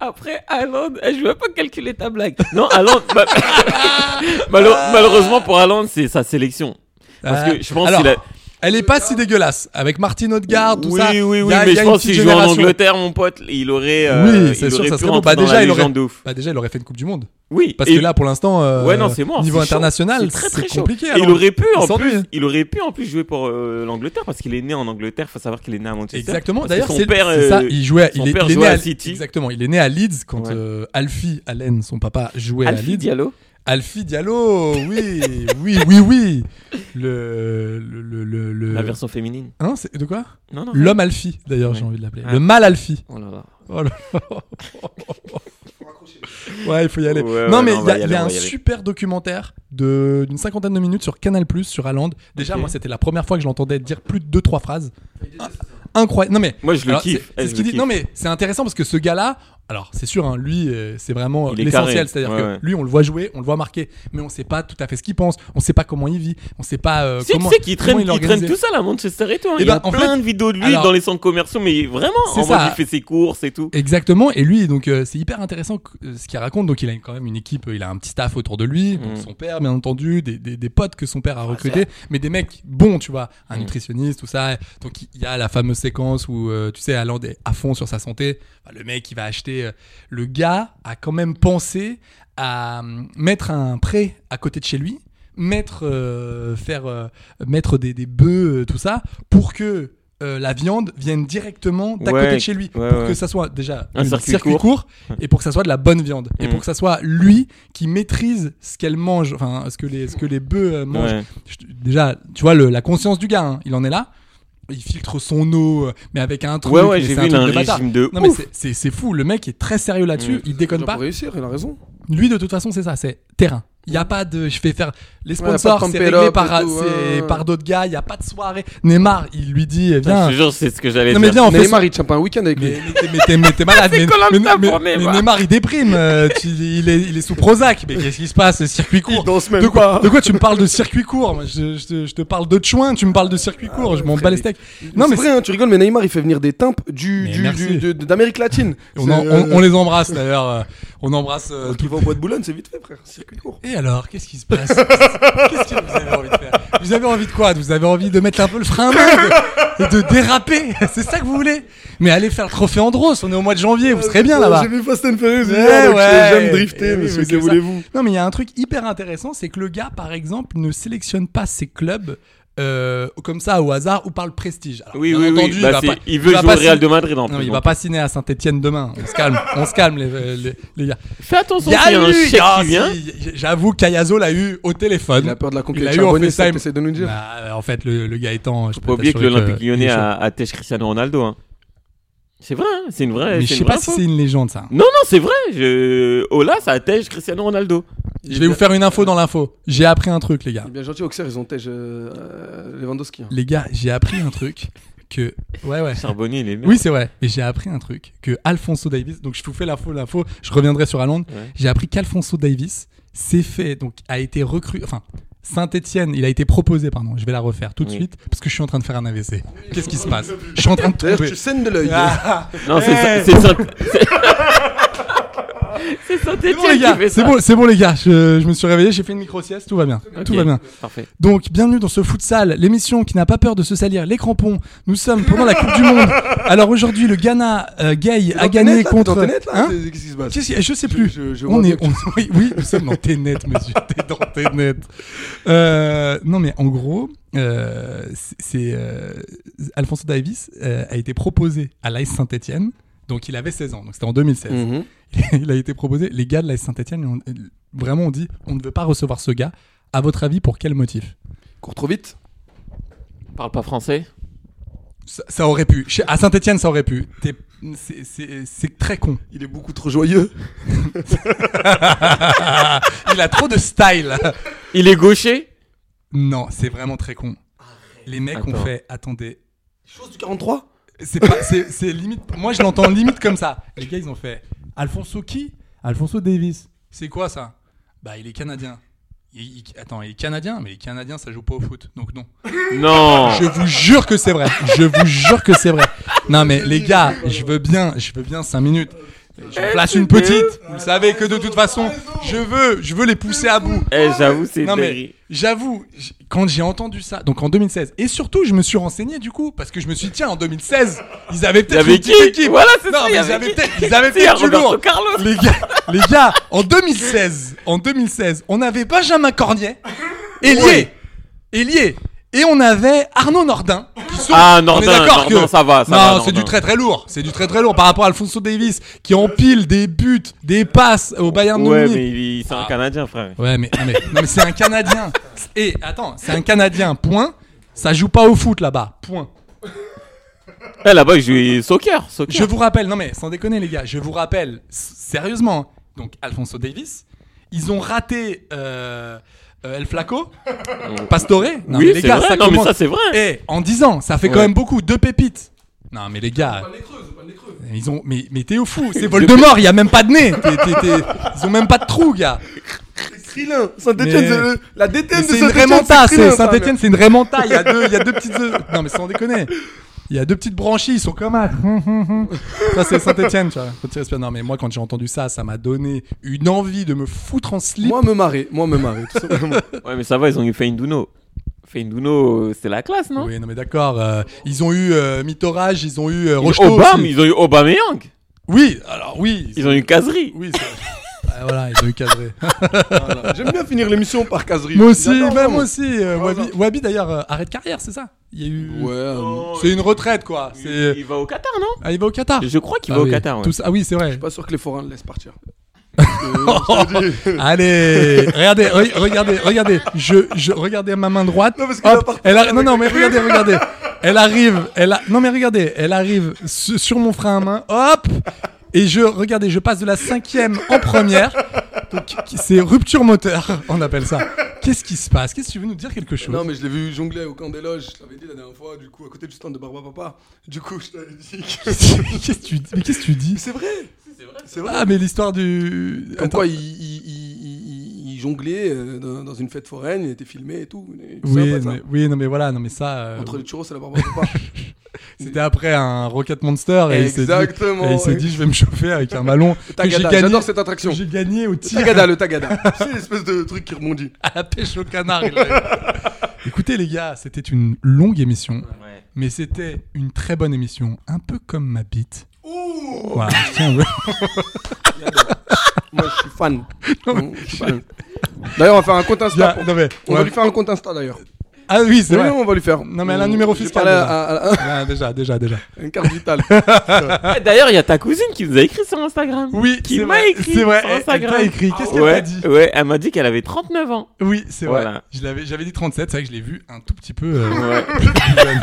[SPEAKER 6] Après, Haaland, eh, je veux pas calculer ta blague. Non, Haaland, ma-
[SPEAKER 8] Euh.
[SPEAKER 6] Malo- malheureusement pour Haaland, c'est sa sélection. Parce
[SPEAKER 8] Ah.
[SPEAKER 6] que je pense
[SPEAKER 8] Alors,
[SPEAKER 6] qu'il a.
[SPEAKER 8] Elle est pas si dégueulasse. Avec Martin Odegaard, tout
[SPEAKER 6] oui,
[SPEAKER 8] ça.
[SPEAKER 6] oui, oui,
[SPEAKER 8] il y a- il
[SPEAKER 6] mais
[SPEAKER 8] y a
[SPEAKER 6] je
[SPEAKER 8] une
[SPEAKER 6] pense
[SPEAKER 8] petite
[SPEAKER 6] qu'il joue en
[SPEAKER 8] génération.
[SPEAKER 6] Angleterre, mon pote, il aurait. euh,
[SPEAKER 8] oui, c'est
[SPEAKER 6] il
[SPEAKER 8] sûr,
[SPEAKER 6] aurait
[SPEAKER 8] ça
[SPEAKER 6] pu
[SPEAKER 8] serait bon.
[SPEAKER 6] rentrer
[SPEAKER 8] Bah,
[SPEAKER 6] dans
[SPEAKER 8] déjà,
[SPEAKER 6] la
[SPEAKER 8] il aurait...
[SPEAKER 6] légende de ouf.
[SPEAKER 8] bah, déjà, il aurait fait une Coupe du Monde.
[SPEAKER 6] Oui,
[SPEAKER 8] Parce
[SPEAKER 6] et-
[SPEAKER 8] que là, pour l'instant, euh,
[SPEAKER 6] Ouais, non, c'est mort.
[SPEAKER 8] niveau
[SPEAKER 6] c'est chaud.
[SPEAKER 8] international,
[SPEAKER 6] C'est très, très
[SPEAKER 8] c'est
[SPEAKER 6] chaud.
[SPEAKER 8] compliqué.
[SPEAKER 6] Et il
[SPEAKER 8] alors.
[SPEAKER 6] aurait pu
[SPEAKER 8] Il
[SPEAKER 6] en
[SPEAKER 8] s'ennuie.
[SPEAKER 6] plus, il aurait pu en plus jouer pour euh, l'Angleterre parce qu'il est né en Angleterre. Faut savoir qu'il est né à Manchester.
[SPEAKER 8] Exactement.
[SPEAKER 6] Parce que
[SPEAKER 8] D'ailleurs,
[SPEAKER 6] son
[SPEAKER 8] c'est
[SPEAKER 6] père,
[SPEAKER 8] c'est ça.
[SPEAKER 6] euh,
[SPEAKER 8] Il jouait.
[SPEAKER 6] son
[SPEAKER 8] il est,
[SPEAKER 6] père
[SPEAKER 8] il est né
[SPEAKER 6] jouait
[SPEAKER 8] à,
[SPEAKER 6] à City.
[SPEAKER 8] Exactement. Il est né à Leeds quand
[SPEAKER 6] Ouais.
[SPEAKER 8] euh, Alfie Allen, son papa, jouait à
[SPEAKER 6] Alfie
[SPEAKER 8] Leeds.
[SPEAKER 6] Diallo.
[SPEAKER 8] Alfie Diallo. Oui, oui, oui, oui. Le, le, le, le, le-
[SPEAKER 6] La version féminine.
[SPEAKER 8] Hein, c'est de quoi
[SPEAKER 6] Non, non.
[SPEAKER 8] Euh, L'homme Alfie. D'ailleurs, j'ai
[SPEAKER 6] Ouais.
[SPEAKER 8] envie de l'appeler.
[SPEAKER 6] Ah.
[SPEAKER 8] Le mal Alfie.
[SPEAKER 6] Oh là là.
[SPEAKER 8] Oh là là. ouais, il faut y aller.
[SPEAKER 6] Ouais, ouais,
[SPEAKER 8] non, mais
[SPEAKER 6] non, on
[SPEAKER 8] il y
[SPEAKER 6] va
[SPEAKER 8] a,
[SPEAKER 6] y
[SPEAKER 8] il y
[SPEAKER 6] aller,
[SPEAKER 8] a
[SPEAKER 6] on
[SPEAKER 8] un
[SPEAKER 6] va y aller.
[SPEAKER 8] super documentaire de- d'une cinquantaine de minutes sur Canal Plus sur Haaland. Déjà,
[SPEAKER 6] Ok.
[SPEAKER 8] moi, c'était la première fois que je l'entendais dire plus de 2-3 phrases. Incroyable. Non, mais.
[SPEAKER 6] Moi, je le
[SPEAKER 8] alors,
[SPEAKER 6] kiffe.
[SPEAKER 8] c'est-
[SPEAKER 6] Eh,
[SPEAKER 8] c'est
[SPEAKER 6] je
[SPEAKER 8] ce qu'il
[SPEAKER 6] le
[SPEAKER 8] dit. Non,
[SPEAKER 6] kiffe.
[SPEAKER 8] mais c'est intéressant parce que ce gars-là, alors, c'est sûr, hein, lui, euh, c'est vraiment euh,
[SPEAKER 6] Il est
[SPEAKER 8] l'essentiel.
[SPEAKER 6] carré.
[SPEAKER 8] C'est-à-dire
[SPEAKER 6] Ouais,
[SPEAKER 8] que
[SPEAKER 6] ouais.
[SPEAKER 8] lui, on le voit jouer, on le voit marquer, mais on sait pas tout à fait ce qu'il pense, on sait pas comment il vit, on sait pas euh,
[SPEAKER 6] Tu sais,
[SPEAKER 8] comment.
[SPEAKER 6] tu sais qu'il
[SPEAKER 8] comment
[SPEAKER 6] traîne,
[SPEAKER 8] il
[SPEAKER 6] il
[SPEAKER 8] organise.
[SPEAKER 6] traîne tout ça là, à Manchester et tout. hein.
[SPEAKER 8] Eh
[SPEAKER 6] il
[SPEAKER 8] ben,
[SPEAKER 6] y a
[SPEAKER 8] en
[SPEAKER 6] plein
[SPEAKER 8] fait-
[SPEAKER 6] de vidéos de lui
[SPEAKER 8] alors-
[SPEAKER 6] dans les centres commerciaux, mais vraiment,
[SPEAKER 8] C'est
[SPEAKER 6] en mode
[SPEAKER 8] ça.
[SPEAKER 6] il fait ses courses et tout.
[SPEAKER 8] Exactement, et lui, donc euh, c'est hyper intéressant que- euh, ce qu'il raconte. Donc il a quand même une équipe, euh, il a un petit staff autour de lui, donc
[SPEAKER 6] Mm. Ah,
[SPEAKER 8] son père bien entendu, des, des, des potes que son père a recrutés, mais des mecs bons, tu vois, un
[SPEAKER 6] Mm.
[SPEAKER 8] nutritionniste, tout ça. Donc il il y a la fameuse séquence où, euh, tu sais, Allende est à fond sur sa santé. Enfin, le mec, il va acheter. euh, le gars a quand même pensé à euh, mettre un prêt à côté de chez lui, mettre, euh, faire, euh, mettre des, des bœufs, euh, tout ça, pour que. euh, la viande vienne directement d'à
[SPEAKER 6] Ouais,
[SPEAKER 8] côté de chez lui
[SPEAKER 6] ouais,
[SPEAKER 8] pour
[SPEAKER 6] ouais.
[SPEAKER 8] que ça soit déjà
[SPEAKER 6] Un
[SPEAKER 8] une-
[SPEAKER 6] circuit court.
[SPEAKER 8] et pour que ça soit de la bonne viande et
[SPEAKER 6] Mm.
[SPEAKER 8] pour que ça soit lui qui maîtrise ce qu'elle mange enfin ce que les ce que les bœufs euh, mangent
[SPEAKER 6] Ouais.
[SPEAKER 8] Je- déjà tu vois le- la conscience du gars hein, il en est là il filtre son eau euh, mais avec un truc
[SPEAKER 6] Ouais, ouais,
[SPEAKER 8] mais
[SPEAKER 6] j'ai
[SPEAKER 8] c'est
[SPEAKER 6] vu, il a
[SPEAKER 8] truc
[SPEAKER 6] un
[SPEAKER 8] de bâtard.
[SPEAKER 6] régime de
[SPEAKER 8] non mais
[SPEAKER 6] ouf.
[SPEAKER 8] c'est- c'est c'est fou le mec est très sérieux là-dessus
[SPEAKER 6] Mm.
[SPEAKER 8] il déconne
[SPEAKER 7] Genre
[SPEAKER 8] pas
[SPEAKER 7] Pour réussir, il a raison.
[SPEAKER 8] lui de toute façon c'est ça c'est terrain il y a pas de je vais faire les
[SPEAKER 7] Ouais, y a pas de
[SPEAKER 8] sponsors c'est
[SPEAKER 7] pump it
[SPEAKER 8] réglé
[SPEAKER 7] up et
[SPEAKER 8] par
[SPEAKER 7] tout,
[SPEAKER 8] c'est
[SPEAKER 7] ouais.
[SPEAKER 8] par d'autres gars il y a pas de soirée Neymar il lui dit
[SPEAKER 6] Putain,
[SPEAKER 8] viens
[SPEAKER 6] Je te jure, c'est ce que j'allais
[SPEAKER 8] non mais
[SPEAKER 6] dire.
[SPEAKER 8] viens on fait
[SPEAKER 7] Neymar, il tient pas un week-end avec lui.
[SPEAKER 8] mais, mais t'es- mais t'es- mais t'es malade. mais, mais,
[SPEAKER 6] Koh-Lanta
[SPEAKER 8] mais-
[SPEAKER 6] pour
[SPEAKER 8] mais
[SPEAKER 6] Neymar.
[SPEAKER 8] Neymar, il déprime. euh, tu- il, est, il est sous Prozac. Mais qu'est-ce qui se passe, le circuit court
[SPEAKER 7] danse même
[SPEAKER 8] de, quoi,
[SPEAKER 7] pas.
[SPEAKER 8] de quoi tu me parles de circuit court Moi, je, je te, je te parle de chouin, tu me parles de circuit court. je m'en bats les steaks. Non, mais
[SPEAKER 7] Ah c'est vrai, hein, tu rigoles, mais Neymar, il fait venir des timpes du,
[SPEAKER 8] Mais
[SPEAKER 7] du-
[SPEAKER 8] merci.
[SPEAKER 7] du- de- de- d'Amérique latine.
[SPEAKER 8] c'est- on, en-
[SPEAKER 7] C'est,
[SPEAKER 8] on-
[SPEAKER 7] euh,
[SPEAKER 8] on les embrasse d'ailleurs. euh, On embrasse euh,
[SPEAKER 7] Qui
[SPEAKER 8] tout.
[SPEAKER 7] va au bois de Boulogne, c'est vite fait, frère. Circuit court.
[SPEAKER 8] Et alors, qu'est-ce qui se passe Qu'est-ce que vous avez envie de faire Vous avez envie de quoi Vous avez envie de mettre un peu le frein à main et de, et de déraper C'est ça que vous voulez Mais allez faire le trophée Andros, on est au mois de janvier, vous serez bien là-bas.
[SPEAKER 7] Ah, J'ai vu Fast and Furious
[SPEAKER 8] Ouais,
[SPEAKER 7] hier, donc
[SPEAKER 8] ouais.
[SPEAKER 7] j'aime drifter,
[SPEAKER 8] Eh oui,
[SPEAKER 7] monsieur,
[SPEAKER 8] mais
[SPEAKER 7] que
[SPEAKER 8] c'est ça.
[SPEAKER 7] voulez-vous
[SPEAKER 8] Non, mais il y a un truc hyper intéressant, c'est que le gars, par exemple, ne sélectionne pas ses clubs euh, comme ça au hasard ou par le prestige. Alors,
[SPEAKER 6] Oui,
[SPEAKER 8] bien
[SPEAKER 6] oui, oui.
[SPEAKER 8] entendu,
[SPEAKER 6] Bah,
[SPEAKER 8] va
[SPEAKER 6] c'est-
[SPEAKER 8] pas-
[SPEAKER 6] il veut
[SPEAKER 8] va
[SPEAKER 6] jouer
[SPEAKER 8] pas
[SPEAKER 6] au Real
[SPEAKER 8] signer-
[SPEAKER 6] de Madrid, en
[SPEAKER 8] Non,
[SPEAKER 6] plus,
[SPEAKER 8] il
[SPEAKER 6] en
[SPEAKER 8] va pas signer à Saint-Etienne demain. On se calme, on se calme, les, euh, les, les gars.
[SPEAKER 6] Fais attention,
[SPEAKER 8] Il y a
[SPEAKER 6] s'il y a un
[SPEAKER 8] eu- il y
[SPEAKER 6] chèque
[SPEAKER 8] a-
[SPEAKER 6] qui vient.
[SPEAKER 8] si, J'avoue, Cayazo l'a eu au téléphone.
[SPEAKER 7] Il a peur de la conquête
[SPEAKER 8] Il l'a eu en
[SPEAKER 7] charbonnée, c'est ça que
[SPEAKER 8] FaceTime.
[SPEAKER 7] t'essaies de nous dire
[SPEAKER 8] Bah, en fait, le, le gars étant. Je
[SPEAKER 6] Faut pas oublier que l'Olympique lyonnais
[SPEAKER 8] a
[SPEAKER 6] a- attèche Cristiano Ronaldo. hein. C'est vrai, hein, c'est une vraie.
[SPEAKER 8] Mais je
[SPEAKER 6] c'est une
[SPEAKER 8] sais pas
[SPEAKER 6] vraie
[SPEAKER 8] si
[SPEAKER 6] info.
[SPEAKER 8] c'est une légende, ça.
[SPEAKER 6] Non, non, c'est vrai. Je... Ola, ça attèche Cristiano Ronaldo.
[SPEAKER 8] Je vais vous faire une info dans l'info. J'ai appris un truc, les gars.
[SPEAKER 7] Il est bien gentil, Auxerre, ils ont tège euh, Lewandowski. hein.
[SPEAKER 8] Les gars, j'ai appris un truc que. Ouais, ouais.
[SPEAKER 6] Charbonnier, il est bien.
[SPEAKER 8] Oui, c'est vrai. Mais j'ai appris un truc que Alfonso Davis. Donc, je vous fais l'info, l'info. Je reviendrai sur Allende. J'ai appris qu'Alfonso Davis s'est fait, donc, a été recruté. Enfin, Saint-Etienne, il a été proposé, pardon. Je vais la refaire tout de
[SPEAKER 6] Oui.
[SPEAKER 8] suite parce que je suis en train de faire un AVC. Qu'est-ce qui se passe Je suis en train de
[SPEAKER 7] D'ailleurs,
[SPEAKER 8] tomber.
[SPEAKER 7] tu saignes de l'œil.
[SPEAKER 8] Ah,
[SPEAKER 6] Non, c'est
[SPEAKER 8] Eh.
[SPEAKER 6] c'est Saint- c'est- C'est
[SPEAKER 8] C'est bon, les
[SPEAKER 6] Saint-Etienne qui
[SPEAKER 8] gars.
[SPEAKER 6] fait
[SPEAKER 8] C'est
[SPEAKER 6] ça.
[SPEAKER 8] bon, c'est bon, les gars. Je, je me suis réveillé, j'ai fait une micro-sieste. Tout va bien. Tout
[SPEAKER 6] Ok,
[SPEAKER 8] va bien.
[SPEAKER 6] Parfait.
[SPEAKER 8] Donc, bienvenue dans ce futsal, l'émission qui n'a pas peur de se salir les crampons. Nous sommes pendant la Coupe du Monde. Alors aujourd'hui, le Ghana euh, gay a gagné contre. Hein
[SPEAKER 7] Qu'est-ce qui se passe
[SPEAKER 8] Qu'est-ce qu'il y a je sais plus.
[SPEAKER 7] Je- je- je
[SPEAKER 8] on
[SPEAKER 7] vois
[SPEAKER 8] est,
[SPEAKER 7] bien
[SPEAKER 8] on- oui, oui, nous sommes dans tes nets, monsieur. T'es dans tes nets. Euh, non, mais en gros, euh, c'est c'est, euh, Alfonso Davis euh, a été proposé à l'AS Saint-Etienne Donc il avait 16 ans, donc c'était en 2016.
[SPEAKER 7] Mm-hmm.
[SPEAKER 8] il a été proposé. Les gars de la Saint-Etienne, vraiment, on dit on ne veut pas recevoir ce gars. À votre avis, pour quel motif
[SPEAKER 7] Cours trop vite.
[SPEAKER 6] Parle pas français.
[SPEAKER 8] ça, ça aurait pu. Chez- à Saint-Etienne, ça aurait pu. T'es- c'est- C'est c'est très con.
[SPEAKER 7] Il est beaucoup trop joyeux.
[SPEAKER 8] Il a trop de style.
[SPEAKER 6] Il est gaucher
[SPEAKER 8] Non, c'est vraiment très con. Les mecs ont
[SPEAKER 6] Attends.
[SPEAKER 8] fait attendez.
[SPEAKER 7] Chose du 43
[SPEAKER 8] C'est pas- c'est- c'est limite. Moi, je l'entends limite comme ça. Les gars, ils ont fait Alfonso qui Alfonso Davis. C'est quoi ça Bah, il est canadien. Il- il- attends, il est canadien, mais les canadiens, ça joue pas au foot, donc non.
[SPEAKER 6] Non
[SPEAKER 8] Je vous jure que c'est vrai. Je vous jure que c'est vrai. Non mais les gars, je veux bien, je veux bien 5 minutes. Je vous place une petite. Vous le savez que de toute façon, je veux, je veux les pousser à bout.
[SPEAKER 6] Eh, j'avoue, c'est
[SPEAKER 8] Non mais
[SPEAKER 6] dinguerie.
[SPEAKER 8] j'avoue, j- quand j'ai entendu ça, donc en 2016, et surtout je me suis renseigné du coup parce que je me suis dit tiens en 2016 ils avaient
[SPEAKER 6] Il y
[SPEAKER 8] peut-être
[SPEAKER 6] avait
[SPEAKER 8] une
[SPEAKER 6] qui
[SPEAKER 8] petite équipe.
[SPEAKER 6] Voilà, c'est
[SPEAKER 8] Non,
[SPEAKER 6] ça.
[SPEAKER 8] mais
[SPEAKER 6] il y
[SPEAKER 8] ils
[SPEAKER 6] avait
[SPEAKER 8] avaient
[SPEAKER 6] qui
[SPEAKER 8] peut-être- ils avaient
[SPEAKER 6] Si, il y a
[SPEAKER 8] peut-être du
[SPEAKER 6] Roberto
[SPEAKER 8] lourd.
[SPEAKER 6] Carlos.
[SPEAKER 8] Les gars, les gars, en 2016, en 2016, on avait Benjamin Cornier, ailier, ailier, et on avait Arnaud Nordin. qui sont-
[SPEAKER 6] Ah,
[SPEAKER 8] on est
[SPEAKER 6] Nordin,
[SPEAKER 8] d'accord
[SPEAKER 6] Nordin, ça va, ça
[SPEAKER 8] non,
[SPEAKER 6] va,
[SPEAKER 8] c'est
[SPEAKER 6] Nordin.
[SPEAKER 8] du très très lourd, c'est du très très lourd par rapport à Alfonso Davis qui empile des buts, des passes au Bayern de
[SPEAKER 6] Ouais,
[SPEAKER 8] Munich.
[SPEAKER 6] mais il- il- c'est un Canadien, frère.
[SPEAKER 8] Ouais, mais, non, mais, non, mais c'est un Canadien. Et attends, c'est un Canadien, point. Ça joue pas au foot là-bas, point.
[SPEAKER 6] Eh, là-bas, il jouait soccer. soccer.
[SPEAKER 8] Je vous rappelle, non mais sans déconner les gars, je vous rappelle s- sérieusement. hein. Donc Alfonso Davis, ils ont raté euh, euh, El Flaco, Pastore. Non, mais
[SPEAKER 6] Oui,
[SPEAKER 8] les
[SPEAKER 6] c'est
[SPEAKER 8] gars,
[SPEAKER 6] vrai.
[SPEAKER 8] ça
[SPEAKER 6] Non, mais
[SPEAKER 8] commence-
[SPEAKER 6] ça, c'est vrai.
[SPEAKER 8] Eh, en 10 ans, ça fait quand
[SPEAKER 6] Ouais.
[SPEAKER 8] même beaucoup, deux pépites. Non mais les gars, ils ont, mais, mais t'es au fou, c'est Voldemort, il y a même pas de nez, T'es- t'es- t'es- ils ont même pas de trou, gars.
[SPEAKER 7] Trilin, Saint-Etienne,
[SPEAKER 8] Mais-
[SPEAKER 7] c'est le- la
[SPEAKER 8] Mais
[SPEAKER 7] DTM de
[SPEAKER 8] C'est une
[SPEAKER 7] Saint-Etienne.
[SPEAKER 8] Rémanta,
[SPEAKER 7] Trilin,
[SPEAKER 8] c'est
[SPEAKER 7] ça,
[SPEAKER 8] Saint-Etienne,
[SPEAKER 7] merde.
[SPEAKER 8] c'est une Rémanta. Il y a deux, il y a deux petites. euh, Non, mais sans déconner. Il y a deux petites branchies, ils sont comme un. hum, ça, c'est Saint-Etienne, tu vois. Faut tirer sur- Non, mais moi, quand j'ai entendu ça, ça m'a donné une envie de me foutre en slip.
[SPEAKER 7] Moi, me marrer. Moi, me marrer. tout simplement.
[SPEAKER 6] Eh, Ouais, mais ça va, ils ont eu Feinduno. Feinduno, euh, c'est la classe, non
[SPEAKER 8] oui, non, mais d'accord. euh, ils ont eu euh, Mitorage, ils ont eu euh,
[SPEAKER 6] Ils-
[SPEAKER 8] Rocheteau
[SPEAKER 6] Obama,
[SPEAKER 8] aussi.
[SPEAKER 6] ils ont eu Aubameyang.
[SPEAKER 8] Oui, alors oui.
[SPEAKER 6] Ils ont eu Kazri.
[SPEAKER 8] Oui, c'est- Ah, voilà, ils ont eu cadré.
[SPEAKER 7] Voilà. J'aime bien finir l'émission par caserie.
[SPEAKER 8] moi aussi,
[SPEAKER 7] J'adore
[SPEAKER 8] même
[SPEAKER 7] vraiment.
[SPEAKER 8] aussi. euh,
[SPEAKER 6] Ah,
[SPEAKER 7] J'adore
[SPEAKER 8] Wabi,
[SPEAKER 7] ça.
[SPEAKER 8] Wabi, d'ailleurs, euh, arrête carrière, c'est ça Il y a eu.
[SPEAKER 7] Ouais. euh,
[SPEAKER 8] C'est une retraite, quoi. C'est-
[SPEAKER 6] Il va au Qatar, non
[SPEAKER 8] Ah, il va au Qatar.
[SPEAKER 6] Je crois qu'il
[SPEAKER 8] Ah
[SPEAKER 6] va
[SPEAKER 8] oui,
[SPEAKER 6] au Qatar. ouais.
[SPEAKER 8] tout ça- Ah oui, c'est vrai.
[SPEAKER 7] Pas sûr que les forains le laissent partir. Euh, je te le dis.
[SPEAKER 8] Allez, regardez, re- regardez, regardez. Je, je regardez ma main droite.
[SPEAKER 7] Non, parce qu'elle
[SPEAKER 8] Hop,
[SPEAKER 7] a parti.
[SPEAKER 8] elle a- non, non, mais regardez, regardez. Elle arrive, elle a, non mais regardez, elle arrive su- sur mon frein à main. Hop, et je regardez, je passe de la cinquième en première. Donc qui- c'est rupture moteur, on appelle ça. Qu'est-ce qui se passe Qu'est-ce que tu veux nous dire quelque chose
[SPEAKER 7] Non, mais je l'ai vu jongler au camp des loges, je l'avais dit la dernière fois, du coup, à côté du stand de Barba Papa. Du coup, je t'avais dit que.
[SPEAKER 8] Qu'est-ce que tu dis Mais qu'est-ce que tu dis
[SPEAKER 7] C'est vrai C'est vrai C'est vrai
[SPEAKER 8] Ah mais l'histoire du.
[SPEAKER 7] Comme
[SPEAKER 8] Attends.
[SPEAKER 7] quoi, il, il- il- il- il jonglait euh, dans, dans une fête foraine, il était filmé et tout. Et tu savais
[SPEAKER 8] Oui,
[SPEAKER 7] pas ça
[SPEAKER 8] mais, euh, oui, non mais voilà, non mais ça. euh,
[SPEAKER 7] Entre les churros et la Barba Papa.
[SPEAKER 8] C'était après un Rocket Monster et
[SPEAKER 7] Exactement.
[SPEAKER 8] il s'est dit, et il s'est dit je vais me chauffer avec un ballon que j'ai
[SPEAKER 7] Tagada,
[SPEAKER 8] gagné.
[SPEAKER 7] j'adore cette attraction.
[SPEAKER 8] que J'ai gagné au
[SPEAKER 7] Le
[SPEAKER 8] tir
[SPEAKER 7] tagada, le tagada. C'est l'espèce de truc qui rebondit.
[SPEAKER 8] à la pêche au canard. il l'a eu. Écoutez les gars, c'était une longue émission, mais c'était une très bonne émission, un peu comme ma bite. Voilà, je tiens à-
[SPEAKER 7] Moi, je suis fan. Non, je suis fan. D'ailleurs, on va faire un compte
[SPEAKER 8] Il y
[SPEAKER 7] Insta.
[SPEAKER 8] a-
[SPEAKER 7] pour-
[SPEAKER 8] non, mais-
[SPEAKER 7] on
[SPEAKER 8] ouais.
[SPEAKER 7] va lui faire un compte Insta d'ailleurs.
[SPEAKER 8] Ah oui, c'est
[SPEAKER 7] Oui,
[SPEAKER 8] vrai.
[SPEAKER 7] on va lui faire.
[SPEAKER 8] Non, mais elle a un numéro
[SPEAKER 7] J'ai
[SPEAKER 8] fiscal,
[SPEAKER 7] parlé
[SPEAKER 8] déjà.
[SPEAKER 7] à- à- à-
[SPEAKER 8] Ah, déjà, déjà, déjà.
[SPEAKER 7] à une carte vitale.
[SPEAKER 6] Eh, D'ailleurs, il y a ta cousine qui nous a écrit sur Instagram.
[SPEAKER 8] Oui,
[SPEAKER 6] qui
[SPEAKER 8] c'est
[SPEAKER 6] m'a
[SPEAKER 8] vrai,
[SPEAKER 6] écrit
[SPEAKER 8] c'est vrai,
[SPEAKER 6] sur
[SPEAKER 8] elle- elle
[SPEAKER 6] Instagram.
[SPEAKER 8] t'a écrit.
[SPEAKER 7] Ah
[SPEAKER 8] Qu'est-ce qu'elle
[SPEAKER 6] ouais,
[SPEAKER 8] t'a dit
[SPEAKER 6] Ouais, elle m'a dit qu'elle avait 39 ans.
[SPEAKER 8] Oui, c'est vrai.
[SPEAKER 6] Voilà.
[SPEAKER 8] Je l'avais, j'avais dit 37, c'est vrai que je l'ai vu un tout petit peu. euh, plus jeune.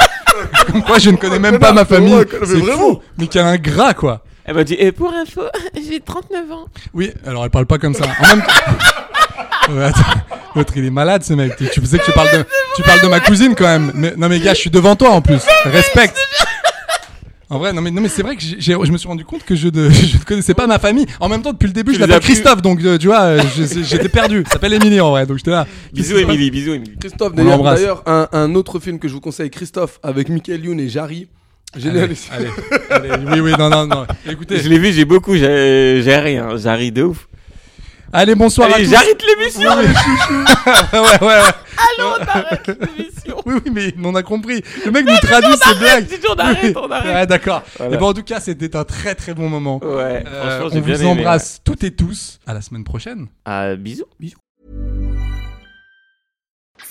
[SPEAKER 8] Comme quoi, je ne connais même pas ma famille.
[SPEAKER 7] Ouais, mais
[SPEAKER 8] C'est
[SPEAKER 7] vraiment.
[SPEAKER 8] fou. Mais quel ingrat, quoi.
[SPEAKER 6] Elle m'a dit, et pour info, j'ai 39 ans.
[SPEAKER 8] Oui, alors elle parle pas comme ça. En même temps- Ouais, attends. L'autre, il est malade, ce mec. Tu- Tu faisais que tu parles de, tu parles de ma cousine quand même. Mais- non, mais gars, je suis devant toi en plus. Respecte. En vrai, non mais, non, mais c'est vrai que j'ai- j'ai- je me suis rendu compte que je ne, je ne connaissais pas ma famille. En même temps, depuis le début, je
[SPEAKER 6] les
[SPEAKER 8] l'appelle
[SPEAKER 6] as plus-
[SPEAKER 8] Christophe, donc euh, tu vois, euh, je- j'étais perdu. Ça s'appelle Émilie en vrai, donc j'étais là.
[SPEAKER 6] Bisous, Émilie, bisous, Émilie.
[SPEAKER 7] Christophe,
[SPEAKER 8] On
[SPEAKER 7] d'ailleurs,
[SPEAKER 8] l'embrasse.
[SPEAKER 7] d'ailleurs, un, un autre film que je vous conseille, Christophe, avec Michael Youn et Jarry. Génial.
[SPEAKER 8] Allez, allez, allez, oui, oui, non, non, non. Écoutez,
[SPEAKER 6] Je l'ai vu, j'ai beaucoup, j'ai j'ai rien, j'arrive de ouf.
[SPEAKER 8] allez, bonsoir à
[SPEAKER 6] Allez,
[SPEAKER 8] tous.
[SPEAKER 6] j'arrête l'émission
[SPEAKER 8] ouais, ouais, ouais.
[SPEAKER 6] Allons, on arrête l'émission
[SPEAKER 8] Oui, oui, mais on a compris. Le mec nous traduit ses blagues.
[SPEAKER 6] dis donc, on arrête,
[SPEAKER 8] Oui.
[SPEAKER 6] on arrête.
[SPEAKER 8] Ouais, d'accord.
[SPEAKER 6] Voilà.
[SPEAKER 8] Et ben, en tout cas, c'était un très très bon moment.
[SPEAKER 6] Ouais,
[SPEAKER 8] Euh,
[SPEAKER 6] franchement,
[SPEAKER 8] on
[SPEAKER 6] j'ai bien
[SPEAKER 8] vous
[SPEAKER 6] aimé, ouais.
[SPEAKER 8] embrasse toutes et tous. À la semaine prochaine.
[SPEAKER 6] Ah, bisous, bisous.